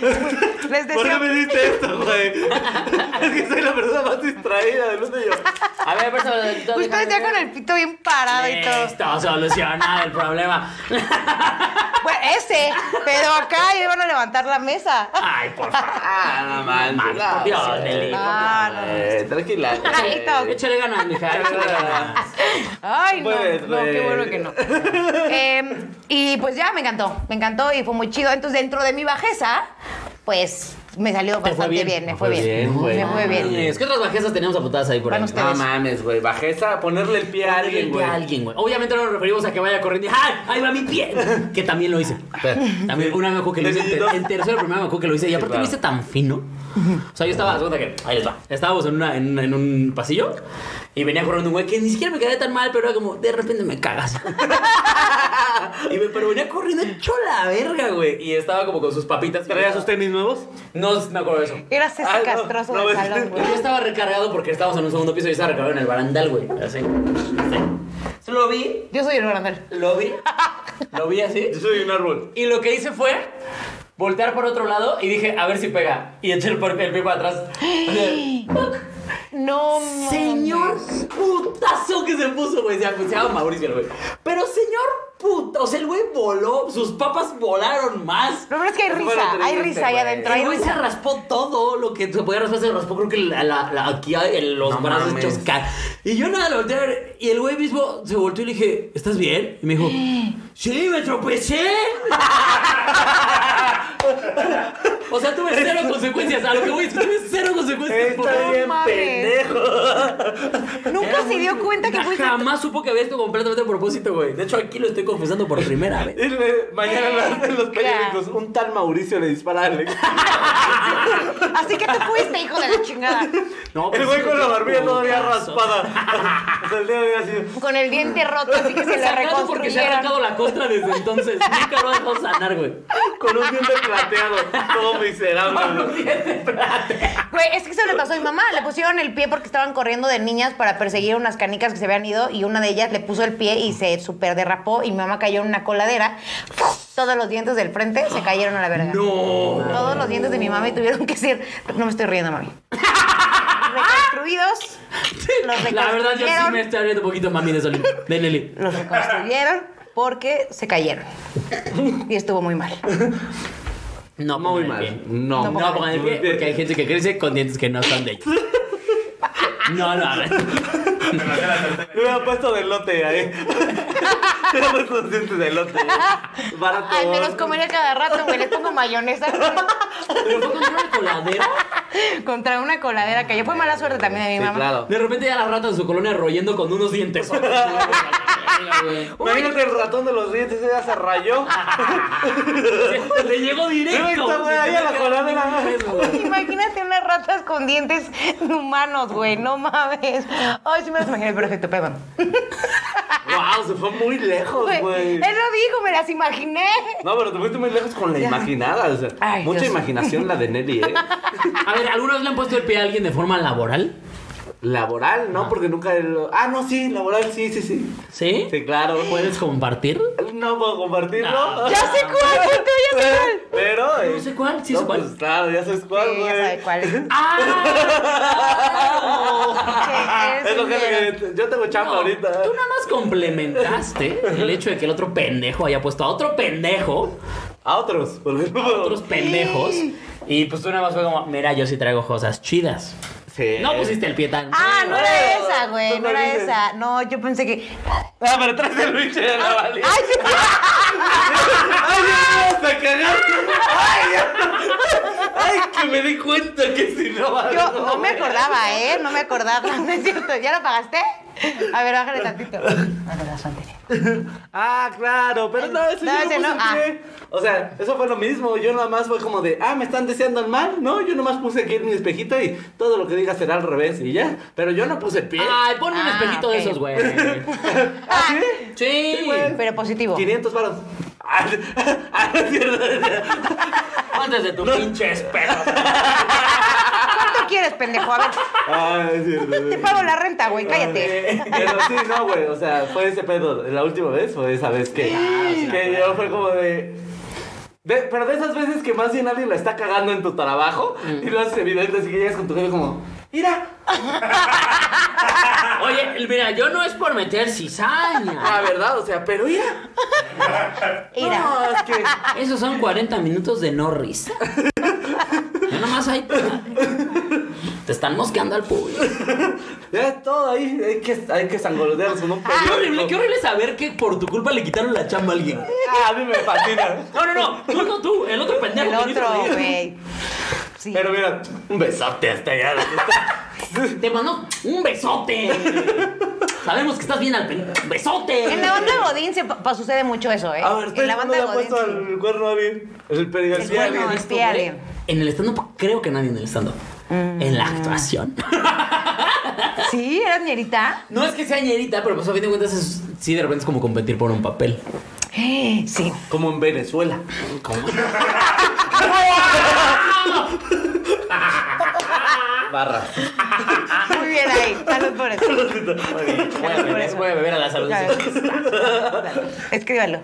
S7: Les
S4: ¿Por qué
S7: deseo
S4: me diste esto, güey? es que soy la persona más distraída del mundo y yo.
S11: A ver, pero...
S7: Ustedes ya con el pito bien parado y todo.
S3: Listo, solucionado el problema.
S7: Bueno, ese, pero acá iban a levantar la mesa.
S3: Ay, por favor.
S4: Ah, no manches.
S3: Por
S4: no,
S3: Dios,
S4: sí.
S3: Nelly. por
S7: Ah, no, no.
S4: Eh, tranquila.
S7: Tranquilito.
S3: favor. Échale ganas, mija. échale ganas.
S7: Ay, no,
S4: Pues,
S7: no, qué
S4: eh.
S7: bueno que no. Eh, y pues ya me encantó, me encantó y fue muy chido. Entonces, dentro de mi bajeza, pues me salió
S3: Te fue
S7: bastante bien, me fue bien.
S3: güey.
S7: me fue bien.
S3: Mames, ¿Qué otras bajezas teníamos apuntadas ahí por ahí?
S7: Van
S4: No
S7: ustedes.
S4: mames, güey. Bajeza, ponerle el pie a alguien, güey.
S3: A alguien, güey. Obviamente no nos referimos a que vaya corriendo y ¡ay! Ahí va mi pie. Que también lo hice. También una vez me acuerdo que lo hice. En, ter- en tercero primero me acuerdo que lo hice. Y aparte
S4: claro.
S3: lo hice tan fino. O sea, yo estaba, haz de cuenta que, ahí les va. Estábamos en, una, en, una- en un pasillo y venía corriendo un güey que ni siquiera me quedé tan mal, pero era como, de repente me cagas. (laughs) y me, pero venía corriendo hecho la verga, güey. Y estaba como con sus papitas.
S4: ¿Traías sus tenis nuevos?
S3: No me acuerdo de eso.
S7: Eras ese
S4: Ah, no,
S7: castroso
S4: no,
S7: del
S4: es-
S7: salón, güey.
S3: Yo estaba recargado porque estábamos en un segundo piso y yo estaba recargado en el barandal, güey. Así. Así. Lo vi
S7: Yo soy el grandel.
S3: lo vi. Lo vi así.
S4: Yo soy un árbol.
S3: Y lo que hice fue voltear por otro lado y dije, a ver si pega. Y eché el, por- el pie para atrás. O sea,
S7: No, mames.
S3: señor putazo que se puso, güey. Se se llama Mauricio, el güey. Pero señor puta. O sea, el güey voló. Sus papas volaron más.
S7: Lo peor es que hay
S4: Fue
S7: risa,
S4: lo
S7: hay
S4: triste,
S7: risa ahí
S4: güey.
S7: adentro, hay
S3: El güey se
S7: risa.
S3: raspó todo lo que se podía raspar, se raspó creo que la, la- la- aquí en los
S4: No
S3: brazos
S4: mames.
S3: hechos ca- Y yo nada, lo volteé a ver, y el güey mismo se volteó y le dije,
S7: (gasps)
S3: ¿estás bien? Y me dijo, sí, me tropecé. (laughs) O sea, tuve cero consecuencias. A lo que voy es que tuve cero consecuencias. por-
S4: Está bien,
S7: mames.
S4: pendejo.
S7: Nunca se dio cuenta que
S3: Na-
S7: fuiste.
S3: Jamás supo que había esto completamente a propósito, güey. De hecho, aquí lo estoy confesando por primera vez.
S4: Y le- mañana lo hacen los
S7: Claro.
S4: periódicos. Un tal Mauricio le dispara a (laughs) Alex.
S7: Así que tú fuiste, hijo de la chingada.
S3: No,
S4: El
S3: pues,
S4: güey
S3: sí,
S4: con la barbilla
S3: pero-
S4: todavía raspada. Hasta el día de hoy así.
S7: Con el diente roto, así (laughs) que se le
S3: Sacado porque se ha arrancado
S7: reconstruyeron.
S3: la costra desde entonces. Nunca lo ha dejado sanar, güey.
S4: Con un diente plateado. Todo miserable.
S7: Güey, es que eso le pasó a mi mamá. Le pusieron el pie porque estaban corriendo de niñas para perseguir unas canicas que se habían ido y una de ellas le puso el pie y se super derrapó y mi mamá cayó en una coladera. Todos los dientes del frente se cayeron a la verga.
S3: No.
S7: Todos los dientes de mi mami tuvieron que ser. No me estoy riendo, mami. Reconstruidos. Los
S3: La verdad, yo sí
S7: reconstruyeron.
S3: me estoy abriendo un poquito mami de Solín. De Leli.
S7: Los reconstruyeron porque se cayeron. Y estuvo muy mal.
S3: No, pongan
S4: Muy
S3: el
S4: mal.
S3: pie.
S4: pues, No.
S3: No pongan el pie porque hay gente que crece con dientes que no son de ellos. No lo hagan.
S4: Le hubiera puesto de lote (laughs) ahí. Le hubiera puesto los dientes de lote. Barato.
S7: Ay, me los comería cada rato, güey. Les pongo mayonesa
S3: Pero fue como una coladera.
S7: (laughs) contra una coladera que yo fue mala suerte también de mi
S4: Sí,
S7: mamá.
S4: claro.
S3: De repente ya la rata en su colonia royendo con unos dientes.
S4: Imagínate el ratón de los dientes, ella se rayó.
S3: Le llegó directo.
S4: Pero esta güey ahí a la coladera.
S7: (laughs) Imagínate unas ratas con dientes humanos, güey. No mames. Ay, sí me las imaginé
S4: (laughs)
S7: perfecto, perdón.
S4: Wow, se fue muy lejos,
S7: Güey,
S4: güey.
S7: Él lo dijo, me las imaginé.
S4: No, pero te fuiste muy lejos con la imaginada. o sea,
S7: Ay,
S4: mucha
S7: Dios.
S4: imaginación la de Nelly,
S7: (laughs)
S4: ¿eh?
S3: A ver, ¿alguna vez le han puesto el pie a alguien de forma laboral?
S4: Laboral, ¿no? Porque nunca. el- Ah, no, sí, laboral, sí, sí, sí.
S3: ¿Sí?
S4: Sí, claro.
S3: ¿Puedes compartir?
S4: No puedo compartirlo.
S7: Ya sé cuál, güey, tú ya sé cuál.
S4: Pero. eh,
S3: No sé cuál, sí
S4: no,
S3: sé cuál.
S4: pues, claro, ya sabes cuál,
S7: Sí,
S4: güey.
S7: ya sabe
S4: (laughs)
S7: cuál.
S4: Ah,
S7: Sí,
S4: es lo que
S7: eres
S4: que- yo tengo chamba
S3: No,
S4: (laughs) ahorita.
S3: Tú nada más complementaste el hecho de que el otro pendejo haya puesto a otro pendejo,
S4: A otros, porque no
S3: a otros pendejos, y pues tú nada más fue como, mira, yo sí traigo cosas chidas.
S4: Sí.
S3: No
S7: pues,
S3: pusiste el pie tan.
S7: Ah, no era esa, güey.
S4: Tú
S7: No
S4: me
S7: era
S4: dices.
S7: esa. No, yo pensé que.
S4: Ah, pero traes el bicho de
S7: Ah.
S4: la valía.
S7: ¡Ay, sí!
S4: ¡Ay, ya! ¡Te cagaste!
S7: Ah.
S4: ¡Ay, ya! ¡Ay, que me di cuenta que si no vale, (laughs)
S7: Yo no me
S4: güey.
S7: acordaba, ¿eh? No me acordaba. (laughs) No es cierto. ¿Ya lo pagaste? A ver, bájale
S4: (laughs)
S7: tantito. No te das
S4: Ah, claro, pero no, eso
S7: No,
S4: yo no puse
S7: ese no, ah.
S4: el pie. O sea, eso fue lo mismo. Yo nada más fue como de, ah, me están deseando el mal. No, yo nomás puse aquí en mi espejito y todo lo que diga será al revés y ya. Pero yo no puse el pie.
S3: Ay, ponme un
S7: Ah,
S3: espejito
S7: ok.
S3: de esos, güey.
S4: (laughs) ¿Ah, sí?
S3: Sí.
S4: güey.
S7: Pero positivo.
S4: 500 varos. Ah, (laughs) ah, no es cierto.
S3: Antes de tu pinche espejo.
S7: (laughs) ¿Cuánto quieres, pendejo? A ver,
S4: Ah, es cierto.
S7: te pago la renta, güey. Cállate.
S4: Eh, Pero sí, no, güey. O sea, fue ese pedo. La última vez fue esa vez que, que yo fue como de. de- pero de esas veces que más bien alguien la está cagando en tu trabajo
S7: Mm.
S4: y lo haces evidente, así que llegas con tu jefe como, mira,
S3: Oye, mira, yo no es por meter cizaña.
S4: la Ah, verdad, o sea, pero (laughs) mira,
S7: Mira.
S4: no, es que
S3: Esos son 40 minutos de no risa. Ya nomás ahí te, te están mosqueando al público.
S4: ya es todo ahí, hay que, hay que sangolotearnos con un
S3: Qué
S4: periódico.
S3: horrible, qué horrible saber que por tu culpa le quitaron la chamba a alguien.
S4: Ah, a mí me fascina.
S3: No, no, no, tú no tú, el otro pendejo.
S7: El
S3: que vino
S7: otro,
S3: a reír.
S7: güey. Sí.
S4: Pero mira, un besote hasta allá.
S3: (laughs) Te mandó un besote. Sabemos que estás bien al pen... besote.
S7: En la banda Godín se pa- pa- sucede mucho eso, ¿eh?
S4: A ver,
S7: en
S4: ¿ustedes
S7: la
S4: cuándo
S7: banda
S4: le han
S7: Godín.
S4: puesto
S7: sí.
S4: al cuerno a alguien? El periódico.
S7: El cuerno,
S4: alguien.
S7: el
S3: Esto,
S7: pie a alguien.
S3: güey, eh, En el stand-up, creo que nadie en el stand-up.
S7: Mm.
S3: En la actuación.
S7: Sí, eras ñerita.
S3: No es que sea ñerita, pero pues a fin de cuentas es- sí de repente es como competir por un papel.
S7: Eh, Sí.
S4: Como en Venezuela.
S3: (laughs)
S4: Barra.
S7: (laughs) Muy bien ahí. Salud por eso.
S3: Voy a beber, voy a beber a la salud.
S7: Claro. Escríbalo.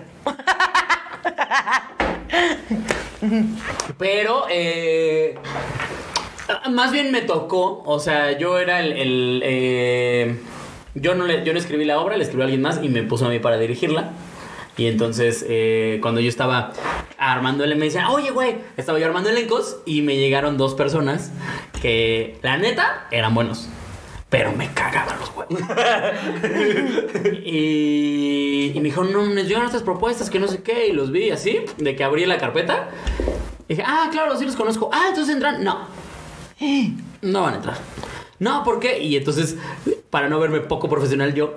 S3: Pero, eh, más bien me tocó, o sea, yo era el... el, eh, yo, no le- yo no escribí la obra, la escribió alguien más y me puso a mí para dirigirla. Y entonces, eh, cuando yo estaba armando el me decían, oye, güey, estaba yo armando elencos y me llegaron dos personas que, la neta, eran buenos. Pero me cagaban los huevos. y, y me dijeron, no, me llegaron estas propuestas que no sé qué. Y los vi así, de que abrí la carpeta. Dije, ah, claro, sí los conozco. Ah, entonces entran. No. No van a entrar. No, ¿por qué? Y entonces, para no verme poco profesional yo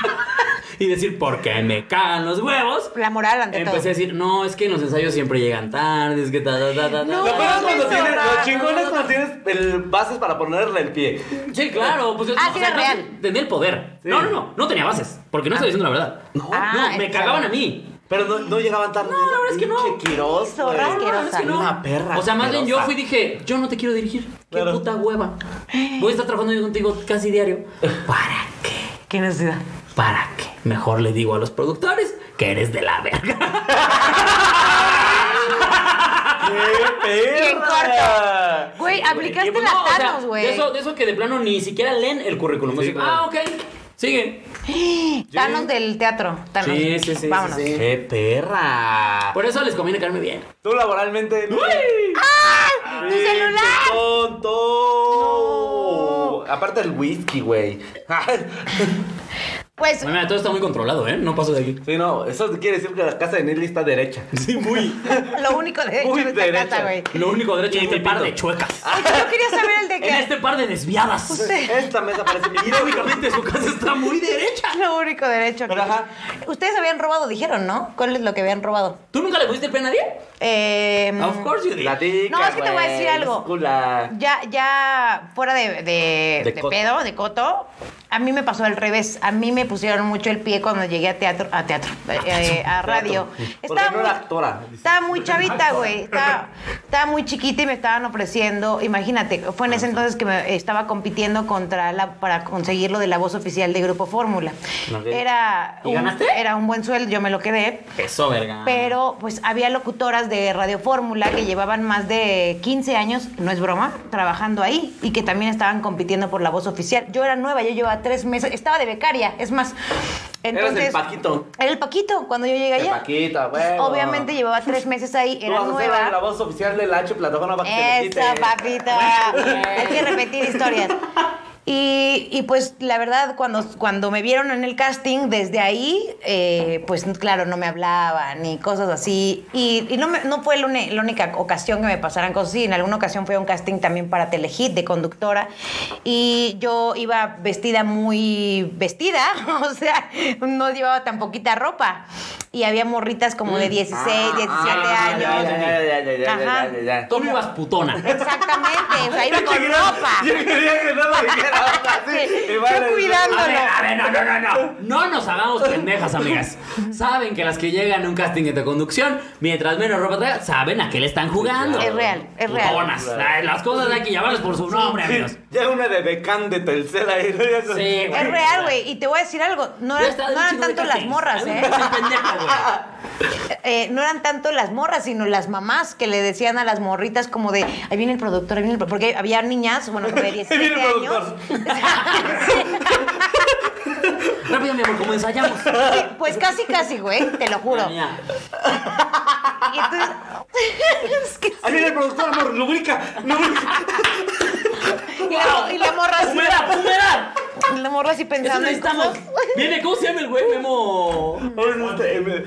S3: (laughs) y decir, porque me cagan los huevos,
S7: La moral ante
S3: empecé a
S7: todo.
S3: decir, no, es que los ensayos siempre llegan tarde, es que ta, ta, ta, ta,
S7: No,
S3: ta".
S4: Lo peor es cuando
S7: me
S4: tienes,
S7: sobraron.
S4: lo chingón es cuando tienes el bases para ponerle el pie.
S3: Sí, claro, pues
S7: Ah, sí era
S3: no
S7: real.
S3: sé, tenía el poder.
S4: Sí.
S3: No, no, no, no tenía bases, porque no estaba diciendo la verdad. No,
S7: Ah,
S3: me
S7: entonces-
S3: cagaban a mí.
S4: Pero no, no llegaban tarde.
S3: No, la verdad es que no.
S4: Pinche Quirós,
S7: Zorra
S4: güey.
S3: No,
S7: asquerosa.
S3: la verdad es que no.
S4: Una perra
S3: O sea, más bien yo
S4: asquerosa.
S3: fui y dije, yo no te quiero dirigir. Qué
S4: Claro.
S3: puta hueva. Voy a estar trabajando contigo casi
S4: (laughs)
S3: diario. ¿Para qué?
S7: ¿Qué necesidad?
S3: ¿Para qué? Mejor le digo a los productores que eres de la verga.
S4: (laughs) ¡Qué
S7: Bien
S4: perra!
S7: Güey,
S3: Y
S7: (laughs) aplicaste
S3: pues,
S7: la
S3: no, o sea,
S7: Thanos, güey.
S3: de, eso, de eso que de plano ni siquiera leen el currículum.
S4: Sí,
S3: Así,
S4: claro.
S3: Ah, ok. Sigue.
S7: Thanos del teatro. Thanos.
S3: Sí, sí, sí, sí,
S7: Vámonos.
S3: sí.
S4: ¡Qué perra!
S3: Por eso les conviene caerme bien.
S4: Tú laboralmente. ¡Uy!
S7: ¡Ah! ¡Tu celular!
S4: ¡Tonto! Aparte el whisky, güey. (laughs)
S7: Pues,
S3: Mira, todo está muy controlado, ¿eh? No paso de aquí.
S4: sí, no, eso quiere decir que la casa de Nelly está derecha.
S3: Sí, muy.
S7: lo único de hecho
S4: Muy
S7: de esta
S4: derecha.
S7: casa, güey.
S3: Lo único derecho es
S4: Y
S3: este
S4: mi
S3: par
S4: pito.
S3: de chuecas.
S7: Oye, yo quería saber el de
S3: (laughs) En
S7: que.
S3: este par de desviadas.
S4: (laughs) Esta mesa parece mi (laughs)
S3: Irónicamente su casa está muy derecha.
S7: (laughs) Lo único derecho. que-
S4: Pero, ajá.
S7: Ustedes habían robado, dijeron, ¿no? ¿Cuál es lo que habían robado?
S3: ¿Tú nunca le pusiste el pie a nadie?
S7: Eh,
S3: Of course you did.
S4: Platica,
S7: No, es que te voy a
S4: güey,
S7: decir algo.
S4: cula.
S7: Ya, ya fuera de, de-
S4: De
S7: de
S4: coto.
S7: pedo, de coto, a mí me pasó al revés. A mí me pusieron mucho el pie cuando llegué a teatro, a teatro,
S4: (laughs)
S7: eh, a radio.
S4: Porque no era actora.
S7: Estaba
S4: (laughs)
S7: muy chavita, güey. Estaba, estaba muy chiquita y me estaban ofreciendo, imagínate, fue
S4: Ah,
S7: en ese entonces que me estaba compitiendo contra la, para conseguir lo de la voz oficial de Grupo Fórmula.
S4: Ok.
S7: Era,
S3: ¿Y
S7: un-
S3: ganaste?
S7: era un buen sueldo, yo me lo quedé.
S3: Eso, verga.
S7: Pero pues había locutoras de Radio Fórmula que llevaban más de 15 años, no es broma, trabajando ahí y que también estaban compitiendo por la voz oficial. Yo era nueva, yo llevaba tres meses, estaba de becaria, es más.
S4: Eras el
S7: Entonces,
S4: Paquito.
S7: Era el Paquito cuando yo llegué
S4: El
S7: allá.
S4: Paquito,
S7: Pues,
S4: huevo.
S7: Obviamente llevaba tres meses ahí,
S4: Tú
S7: era
S4: vas a ser
S7: nueva.
S4: la voz oficial del H plataforma para que se le quite. Ah,
S7: Eso, papita. Hay que repetir historias. Y, y, pues la verdad, cuando, cuando me vieron en el casting, desde ahí, eh, pues claro, no me hablaban y cosas así. Y, y no, me- no fue la, uni- la única ocasión que me pasaran cosas así. En alguna ocasión fue un casting también para Telehit de conductora. Y yo iba vestida muy vestida, (laughs) o sea, no llevaba tan poquita ropa. Y había morritas como de 16, 17
S4: Ah,
S7: años.
S4: ya, ya, ya, ya, ya, ya,
S7: Ajá.
S4: ya, ya.
S3: Tú no ibas
S7: (laughs)
S3: putona.
S7: Exactamente, o sea, iba con
S4: quería- Yo
S7: ropa.
S4: quería que no lo dijera (laughs) ahora, sí.
S7: Sí,
S4: Y vale,
S7: yo
S3: A
S7: cuidándolo.
S3: ver, a ver, no, no, no, no. No nos hagamos pendejas, amigas. Saben que las que llegan a un casting de conducción, mientras menos ropa traigan, saben a qué le están jugando.
S7: Es real, es real.
S3: Putonas. Ay, Las cosas hay que llamarlas por su nombre, amigos.
S4: (laughs) Ya una de becán de Telcel ahí. ¿no? Ya se-
S3: Sí, güey.
S7: Es real, güey. Y te voy a decir algo. No,
S3: Ya
S7: eran-
S3: está,
S7: no
S3: un
S7: eran
S3: chingo de
S7: tanto las
S3: castings.
S7: morras,
S3: A mí
S7: ¿eh?
S3: me parece pendejo, güey.
S7: Eh, No eran tanto las morras, sino las mamás que le decían a las morritas como de, ahí viene el productor, ahí viene el pro-". Porque había niñas, bueno, como
S4: (laughs)
S7: de
S4: Ahí
S7: 17
S4: viene el
S7: años.
S4: productor.
S3: Rápido, mi amor, como
S7: (laughs)
S3: ensayamos.
S7: Sí, pues casi, casi, güey. Te lo juro.
S3: Mira,
S7: Y entonces... (laughs) es que sí.
S4: Ahí viene el productor, amor, lubrica, lubrica.
S7: y, la, y
S4: (laughs)
S7: la morra así...
S3: ¡Humedad, humedad!
S7: La morra así
S3: Eso
S7: pensando en
S3: necesitamos.
S7: (laughs) cosas.
S3: Viene, ¿cómo se llama el güey? Memo.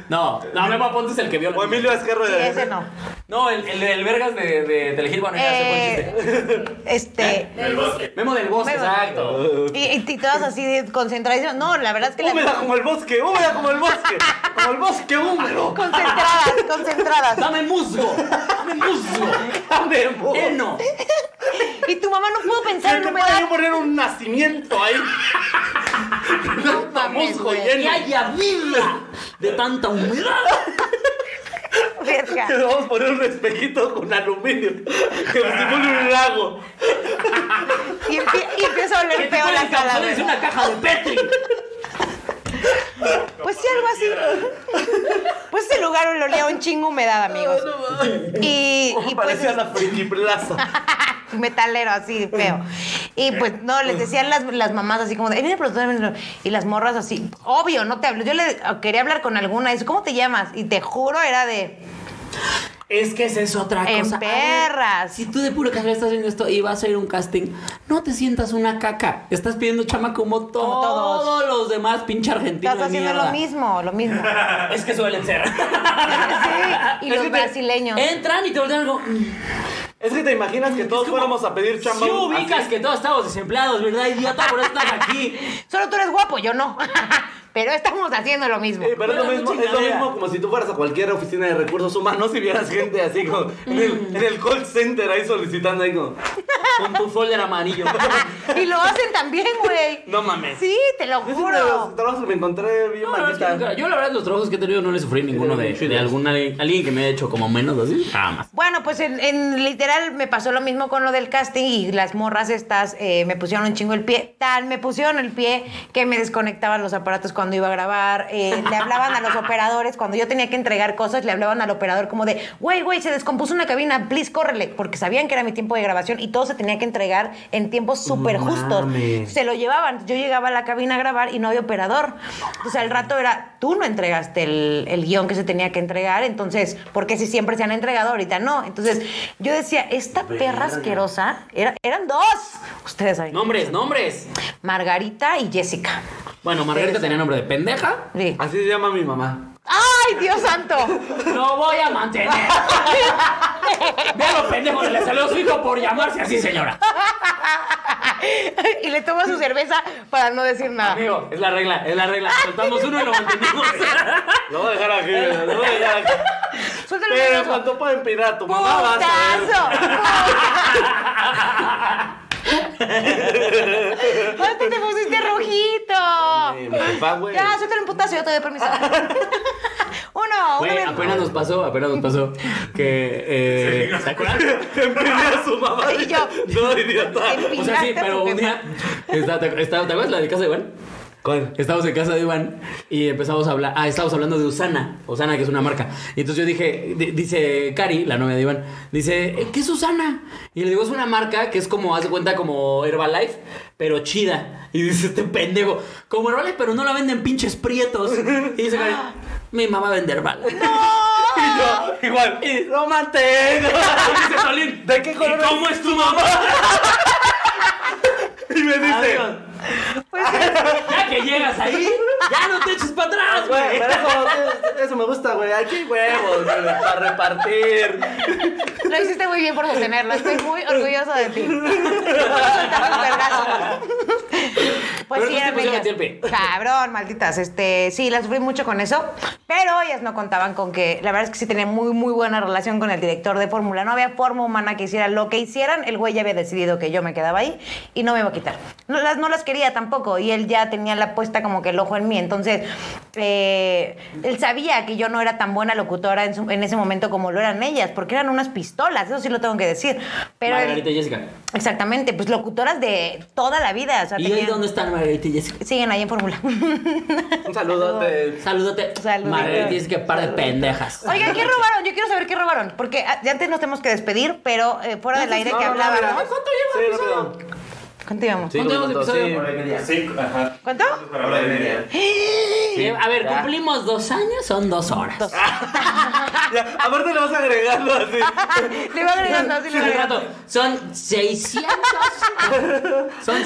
S3: No, no, Memo Aponte es el que vio la-
S4: este, eh, O Emilio Azcarro.
S7: Sí, ese no.
S3: No, el, el, el Vergas de, de Telehit, bueno, ya se fue el chiste.
S7: Eh, este...
S3: Memo del Bosque,
S7: Memo.
S3: exacto.
S7: Y, y- y todas así de concentración. No, la verdad es que las
S4: Húmeda como el bosque, húmeda como el bosque. Como el bosque húmedo.
S7: (laughs) concentradas, concentradas.
S3: Dame musgo, dame musgo,
S4: (laughs) Dame,
S7: Oh.
S4: amor.
S7: (laughs)
S3: heno.
S7: Y tu mamá no pudo pensar
S4: Se
S7: en
S4: te puede
S7: humedad.
S4: yo poner un nacimiento ahí.
S7: No mames,
S4: musgo
S7: güey.
S4: lleno.
S3: Que haya vida de tanta humedad.
S7: Verga.
S4: Que le vamos a poner un espejito con aluminio. Que nos simule un lago.
S7: Y, empie- y empieza
S3: (laughs)
S7: a
S3: Que
S7: oler
S3: te
S7: feo
S3: pueden
S7: la sala.
S3: encapsular en
S7: güey.
S3: una caja de Petri.
S7: Pues sí, algo así.
S3: (laughs)
S7: Pues ese lugar olía un chingo a humedad, amigos. Y, y pues
S4: Parecía la friki plaza.
S7: (laughs) metalero así feo. Y pues no, les decían las, las mamás así como de, "Eh, viene el productor, viene el productor". y las morras así, obvio, no te hablo. Yo le quería hablar con alguna, y dice, ¿cómo te llamas? Y te juro, era de.
S3: Es que esa es otra
S7: En
S3: cosa. A ver,
S7: perras.
S3: Si tú de puro casualidad estás viendo esto y vas a ir a un casting, no te sientas una caca. Estás pidiendo chama como,
S7: todos.
S3: todos los demás, pinche argentino.
S7: Estás
S3: de
S7: haciendo
S3: mierda.
S7: lo mismo,
S3: (laughs)
S7: lo mismo.
S3: Es que suelen ser.
S7: Sí, y
S3: Es
S7: los
S3: que te-
S7: brasileños.
S3: Entran y te voltean algo. "Mm,
S4: Es que te imaginas que todos fuéramos a pedir
S3: Si
S4: chamba. un-
S3: ubicas
S4: así.
S3: que todos estamos desempleados, ¿verdad, idiota? Por eso estás aquí.
S7: Solo tú eres guapo, yo no. (laughs) Pero estamos haciendo lo mismo.
S4: Eh, pero es lo,
S3: Pero es
S4: mismo,
S3: una
S4: es lo
S3: chingadera.
S4: mismo como si tú fueras a cualquier oficina de recursos humanos y vieras gente así como en
S3: Mm.
S4: el, en el call center ahí solicitando ahí como,
S3: Con tu folder (laughs) amarillo.
S7: Ah, Y lo hacen también, güey.
S4: no mames.
S7: Sí, te lo
S4: Es uno de
S7: juro.
S4: los trabajos que me encontré bien
S3: No, la verdad es que
S4: maldita.
S3: nunca- yo la verdad los trabajos que he tenido no le sufrí ninguno de, de algún alguien, alguien que me haya hecho como menos así. Nada más.
S7: Bueno, pues en, en literal me pasó lo mismo con lo del casting y las morras estas eh, me pusieron un chingo el pie. Tal, me pusieron el pie que me desconectaban los aparatos cuando iba a grabar. eh, le hablaban a los operadores cuando yo tenía que entregar cosas, le hablaban al operador como de, güey, güey, se descompuso una cabina, please córrele, porque sabían que era mi tiempo de grabación y todo se tenía que entregar en tiempos súper justos.
S4: mames.
S7: Se lo llevaban. Yo llegaba a la cabina a grabar y no había operador. O sea, el rato era, tú no entregaste el, el guión que se tenía que entregar, entonces, porque si siempre se han entregado, ahorita no. Entonces, yo decía, esta perra asquerosa, era- eran dos. Ustedes saben.
S3: Nombres, nombres.
S7: Margarita y Jessica.
S3: Bueno, Margarita tenía nombre de pendeja.
S7: Sí.
S4: Así se llama mi mamá.
S7: ¡Ay, Dios santo! (laughs)
S3: Lo voy a (laughs) mantener. Vean los pendejos, le salió a su hijo por llamarse así, señora.
S7: y le toma su cerveza para no decir nada.
S3: Amigo, es la regla, es la regla. Soltamos uno y lo mantenemos.
S4: Lo voy a dejar aquí, lo voy a
S3: (laughs)
S4: dejar aquí.
S7: Suéltalo.
S4: Pero en
S7: Mendoza.
S4: cuanto pueda empinar a tu mamá vas a
S3: (laughs)
S4: ver.
S7: ¡Putazo! ¡Hasta te pusiste
S4: Eh,
S7: rojito!
S4: mi papá, güey.
S7: Ya, suéltale un putazo, yo te
S3: (laughs)
S7: doy permiso. Uno, uno
S3: Güey,
S7: bien-
S3: apenas nos pasó, apenas nos pasó que... Eh, ¿Se acuerdan?
S4: Empiné a su mamá.
S7: Y yo.
S4: No, idiota.
S7: Te
S3: O sea, sí,
S7: pillaste
S3: pero
S7: porque-
S3: un día... Estaba, ¿Te estaba- ¿te acuerdas la de casa de Iván?
S4: ¿Cuál?
S3: Estábamos en casa de Iván y empezamos a hablar. Ah, estábamos hablando de Usana. Usana, que es una marca. Y entonces yo dije, di- dice Cari, la novia de Iván, dice, "Eh, ¿qué es Usana? Y le digo, es una marca que es como, haz de cuenta, como Herbalife, pero chida. Y dice, este pendejo, como Herbalife, pero no la venden pinches prietos. Y dice Cari, mi mamá vende Herbalife.
S4: Y yo, igual.
S3: Y dice
S4: Lo mantengo.
S3: Solín,
S4: ¿De qué color
S3: ¿y cómo es tu mamá?
S4: Y me dice.
S3: Adiós.
S4: Pues,
S3: Ya que llegas ahí, ya no te eches para atrás,
S4: Güey,
S3: güey.
S4: Ah, pero eso, eso me gusta, güey. Aquí hay huevos, güey, para repartir.
S7: Lo hiciste muy bien por sostenerlo. Estoy muy orgulloso de
S3: (laughs)
S7: ti. (laughs) Soltaba los vergazos. Pues
S3: Pero
S7: sí,
S3: tú te
S7: eran
S3: pusieron
S7: ellas.
S3: el pie.
S7: Cabrón, malditas. Este, sí, las sufrí mucho con eso. Pero ellas no contaban con que. La verdad es que sí tenía muy, muy buena relación con el director de fórmula. No había forma humana que hiciera lo que hicieran. El güey ya había decidido que yo me quedaba ahí y no me iba a quitar. No las, no las quería tampoco. Y él ya tenía la puesta como que el ojo en mí. Entonces, eh, él sabía que yo no era tan buena locutora en, su- en ese momento como lo eran ellas, porque eran unas pistolas. Eso sí lo tengo que decir. Pero él-
S3: Margarita y Jessica.
S7: Exactamente, pues locutoras de toda la vida. O sea,
S3: ¿Y ahí
S7: tenían-
S3: dónde están Margarita y Jessica?
S7: Siguen ahí en fórmula. (laughs)
S4: Un saludote.
S3: Saludote.
S7: Saludito.
S3: Margarita dice que par de pendejas.
S7: Oigan, ¿qué robaron? Yo quiero saber qué robaron. Porque ah, ya antes nos tenemos que despedir, pero eh, fuera del aire
S4: No,
S7: que
S4: no, no,
S7: hablábamos.
S4: mira. Sí, rápido.
S7: ¿Cuánto íbamos?
S4: Sí,
S3: ¿Cuánto llevamos de
S4: como
S3: episodio?
S4: todo, sí.
S10: Cinco, ajá.
S7: ¿Cuánto?
S10: Hora y media.
S3: Eh, a ver, cumplimos dos años, son dos horas.
S7: Dos.
S4: (laughs) Ya, aparte le vas a agregarlo así.
S7: Ah, Le iba agregando, así le iba
S3: Un
S7: agregando.
S3: rato. Son 600. son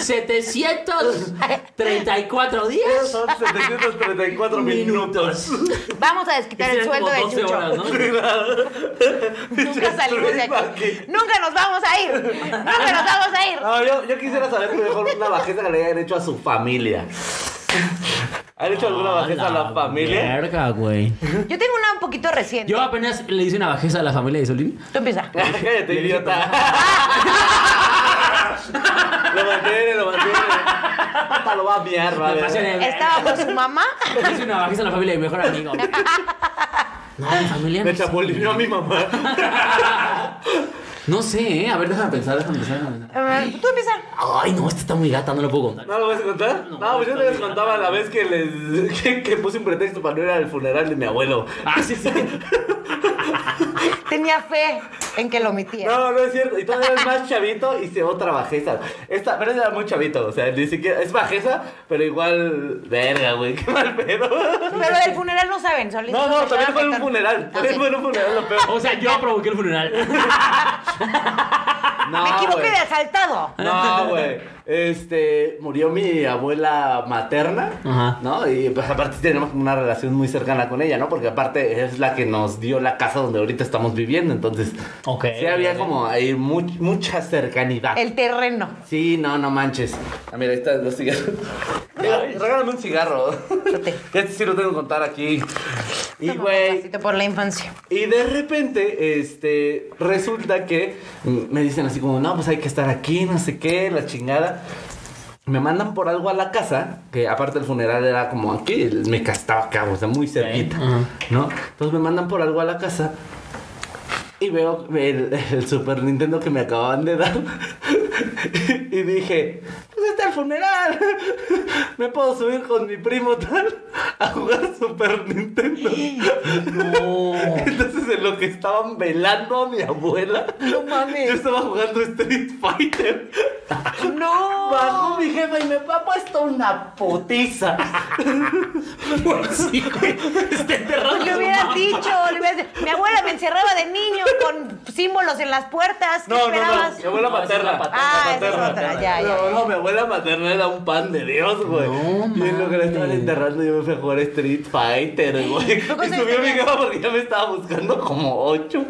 S3: 734 días.
S4: Son 734 (laughs) minutos. (laughs)
S7: Vamos a desquitar el
S3: Hicieron
S7: sueldo
S3: como
S7: de
S3: 12
S7: Chucho.
S3: horas, ¿no?
S7: Nunca salimos de aquí. Nunca nos vamos a ir. Nunca nos vamos a ir.
S4: No, yo, yo quisiera saber que mejor una bajeza que le hayan hecho a su familia. ¿Han hecho alguna (laughs) bajeza a Ah, la familia?
S3: Verga, güey.
S7: Yo tengo una un poquito reciente.
S3: Yo apenas le hice una bajeza a la familia de Solín.
S7: Tú empieza.
S4: (laughs) Cállate, idiota. (laughs) lo mantiene, lo mantiene. Papá lo va a miar, va a
S3: Me pasé
S4: ver.
S3: de verga.
S7: Estaba con su mamá.
S3: Le hice una bajeza a la familia de mi mejor
S7: (laughs)
S3: amigo. No, mi familia
S4: Me
S3: no sé.
S4: chapulineó a mi mamá. (laughs)
S3: No sé, ¿eh? A ver, déjame pensar, déjame pensar. déjame pensar.
S7: Eh, Tú empieza.
S3: Ay, no, esta está muy gata, no lo puedo contar.
S4: ¿No lo vas a contar? No, pues yo les contaba la vez (laughs) que Ah,
S7: (laughs)
S4: les que, que puse un pretexto para no ir al funeral de mi abuelo.
S3: Ah, sí, sí.
S7: Tenía fe en que lo omitía.
S4: No, no es cierto. Y todavía es más chavito y se otra bajeza. Esta, pero ese era muy chavito. O sea, ni siquiera. Es bajeza, pero igual. Verga, güey. (laughs) Qué mal pedo.
S7: Pero del funeral no saben, solito.
S4: No, no,
S7: se
S4: también
S7: va
S4: fue en un
S7: afectando.
S4: funeral. También fue en un funeral lo peor.
S9: O sea, yo provoqué el
S3: (laughs)
S9: funeral.
S4: No,
S7: Me equivoqué
S4: güey.
S7: de asaltado.
S4: No, güey. Este, murió mi abuela materna,
S9: Ajá.
S4: ¿no? Y pues aparte tenemos una relación muy cercana con ella, ¿no? Porque aparte es la que nos dio la casa donde ahorita estamos viviendo, entonces
S9: Ok,
S4: sí había
S9: vale.
S4: como ahí mu- mucha cercanidad.
S7: El terreno.
S4: Sí, no, no manches. Ah, mira, ahí están los (laughs) cigarros. Mira, Regálame un cigarro. (laughs) Este sí lo tengo que contar aquí. Y, güey,
S7: Pasito Por
S4: (laughs)
S7: la infancia.
S4: y de repente, este, resulta que mm, me dicen así como, no, pues hay que estar aquí, no sé qué, la chingada. Me mandan por algo a la casa, que aparte el funeral era como aquí, el- me castaba acá, o sea, muy cerquita, ¿no? Entonces me mandan por algo a la casa y veo el, el Super Nintendo que me acababan de dar. (laughs) y dije, pues está el funeral. (laughs) me puedo subir con mi primo tal a jugar Super Nintendo. (laughs) Entonces, en lo que estaban velando a mi abuela,
S7: No mames.
S4: yo estaba jugando Street Fighter.
S7: No.
S4: Bajó mi jefa y me ha puesto una putiza.
S9: Está enterrado.
S7: Le hubieras dicho, le hubieras dicho. Mi abuela me encerraba de niño con símbolos en las puertas. ¿Qué
S4: No, no, no,
S7: esperabas?
S4: mi abuela
S3: No, esa es
S4: materna.
S3: la paterna,
S7: Ah, esa es
S4: materna.
S7: otra, ya, ya.
S4: No, no, mi abuela materna era un pan de Dios, güey. y en lo que la estaban enterrando, yo me fui a jugar Street Fighter, güey. Y
S7: cosa
S4: subió mi
S7: tenías?
S4: jefa porque ya me estaba buscando como ocho.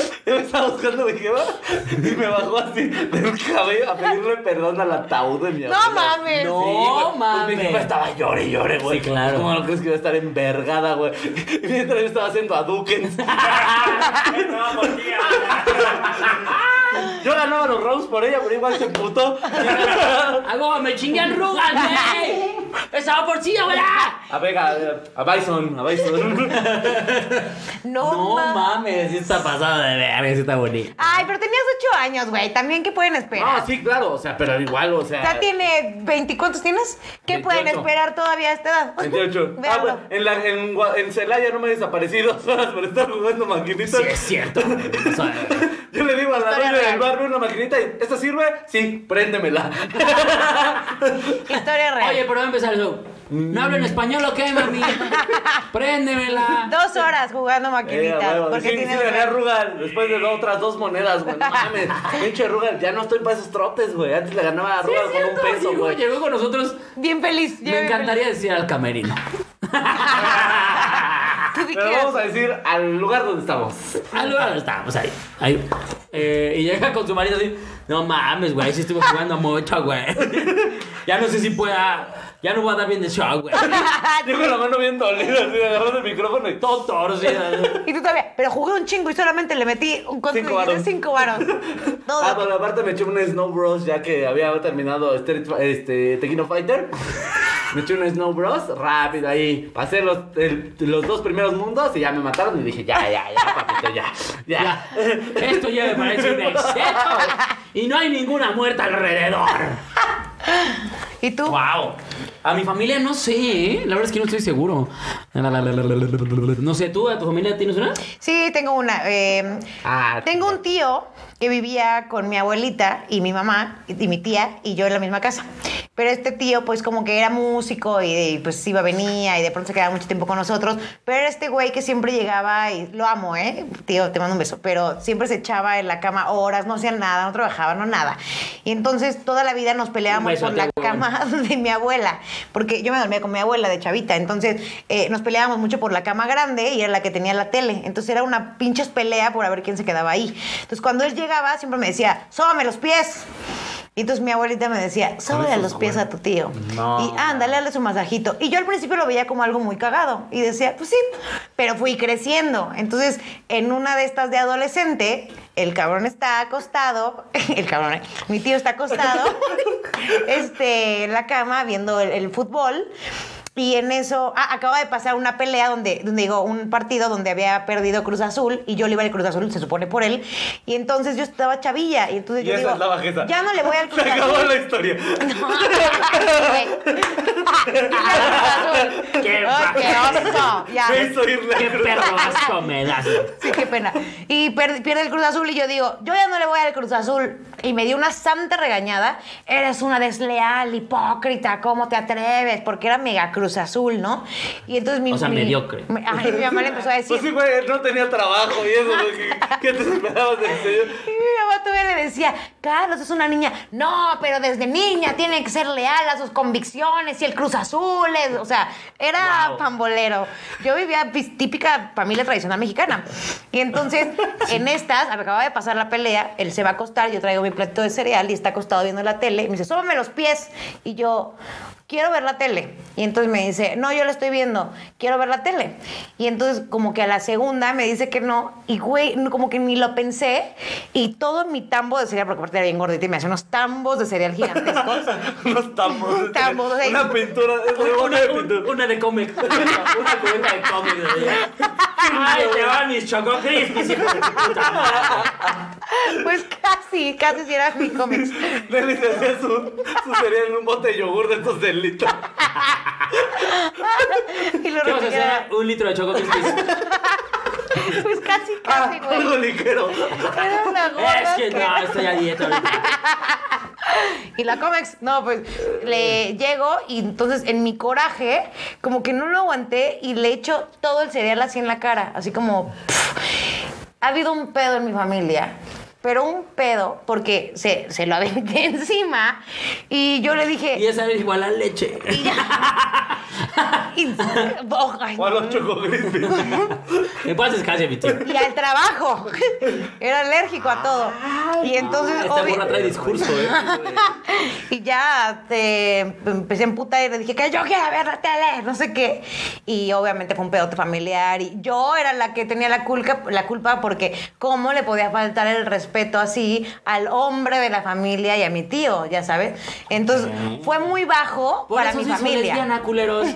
S4: (laughs) Yo me estaba buscando mi jefa y me bajó así del cabello a pedirle perdón al ataúd de mi
S7: No
S4: abuela.
S7: mames.
S4: No güey. Pues mi
S3: mames.
S4: jefa estaba llore y llore, güey.
S3: Sí, claro.
S4: ¿Cómo no crees que iba a estar envergada, güey? (laughs) Y mientras yo estaba haciendo a
S7: (laughs)
S4: Dukens.
S7: ah.
S4: (laughs) Yo ganaba los rounds por ella, pero igual se puto.
S3: Algo me chingué al Rugal, güey. Esa va por sí, abuela.
S4: A ver, a, a Bison, a
S7: (laughs)
S4: Bison. (laughs)
S7: No,
S3: No
S7: mames.
S3: mames, sí está pasada de verga, sí está bonita.
S7: Ay, pero tenías ocho años, güey. También, ¿qué pueden esperar?
S4: No, Ah, sí, claro, o sea, pero igual, o sea.
S7: Ya tiene 20, ¿cuántos tienes? ¿Qué
S4: 28.
S7: pueden esperar todavía a esta edad? (laughs)
S4: 28. Ah,
S7: Véanlo.
S4: bueno, en, la, en, Gua- en Celaya no me desaparecí (laughs) dos horas por estar jugando maquinitas.
S3: Sí, es cierto. güey. O sea,
S4: (laughs) Yo le digo a la
S7: Historia
S4: dueña del
S7: real.
S4: barrio una maquinita y ¿esta sirve? Sí,
S7: (laughs)
S4: préndemela.
S7: Historia real.
S3: Oye, pero va a empezar eso. ¿No hablo en español o qué, mami? Préndemela.
S7: Dos horas jugando
S4: Eh,
S7: maquinita.
S4: huevo,
S7: porque
S4: sí, sí,
S7: tienes-
S4: le gané a Rugal después de otras dos monedas, güey.
S3: (laughs)
S4: No mames. Pinche Rugal, ya no estoy para esos trotes, güey. Antes le ganaba a
S3: Sí,
S4: Rugal
S3: es
S4: con un
S3: cierto,
S4: peso,
S3: llegó,
S4: güey.
S3: llegó con nosotros.
S7: Bien feliz. yo
S3: Me
S7: bien
S3: encantaría decir al camerino.
S7: feliz. (laughs) Tú di
S4: Pero
S7: que-
S4: vamos a decir al lugar donde estamos.
S3: Algo estábamos pues ahí. ahí. Eh, y llega con su marido así. No mames, güey. Sí estuve jugando mucho, güey. (laughs) Ya no sé si pueda. Ya no voy a dar bien de show, güey.
S4: Yo con la mano bien dolida, así, agarrando el micrófono y todo.
S3: Todo torcido.
S7: Y tú todavía, pero jugué un chingo y solamente le metí un costo
S4: Cinco
S7: de
S4: varos. (laughs)
S7: cinco varos. Todo.
S4: Ah, bueno, aparte me eché un Snow Bros ya que había terminado Street Fi- este, Tequino
S3: (laughs)
S4: Fighter. Me eché un Snow Bros rápido ahí. Pasé los, el- los dos primeros mundos y ya me mataron y dije, ya, ya, ya, papito, ya. Ya.
S3: Ya. Esto ya me parece un exceso. Y no hay ninguna muerta alrededor.
S7: ¿Y tú?
S3: ¡Wow! A mi familia no sé, ¿eh? La verdad es que no estoy seguro. No sé, ¿tú a tu familia tienes una?
S7: Sí, tengo una. eh,
S4: Ah,
S7: tengo un tío que vivía con mi abuelita y mi mamá y y mi tía y yo en la misma casa. Pero este tío, pues como que era músico y, y, pues iba, venía y de pronto se quedaba mucho tiempo con nosotros. Pero era este güey que siempre llegaba y lo amo, ¿eh? Tío, te mando un beso. Pero siempre se echaba en la cama horas, no hacían nada, no trabajaban, no nada. Y entonces toda la vida nos peleábamos
S3: beso,
S7: por la
S3: tío,
S7: cama (laughs) de mi abuela, porque yo me dormía con mi abuela de chavita, entonces eh, nos peleábamos mucho por la cama grande y era la que tenía la tele, entonces era una pinches pelea por a ver quién se quedaba ahí. Entonces cuando él llegaba siempre me decía, sóbame los pies. Y entonces mi abuelita me decía, sóbale los pies a tu tío. Y ándale, dale su masajito. Y yo al principio lo veía como algo muy cagado. Y decía, pues sí, pero fui creciendo. Entonces, en una de estas de adolescente, el cabrón está acostado. (laughs) El cabrón, ¿eh? mi
S4: (laughs)
S7: tío está acostado este, en la cama viendo el, el fútbol. Y en eso, ah, acaba de pasar una pelea donde, donde digo, un partido donde había perdido Cruz Azul y yo le iba al Cruz Azul, se supone por él. Y entonces yo estaba chavilla y entonces
S4: Y
S7: yo
S4: esa
S7: digo,
S4: es la bajeza.
S7: ya no le voy
S4: (laughs)
S7: al
S4: Se
S7: Cruz
S4: acabó
S7: Azul.
S4: la
S7: (laughs)
S4: historia.
S7: Güey.
S3: ¡Qué
S7: Ay, qué oso. Ya.
S4: No hizo ir la
S3: ¡Qué
S4: cruz.
S3: perro asco me das!
S7: Sí, qué pena. Y per- pierde el Cruz Azul y yo digo, yo ya no le voy al Cruz Azul. Y me dio una santa regañada. Eres una desleal, hipócrita, ¿cómo te atreves? Porque era mega Cruz Azul, ¿no? Y entonces mi...
S3: O sea,
S7: mi-
S3: mediocre.
S7: mi- ay, mi mamá le empezó a decir...
S4: Pues sí, güey, no tenía trabajo y eso. güey, ¿Qué, qué te esperabas de serio?
S7: Y mi mamá todavía le decía, Carlos es una niña. No, pero desde niña tiene que ser leal a sus convicciones y el Cruz Azul. es-". o sea, era pambolero. Yo vivía pis- típica familia tradicional mexicana. Y entonces, en estas, me acababa de pasar la pelea, él se va a acostar, yo traigo mi plato de cereal y está acostado viendo la tele. Y me dice, sóbame los pies. Y yo... Quiero ver la tele. Y entonces me dice, no, yo la estoy viendo, quiero ver la tele. Y entonces como que a la segunda me dice que no, y güey, no- como que ni lo pensé, y todo mi tambo de cereal, porque aparte era bien gordita y me hacía unos tambos de
S3: (laughs)
S7: cereal gigantescos.
S4: Unos tambos.
S7: (laughs) Un tambo, o sea,
S4: Una pintura. Una, una de pintura.
S3: Una de
S4: (laughs)
S3: cómic. Una cubeta de cómic. ¡Ay, te van mis choco crispies!
S7: Pues casi, casi si era
S3: (laughs)
S7: mi cómics.
S4: Nelly se hacía su, su cereal en un bote de yogur de estos del litro.
S7: Y lo
S3: ¿Qué vas a
S7: refrigeraba.
S3: hacer? Un litro de choco crispies.
S7: Pues casi,
S4: Ah,
S7: casi,
S3: (laughs)
S4: algo
S7: güey.
S4: ligero.
S7: Era una gorda.
S3: Es que no,
S7: asquerosa.
S3: estoy a dieta ahorita.
S7: Y la Comex, no, pues le llego y entonces en mi coraje, como que no lo aguanté y le echo todo el cereal así en la cara, así como... pf. Ha habido un pedo en mi familia, pero un pedo porque se, se lo aventé (laughs) encima y yo le dije...
S3: Y esa es igual a leche. (laughs)
S7: y ya- y- oh, ay,
S4: O a los choco crispies.
S3: Me pases calle, mi tío.
S7: y al trabajo. (laughs) Era alérgico a todo. Y entonces...
S3: Esta
S7: obvi-
S3: gorra trae discurso, ¿eh?
S7: (laughs) Y ya te empecé en puta y le dije que yo quiero ver la tele, no sé qué. Y obviamente fue un pedote familiar. Y yo era la que tenía la culpa, la culpa porque cómo le podía faltar el respeto así al hombre de la familia y a mi tío, ya sabes. Entonces fue muy bajo
S3: Por
S7: para
S3: eso
S7: mi
S3: se hizo
S7: familia.
S3: lesbiana, culeros.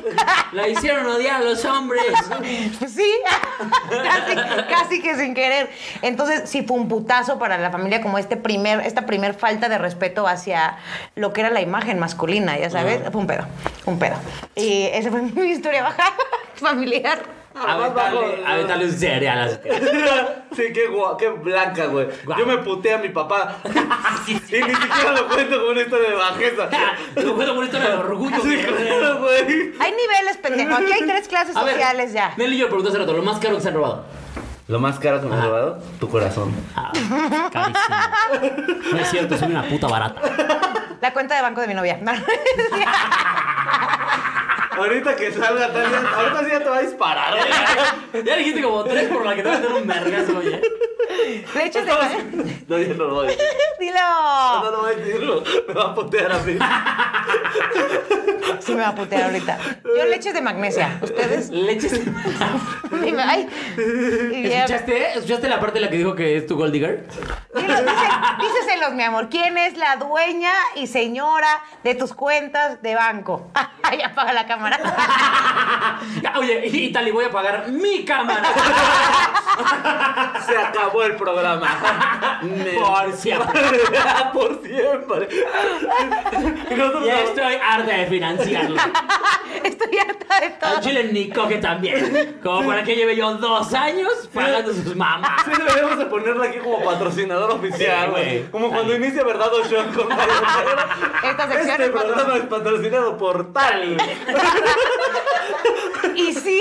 S3: La hicieron odiar a los hombres.
S7: (laughs) Sí, casi, casi que sin querer. Entonces sí fue un putazo para la familia como este primer, esta primer falta de respeto hacia lo que era la imagen masculina, ya sabes. Fue un pedo, un pedo. Y esa fue (laughs) mi historia baja familiar.
S3: Aventarle, aventarle un cereal a su tío.
S4: (laughs) Sí, qué, guau, qué blanca, güey.
S3: Guau.
S4: Yo me puté a mi (laughs) papá. Y ni siquiera lo cuento como una historia de (laughs) bajeza.
S3: Lo puedo poner de orgullo.
S4: Sí, claro, (laughs) güey.
S7: Hay niveles, pendejo. Aquí hay tres clases
S3: A ver,
S7: sociales ya.
S3: Nelly y yo preguntó hace rato, lo más caro que se han robado.
S4: Lo más caro que me ha robado, tu corazón.
S3: Ah, carísimo. No es cierto, soy una puta barata.
S7: La cuenta de banco de mi novia. (laughs)
S4: Ahorita que salga Tania, ahorita sí ya te va a disparar. güey.
S3: Ya dijiste como tres por la que te vas a meter un vergazo, oye.
S7: Le echas de...
S4: No, yo no lo voy a decir. No,
S7: Dilo.
S4: no lo voy a decirlo. Me va a putear a mí.
S7: Sí me va a putear ahorita. Yo leches de magnesia.
S3: (laughs)
S7: ¿Ustedes?
S3: Leches.
S7: Dime, ay. Y bien.
S3: ¿Escuchaste? ¿Escuchaste la parte de la que dijo que es tu gold digger?
S7: Dilo, dice- díceselos, mi amor. ¿Quién es la dueña y señora de tus cuentas de banco? (laughs) Ay, apaga la cámara. (laughs)
S3: Ah, Oye, y y tal, y voy a pagar mi cámara.
S4: Se acabó el (laughs) programa.
S3: Por siempre.
S4: Por siempre. Y nosotros
S3: Ya estoy harta de financiarlo.
S7: Estoy harta de todo.
S3: Al chile ni coge también. Como para que lleve yo dos años pagando sus mamás.
S4: Sí, deberíamos de ponerla aquí como patrocinador oficial,
S3: Sí,
S4: güey.
S3: güey.
S4: Como cuando inicia Verdad o Show con Mario Cabrera.
S7: Esta sección
S4: Este
S7: es patrocinada.
S4: programa es patrocinado por Tal.
S7: Y sí,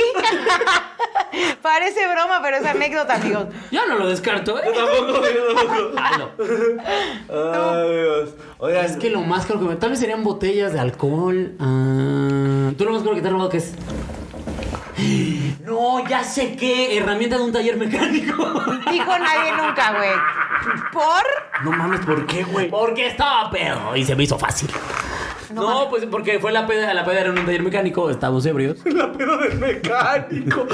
S7: (laughs) parece broma, pero es anécdota, amigos.
S3: Yo no lo descarto,
S4: Yo
S3: ¿eh?
S4: tampoco, yo tampoco.
S3: Ay, no.
S4: Ay, Dios. Oigan,
S3: Es que lo más caro que me... Tal vez serían botellas de alcohol. ah, ¿Tú lo más caro que te has robado qué es? No, ya sé qué. Herramienta de un taller mecánico.
S7: Dijo nadie nunca, güey. ¿Por?
S3: (laughs) No mames, ¿por qué, güey? Porque estaba pedo y se me hizo fácil. No, pues porque fue la peda, la peda era en un taller mecánico, estábamos ebrios.
S4: la pedo del mecánico.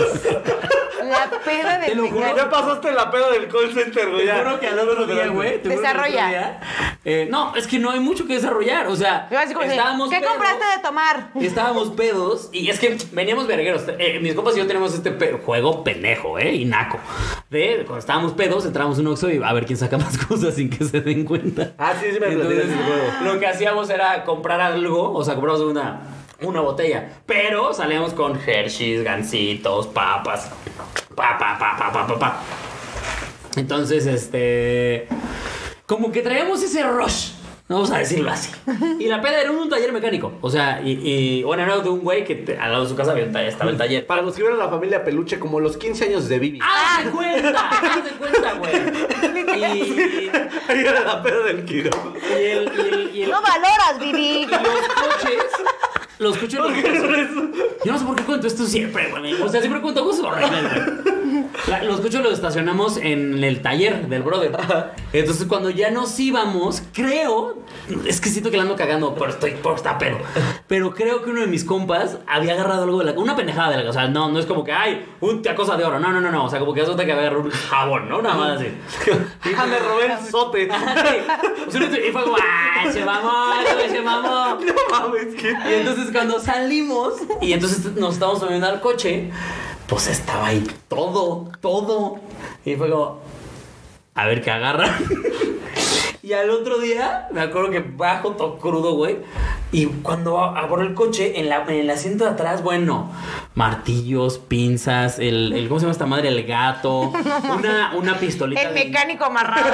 S7: La peda de
S9: Te lo juro.
S7: Tecate.
S4: Ya pasaste la peda del call center, güey.
S3: Te
S4: ya.
S3: juro que al otro día, güey. te juro que al otro
S7: Desarrolla.
S3: día, eh, no, es que no hay mucho que desarrollar. O sea,
S7: Yo así como de,
S3: estábamos
S7: ¿Qué
S3: pedos,
S7: compraste de tomar?
S3: Estábamos pedos y es que veníamos vergueros. Eh, mis compas y yo tenemos este pe- juego pendejo, ¿eh? Y naco. De cuando estábamos pedos, entramos a un Oxxo y a ver quién saca más (laughs) cosas sin que se den cuenta.
S4: Ah, sí, sí me platicas
S3: Entonces,
S4: el juego.
S3: Lo que hacíamos era comprar algo, o sea, compramos una, una botella, pero salíamos con Hershey's, gansitos, papas, pa, pa, pa, pa, pa, pa, pa. Entonces, este. Como que traíamos ese rush. no Vamos a decirlo así. Y la peda era un taller mecánico. O sea, y, y bueno, era de un güey que te- al lado de su casa había un ta- estaba el taller.
S4: Para los que vieron la familia Peluche, como los 15 años de Vivi.
S3: ¡Haz de Ah, cuenta! ¡Haz de cuenta, güey! Y,
S4: Ahí era la peda del Kiro.
S3: y el- y el- y el-
S7: No valoras, Vivi.
S3: Y los coches. Los coches. los Yo no sé por qué cuento esto siempre, güey. O sea, siempre cuento cosas horribles, güey. La- los coches los estacionamos en el taller del brother. Entonces, cuando ya nos íbamos, creo. Es que siento que la ando cagando, pero estoy por esta pedo. Pero creo que uno de mis compas había agarrado algo de la. Una pendejada de la. O sea, no, no es como que, ay, una cosa de oro. No, no, no, no. O sea, como que es otra que agarró un jabón, ¿no? Nada más
S4: (laughs)
S3: así.
S4: Ah, me robé el sote.
S3: O sea, Y fue como, "Ah, ¡ay, se mamó! güey, ¡Se mamó!
S4: No mames, ¿qué?
S3: Y entonces cuando salimos y entonces nos estábamos subiendo al coche, pues estaba ahí todo, todo. Y fue como, a ver qué agarra. (laughs) Y al otro día, me acuerdo que bajo todo crudo, güey. Y cuando a- abro el coche, en, la, en el asiento de atrás, bueno, martillos, pinzas, el, el- ¿cómo se llama esta madre? El gato, una, una pistolita.
S7: El
S3: de-
S7: mecánico amarrado.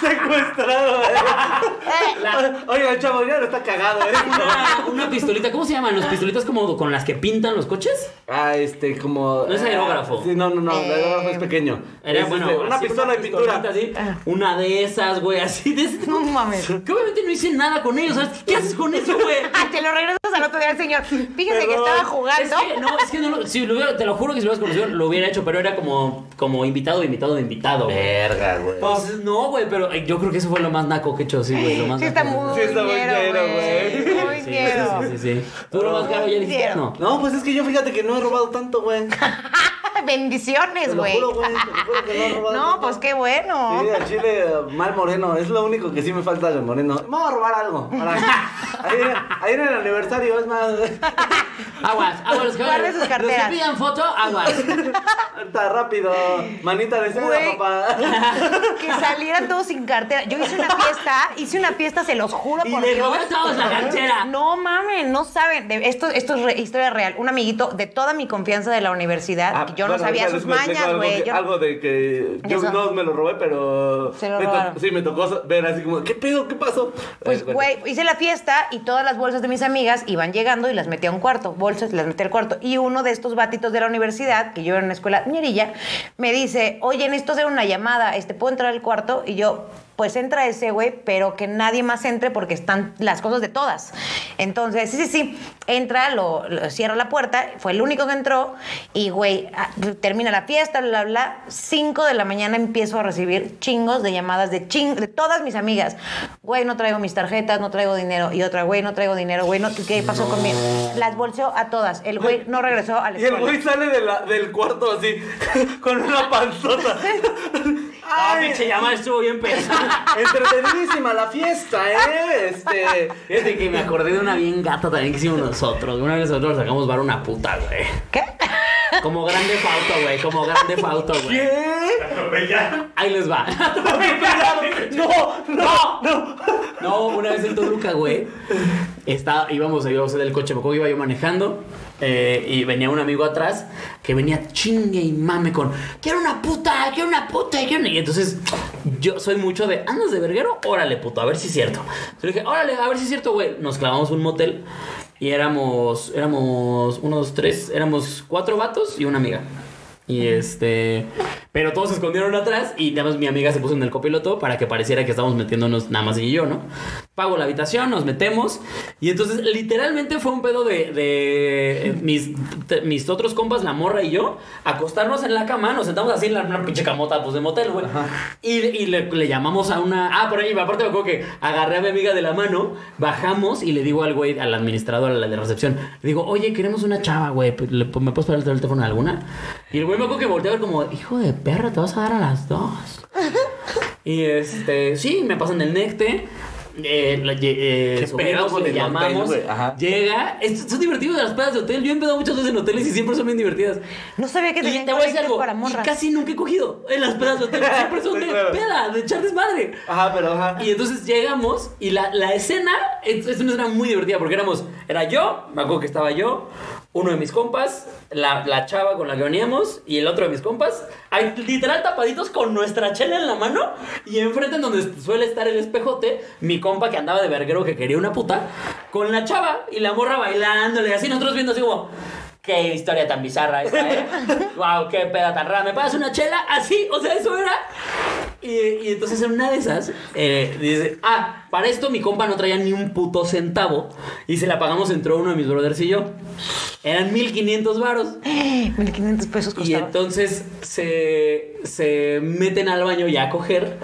S4: Secuestrado,
S7: (laughs)
S4: eh. Oye, el chavo ya no está cagado,
S3: (laughs)
S4: eh.
S3: Una, una pistolita, ¿cómo se llaman? ¿Los pistolitas como con las que pintan los coches?
S4: Ah, este, como.
S3: No es aerógrafo.
S4: Sí, no, no, no. El aerógrafo
S7: Eh.
S4: es pequeño.
S3: Era
S4: Es,
S3: bueno,
S4: este, una
S3: así,
S4: pistola de pintura.
S3: pistolita
S7: Ah.
S3: así, una de esas, güey, así de ese
S7: No mames.
S3: Que obviamente no hice nada con ellos, ¿sabes? ¿Qué haces con eso, güey?
S7: Ah, te lo regresas al otro día al señor. Fíjese que
S4: Perdón.
S7: estaba
S3: Es
S7: jugando.
S3: que, no, es que no lo, si lo hubiera, te lo juro que si lo hubieras conocido lo hubiera hecho, pero era como, como invitado, de invitado, de invitado. güey.
S4: Verga, güey.
S3: Pues no, güey, pero eh, yo creo que eso fue lo más naco que he hecho, sí, güey, lo más
S7: Sí, está
S3: naco.
S7: muy
S4: Sí, está muy ñero,
S7: ñero,
S4: güey.
S7: güey. Muy
S3: Sí,
S7: ñero.
S3: sí, sí, sí, sí. Tú lo más caro ya dijiste,
S7: Ñero.
S3: no.
S4: No, pues es que yo fíjate que no he robado tanto,
S7: (laughs)
S4: güey.
S7: Ah, Bendiciones,
S4: Te lo
S7: güey.
S4: juro, güey. Te lo juro que no he robado
S7: No,
S4: tanto.
S7: pues qué bueno.
S4: Sí, al chile, eh, mal moreno. Es lo único que sí me falta de moreno. Vamos a robar algo. para-
S7: (laughs)
S4: Ahí, ahí en el aniversario, es más.
S3: Aguas, aguas, los que,
S7: Guarden sus
S3: los que
S7: carteras.
S3: pidan foto, aguas.
S7: (laughs)
S4: Está rápido. Manita de seda,
S7: Güey. (laughs)
S4: papá.
S7: (laughs) Que salieran todos sin cartera. Yo hice una fiesta, hice una fiesta, se los juro
S3: Y
S7: por
S3: le
S7: Dios.
S3: robaron todos la cartera.
S7: No mamen, no saben. De- esto esto es re- historia real. Un amiguito de toda mi confianza de la universidad,
S4: Ah,
S7: que yo
S4: bueno,
S7: no sabía
S4: ahorita
S7: sus
S4: les explico
S7: mañas,
S4: algo
S7: güey.
S4: que-
S7: Yo-
S4: Algo de que yo
S7: Eso.
S4: no me lo robé, pero.
S7: Se lo
S4: me to-
S7: robaron.
S4: Sí, me tocó ver así como, ¿qué pedo? ¿Qué pasó? Eh,
S7: Pues,
S4: bueno.
S7: güey, hice la fiesta y todas las bolsas de mis amigas iban llegando y las metí a un cuarto. Bolsas, las metí al cuarto. Y uno de estos vatitos de la universidad, que yo era en una escuela ñerilla, me dice, oye, necesito hacer una llamada, este, ¿puedo entrar al cuarto? Y yo, pues entra ese, güey, pero que nadie más entre porque están las cosas de todas. Entonces, sí, sí, sí, entra, lo, lo- cierra la puerta, fue el único que entró y, güey, ah, termina la fiesta, bla, bla, bla. 5 de la mañana empiezo a recibir chingos de llamadas de ching, de todas mis amigas. Güey, no traigo mis tarjetas, no traigo dinero. Y otra, güey, no traigo dinero, güey, no, ¿qué pasó conmigo? Las bolseó a todas. El güey no regresó a la
S4: Y el
S7: escuela.
S4: güey sale de la- del cuarto así, (laughs) con una
S7: (laughs)
S4: panzota.
S3: Ah,
S4: Ay,
S3: pinche llamada estuvo bien pesada.
S4: entretenidísima la fiesta, ¿eh?
S7: (laughs)
S4: Este.
S3: Fíjate que me acordé de una bien gata también que hicimos nosotros. Una vez nosotros sacamos bar a una puta, güey.
S7: ¿Qué?
S3: Como grande fauto, güey. Como grande fauto, güey.
S4: ¿Qué?
S10: Atropella.
S3: Ahí les va.
S4: No, no, no.
S3: No, una vez en Toluca, güey. Está, íbamos, íbamos en el coche, me acuerdo que iba yo manejando. eh, y venía un amigo atrás que venía chingue y mame con quiero una puta, quiero una puta, quiero una... Y entonces yo soy mucho de andas de verguero, órale puto, a ver si es cierto. Entonces le dije, órale, a ver si es cierto, güey. Nos clavamos un motel y éramos, éramos unos tres, éramos cuatro vatos y una amiga. Y este. Pero todos se escondieron atrás y nada más mi amiga se puso en el copiloto para que pareciera que estábamos metiéndonos nada más ella y yo, ¿no? Pago la habitación, nos metemos. Y entonces, literalmente fue un pedo de, de, eh, mis, te- mis otros compas, la morra y yo, acostarnos en la cama, nos sentamos así en la, una pinche camota pues, de motel, güey. Y, y le, le llamamos a una. Ah, por ahí, aparte me acuerdo que agarré a mi amiga de la mano, bajamos y le digo al güey, al administrador, a la de recepción, le digo, oye, queremos una chava, güey, pues, le- ¿me puedes parar el teléfono a alguna? Y el güey me acuerdo que volteó a ver como, hijo de perra, te vas a dar a las dos.
S4: (laughs)
S3: Y este, sí, me pasan el necte. Eh, la, lle- eh,
S4: Qué
S3: subimos,
S4: pedo con
S3: le
S4: el
S3: llamamos,
S4: hotel, güey, ajá.
S3: llega. Es, son divertidos las pedas de hotel. Yo he empezado muchas veces en hoteles y siempre son bien divertidas.
S7: No sabía que
S3: Y
S7: tenían
S3: te voy a decir
S7: conectores
S3: algo.
S7: para
S3: y
S7: morras.
S3: casi nunca he cogido en las pedas de hotel. Siempre son de
S4: Sí, claro.
S3: peda, de echar desmadre.
S4: Ajá, pero ajá.
S3: Y entonces llegamos y la, la escena es, es una escena muy divertida porque éramos, era yo, me acuerdo que estaba yo, uno de mis compas, la, la chava con la que veníamos y el otro de mis compas, ahí literal tapaditos con nuestra chela en la mano y enfrente en donde suele estar el espejote, mi compa que andaba de verguero que quería una puta, con la chava y la morra bailándole, así nosotros viendo así como... Qué historia tan bizarra esta, ¿eh? wow, qué peda tan rara. ¿Me pagas una chela? Así, o sea, eso era. Y, y entonces en una de esas, eh, dice, ah, para esto mi compa no traía ni un puto centavo. Y se la pagamos entre uno de mis brothers y yo. Eran 1500 varos.
S7: 1500 pesos
S3: Y
S7: costaba.
S3: entonces se, se meten al baño ya a coger.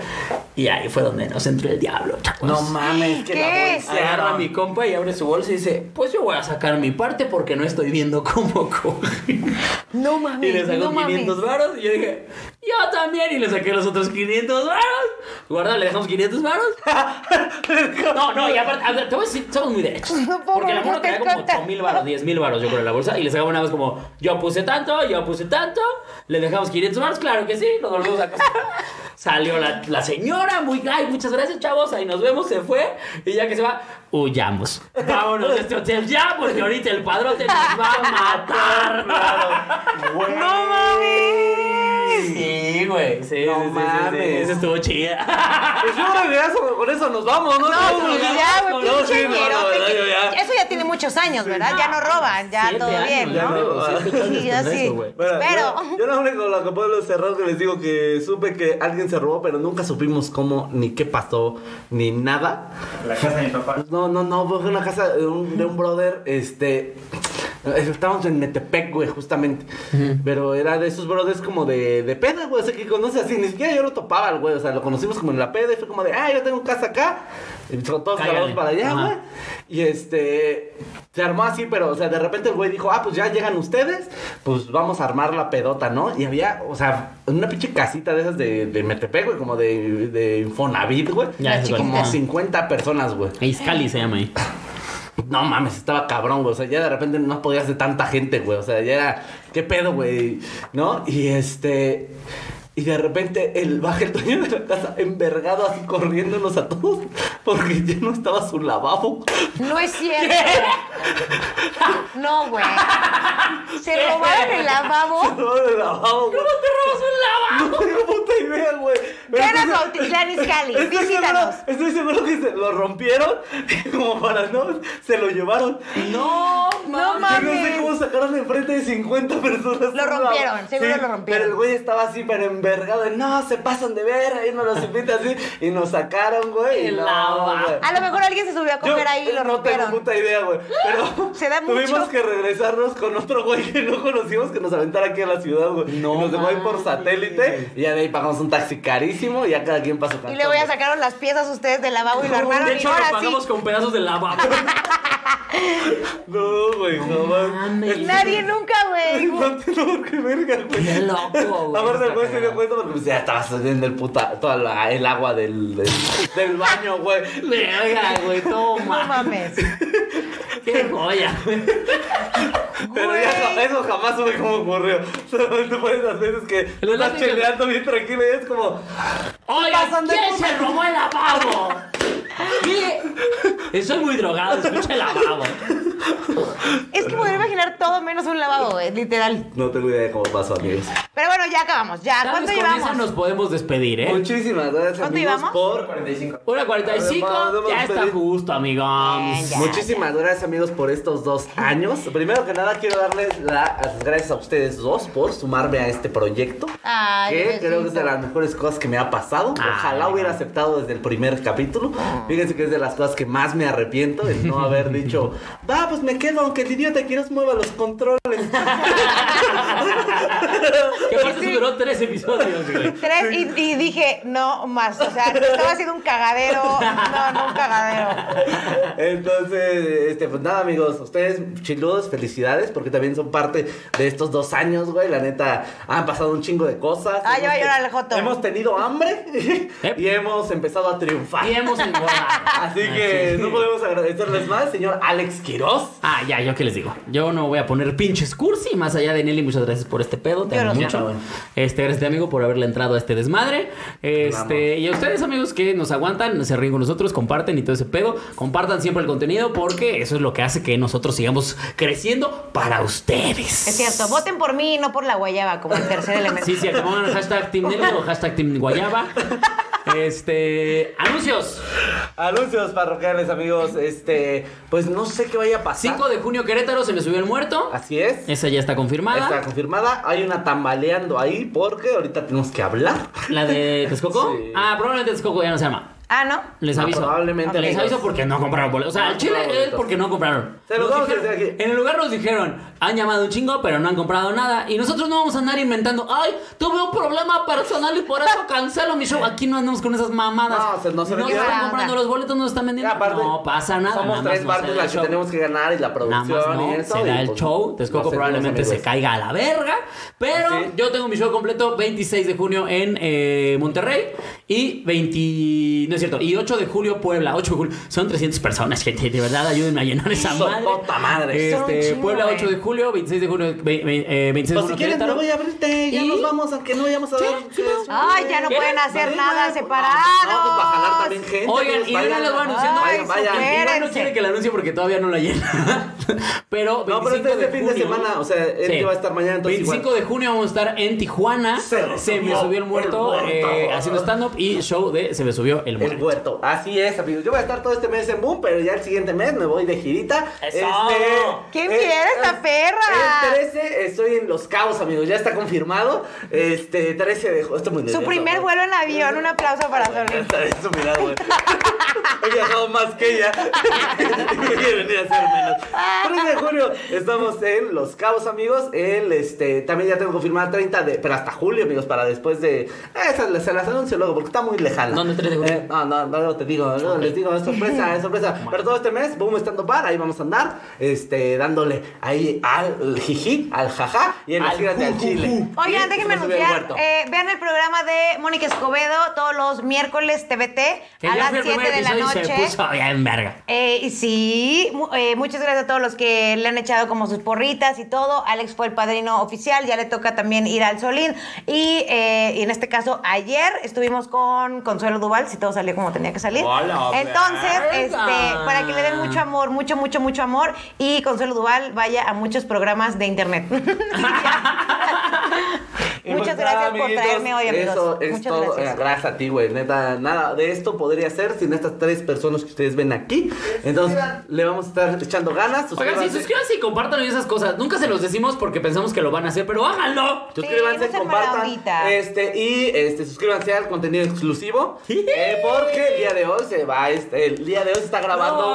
S3: Y ahí fue donde nos entró el diablo. chacos.
S4: No mames, que la
S7: pues, ¿Qué?
S4: bolsa.
S3: Agarra a mi compa y abre su bolsa y dice, pues yo voy a sacar mi parte porque no estoy viendo cómo coge.
S7: No mames.
S3: Y le sacó
S7: no
S3: 500
S7: mames.
S3: varos y yo dije, yo también. Y le saqué los otros 500 varos. Guarda, le dejamos 500 varos. (laughs) No, no, y aparte, a ver, te voy a decir, somos muy derechos.
S7: No puedo
S3: Porque la
S7: creer
S3: morra
S7: que
S3: traía
S7: te
S3: como
S7: cuenta.
S3: 8 mil varos, 10 mil varos yo creo en la bolsa. Y le sacamos una vez como, yo puse tanto, yo puse tanto. Le dejamos 500 varos, claro que sí, nos volvemos a
S7: (laughs)
S3: acostar. Salió la, la señora, muy, ay, muchas gracias, chavos, ahí nos vemos, se fue. Y ya que se va, huyamos. (laughs) Vámonos de este hotel ya, porque ahorita el padrote nos va a matar. (laughs)
S7: (laughs)
S4: ¡No mames!
S3: Sí, güey. Ah, Sí,
S4: No
S3: sí, sí, sí,
S4: mames.
S3: sí. Eso estuvo (laughs) chida.
S4: Pues yo creo que ya so- con eso nos vamos, ¿no?
S7: No,
S4: Nos
S7: pues
S4: vamos,
S7: ya, güey,
S4: No,
S7: pinche
S4: sí, no, no,
S7: ñerote
S4: no,
S7: que-
S4: yo ya.
S7: Eso ya tiene muchos años, ¿verdad? Ya no roban, ya
S3: Siete
S7: todo
S3: años,
S7: bien,
S3: ya
S7: ¿no?
S3: no, siete años
S7: (laughs) Sí, ya
S3: tendrá
S7: sí.
S3: eso, güey.
S4: Bueno,
S7: Pero-
S4: Yo, yo lo único lo que puedo cerrar que les digo que supe que alguien se robó, pero nunca supimos cómo, ni qué pasó, ni nada.
S10: La casa de mi papá.
S4: No, no, no, fue una casa de un, de un brother, este... Estábamos en Metepec, güey, justamente. Pero era de esos brothers como de, de peda, güey. O sea, que conoces así. Ni siquiera yo lo topaba, el güey. O sea, lo conocimos como en la peda y fue como de, ah, yo tengo casa acá. Y todos
S3: Cállale.
S4: cagados para allá,
S3: Ajá.
S4: güey. Y este. Se armó así, pero, o sea, de repente el güey dijo, ah, pues ya llegan ustedes, pues vamos a armar la pedota, ¿no? Y había, o sea, una pinche casita de esas de, de Metepec, güey, como de, de Infonavit, güey.
S3: Ya, es
S7: Las
S3: igual.
S4: Como
S7: chiquitas.
S4: 50 personas, güey.
S3: Iscali se llama eh. ahí.
S4: No mames, estaba cabrón, güey. O sea, ya de repente no podías de tanta gente, güey. O sea, ya era, ¿qué pedo, güey? ¿No? Y este. Y de repente el baja el dueño de la casa, envergado así corriéndonos a todos, porque ya no estaba su lavabo. (laughs)
S7: No es cierto. No, güey. Se robaron el
S4: Se
S7: lavabo.
S4: robaron el lavabo, güey. ¿Cómo te robas un lavabo? No tengo puta idea, güey. Pero pues
S7: Venos
S4: entonces-
S7: Bautitlán Izcalli,
S4: (laughs) Estoy seguro,
S7: visítanos.
S4: estoy seguro que se lo rompieron, (laughs) como para no, se lo llevaron.
S3: No,
S7: No
S4: Yo no sé
S7: mames.
S4: cómo sacaron enfrente de 50 personas.
S7: Lo rompieron, seguro lo rompieron.
S4: Pero el güey estaba así, pero envergado. de, No, se pasan de ver. Ahí nos los invita así. Y nos sacaron, güey. y
S3: El
S4: no,
S3: lava.
S4: güey.
S7: A lo mejor alguien se subió a
S4: Yo
S7: comer ahí y lo
S4: no tengo
S7: rompieron.
S4: puta idea, güey. Pero
S7: (gasps) Se da
S4: tuvimos
S7: mucho.
S4: que regresarnos con otro güey que no conocíamos que nos aventara aquí a la ciudad, güey.
S3: No
S4: Y nos dejó ahí
S3: mames.
S4: por satélite. Y ya de ahí pagamos un taxi carísimo. Y ya cada quien pasó
S7: Y luego ya sacaron las piezas ustedes del lavabo y lo armaron.
S3: De
S7: y
S3: hecho,
S7: ahora
S3: lo pagamos
S7: sí,
S3: con pedazos de
S7: (laughs)
S3: lava.
S4: No, güey, no mames.
S7: nadie nunca,
S4: (laughs)
S7: güey.
S4: No entiendo por qué verga, güey.
S3: Qué loco, güey.
S4: (laughs) Aparte, el güey se dio cuenta porque pues, ya estaba saliendo el puta, toda la- el agua del, del, del baño, güey.
S3: Verga, güey,
S7: No
S3: toma.
S7: mames.
S3: Qué joya, güey.
S4: Pero ya,
S7: Güey.
S4: no- eso jamás supe cómo ocurrió. (laughs) Solamente fue esas veces que
S3: Lo
S4: estás
S3: lógico-
S4: cheleando bien tranquilo y es como,
S3: Oigan,
S4: Pasan de
S3: ¿quién
S4: puta.
S3: se robó el lavabo? Estoy muy drogado, escucha el lavabo.
S7: Es que podría imaginar todo menos un lavado, eh, literal.
S4: No tengo idea de cómo pasó, amigos.
S7: Pero bueno, ya acabamos, ya.
S3: Tal
S7: ¿Cuánto
S3: vez con esa
S7: llevamos?
S3: nos podemos despedir, ¿eh?
S4: Muchísimas gracias,
S7: ¿Cuánto
S4: amigos,
S7: llevamos?
S4: por
S10: 45.
S3: Una 45,
S4: Además, no me
S3: ya está
S4: despedí.
S3: justo, amigos.
S7: Bien, ya.
S4: Muchísimas gracias amigos por estos dos años. Primero que nada quiero darles la- las gracias a ustedes dos por sumarme a este proyecto.
S7: Ay,
S4: que
S7: Diosito.
S4: creo que es de las mejores cosas que me ha pasado. Ojalá hubiera aceptado desde el primer capítulo. Fíjense que es de las cosas que más me arrepiento el no haber dicho, va, pues me quedo aunque el idiota que nos mueva los controles.
S3: Que aparte eso duró tres episodios, güey.
S7: Tres y, y dije, no más. O sea, estaba haciendo un cagadero. No, no un cagadero.
S4: Entonces, este, pues nada, amigos, ustedes chiludos, felicidades, porque también son parte de estos dos años, güey. La neta, han pasado un chingo de cosas.
S7: Ah, ya va a
S4: Hemos-
S7: llorar el Joto.
S4: Hemos tenido hambre y hemos empezado a triunfar.
S3: Y hemos engordado.
S4: Así que no podemos agradecerles más, señor Alex Quiroz.
S3: Ah, ya, yo qué les digo. Yo no voy a poner pinches cursi. Más allá de Nelly, muchas gracias por este pedo. Te
S7: Yo
S3: amo
S7: no sé.
S3: mucho. Este, gracias, amigo, por haberle entrado a este desmadre. Este, y a ustedes, amigos, que nos aguantan, se ríen con nosotros, comparten y todo ese pedo. Compartan siempre el contenido porque eso es lo que hace que nosotros sigamos creciendo para ustedes.
S7: Es cierto, voten por mí y no por la guayaba como el tercer elemento.
S3: Sí, sí, que pongan hashtag Team Nelly o hashtag Team Guayaba. Este. Anuncios.
S4: Anuncios parroquiales, amigos. Este, pues no sé qué vaya a pasar.
S3: 5 de junio, Querétaro, se me subió el muerto.
S4: Así es.
S3: Esa ya está confirmada.
S4: Está confirmada. Hay una tambaleando ahí porque ahorita tenemos que hablar.
S3: ¿La de Texcoco?
S4: Sí.
S3: Ah, probablemente Texcoco ya no se llama.
S7: Ah, ¿no?
S3: Les
S4: Ah,
S3: aviso.
S4: probablemente,
S3: Les
S4: amigos.
S3: aviso porque no compraron boletos. O sea,
S4: No
S3: al chile
S4: compraron
S3: es
S4: boletos.
S3: porque no compraron.
S4: Se
S3: Nos
S4: los vamos a
S3: dijeron-
S4: decir aquí.
S3: En el lugar nos dijeron, han llamado un chingo, pero no han comprado nada. Y nosotros no vamos a andar inventando, ay, tuve un problema personal y por
S4: (laughs)
S3: eso cancelo mi show. Aquí no andamos con esas mamadas.
S4: No, se- no se vendió
S3: están
S7: nada.
S3: comprando los boletos, no están
S4: Y
S3: vendiendo.
S4: aparte,
S3: no pasa nada.
S4: Somos
S3: nada más
S4: tres
S3: no se
S4: partes
S3: da el
S4: las que
S3: show.
S4: tenemos que ganar y la
S3: Nada
S4: producción
S3: más
S4: y
S3: no,
S4: eso.
S3: se da
S4: y,
S3: el
S4: pues,
S3: show,
S4: lo
S3: Texcoco
S4: hacemos,
S3: probablemente se
S4: amigos.
S3: caiga a la verga, pero
S4: Así.
S3: yo tengo mi show completo 26 de junio en eh, Monterrey y 20, no es cierto, y 8 de julio Puebla, 8 de julio, son 300 personas, gente, de verdad ayúdenme a llenar esa madre.
S4: Sotota madre.
S3: Este,
S7: Son un chingo,
S3: Puebla
S7: güey.
S3: 8 de julio, 26 de junio, ve- ve- eh, 26 de
S4: Pues si
S3: junio
S4: quieres, no
S3: Querétaro.
S4: voy a abrirte. Ya
S3: Y-
S4: nos vamos, aunque no vayamos a dar.
S7: Ay, ya no
S3: ¿Qué?
S7: pueden hacer
S4: Vale,
S7: nada
S4: güey, pues,
S7: separados.
S4: No, pues para jalar también gente.
S3: Oigan,
S4: pues,
S3: y de una
S4: vayan.
S3: les voy anunciando.
S7: Ay,
S4: Vayan, vayan.
S7: supera.
S3: Igual no
S7: espérense.
S3: quiere que la anuncie porque todavía no la llena. (laughs) pero 25
S4: No, pero este es
S3: de
S4: de fin de
S3: junio-
S4: semana, o sea, él ya va a estar mañana, entonces
S3: 25
S4: igual.
S3: de junio vamos a estar en Tijuana.
S4: Se
S3: Se,
S4: me
S3: me
S4: subió
S3: subió el muerto,
S4: el muerto.
S3: eh, haciendo stand-up y show de Se me subió el
S4: El
S3: muerto.
S4: huerto. Así es, amigos. Yo voy a estar todo este mes en Boom, pero ya el siguiente mes me voy de girita. Este, eh,
S3: Eso.
S7: ¿Quién viera esta perra?
S4: El 13 estoy en Los Cabos, amigos. Ya está confirmado. Este 13 de ju- estoy muy
S7: Su
S4: nervioso,
S7: primer
S4: güey.
S7: vuelo en avión, un aplauso para Solín.
S4: Esta vez su mirada, güey. He viajado más que ella. Voy a venir a hacer menos. 3 de julio estamos en Los Cabos, amigos. El, este, también ya tengo confirmada 30 de... Pero hasta julio, amigos, para después de... Esas las- se las anuncio luego porque está muy lejana.
S3: ¿Dónde, 3 de julio?
S4: Eh, no, no, no, no te digo. no, les digo, es sorpresa, es sorpresa. Pero todo este mes, boom, estando par, ahí vamos a andar. Este, dándole ahí al jiji, al jaja y en las
S3: Al
S4: giras de al
S3: ju,
S4: chile.
S7: Oigan,
S4: Y
S7: déjenme
S4: se me sube el
S7: anunciar.
S4: muerto.
S7: eh, vean el programa de Mónica Escobedo todos los miércoles TVT
S3: Que
S7: a
S3: ya
S7: las
S3: fue el
S7: 7
S3: primer
S7: de la
S3: episodio y Se
S7: noche.
S3: puso ya en verga.
S7: Eh, y sí, mu- eh, muchas gracias a todos los que le han echado como sus porritas y todo. Alex fue el padrino oficial, ya le toca también ir al Solín. Y, eh, y en este caso, ayer estuvimos con Consuelo Duval, si todo salió como tenía que salir.
S3: ¡Hola,
S7: Entonces,
S3: verga!
S7: este, para que le den mucho amor, mucho, mucho, mucho amor. Y Consuelo Duval vaya a muchos programas de internet. (laughs)
S4: (laughs) Y
S7: muchas
S4: pues nada,
S7: gracias por
S4: amiguitos,
S7: traerme hoy, amigos.
S4: Eso es
S7: muchas
S4: todo.
S7: gracias.
S4: Eh, Gracias a ti, güey. Neta, nada de esto podría ser sin estas tres personas que ustedes ven aquí. Entonces, le vamos a estar echando ganas.
S3: Oigan, sí, suscríbanse y compartan y esas cosas. Nunca se los decimos porque pensamos que lo van a hacer, pero háganlo.
S4: Suscríbanse,
S7: Sí, no sean mala
S4: compartan.
S7: ondita.
S4: Este, y este, suscríbanse al contenido exclusivo. eh, porque el día de hoy se va. Este, el día de hoy se está grabando.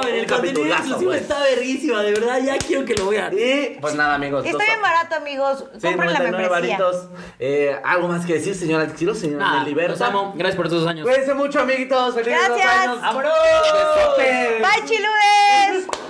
S3: No,
S4: un
S3: el contenido
S4: capitulazo,
S3: exclusivo
S4: güey.
S3: está verguísima, de verdad, ya quiero que lo vean.
S4: Y pues nada, amigos.
S7: Está
S4: los-
S7: bien barato, amigos.
S4: Sí,
S7: Compren la
S4: 99
S7: membresía.
S4: varitos. Eh, algo más que decir, señora Tixilo, señora
S3: Nada,
S4: Liberta.
S3: los amo. Gracias por estos años.
S4: Cuídense mucho, amiguitos. Feliz
S7: Gracias.
S4: años. ¡Vámonos!
S7: Bye, chiludes.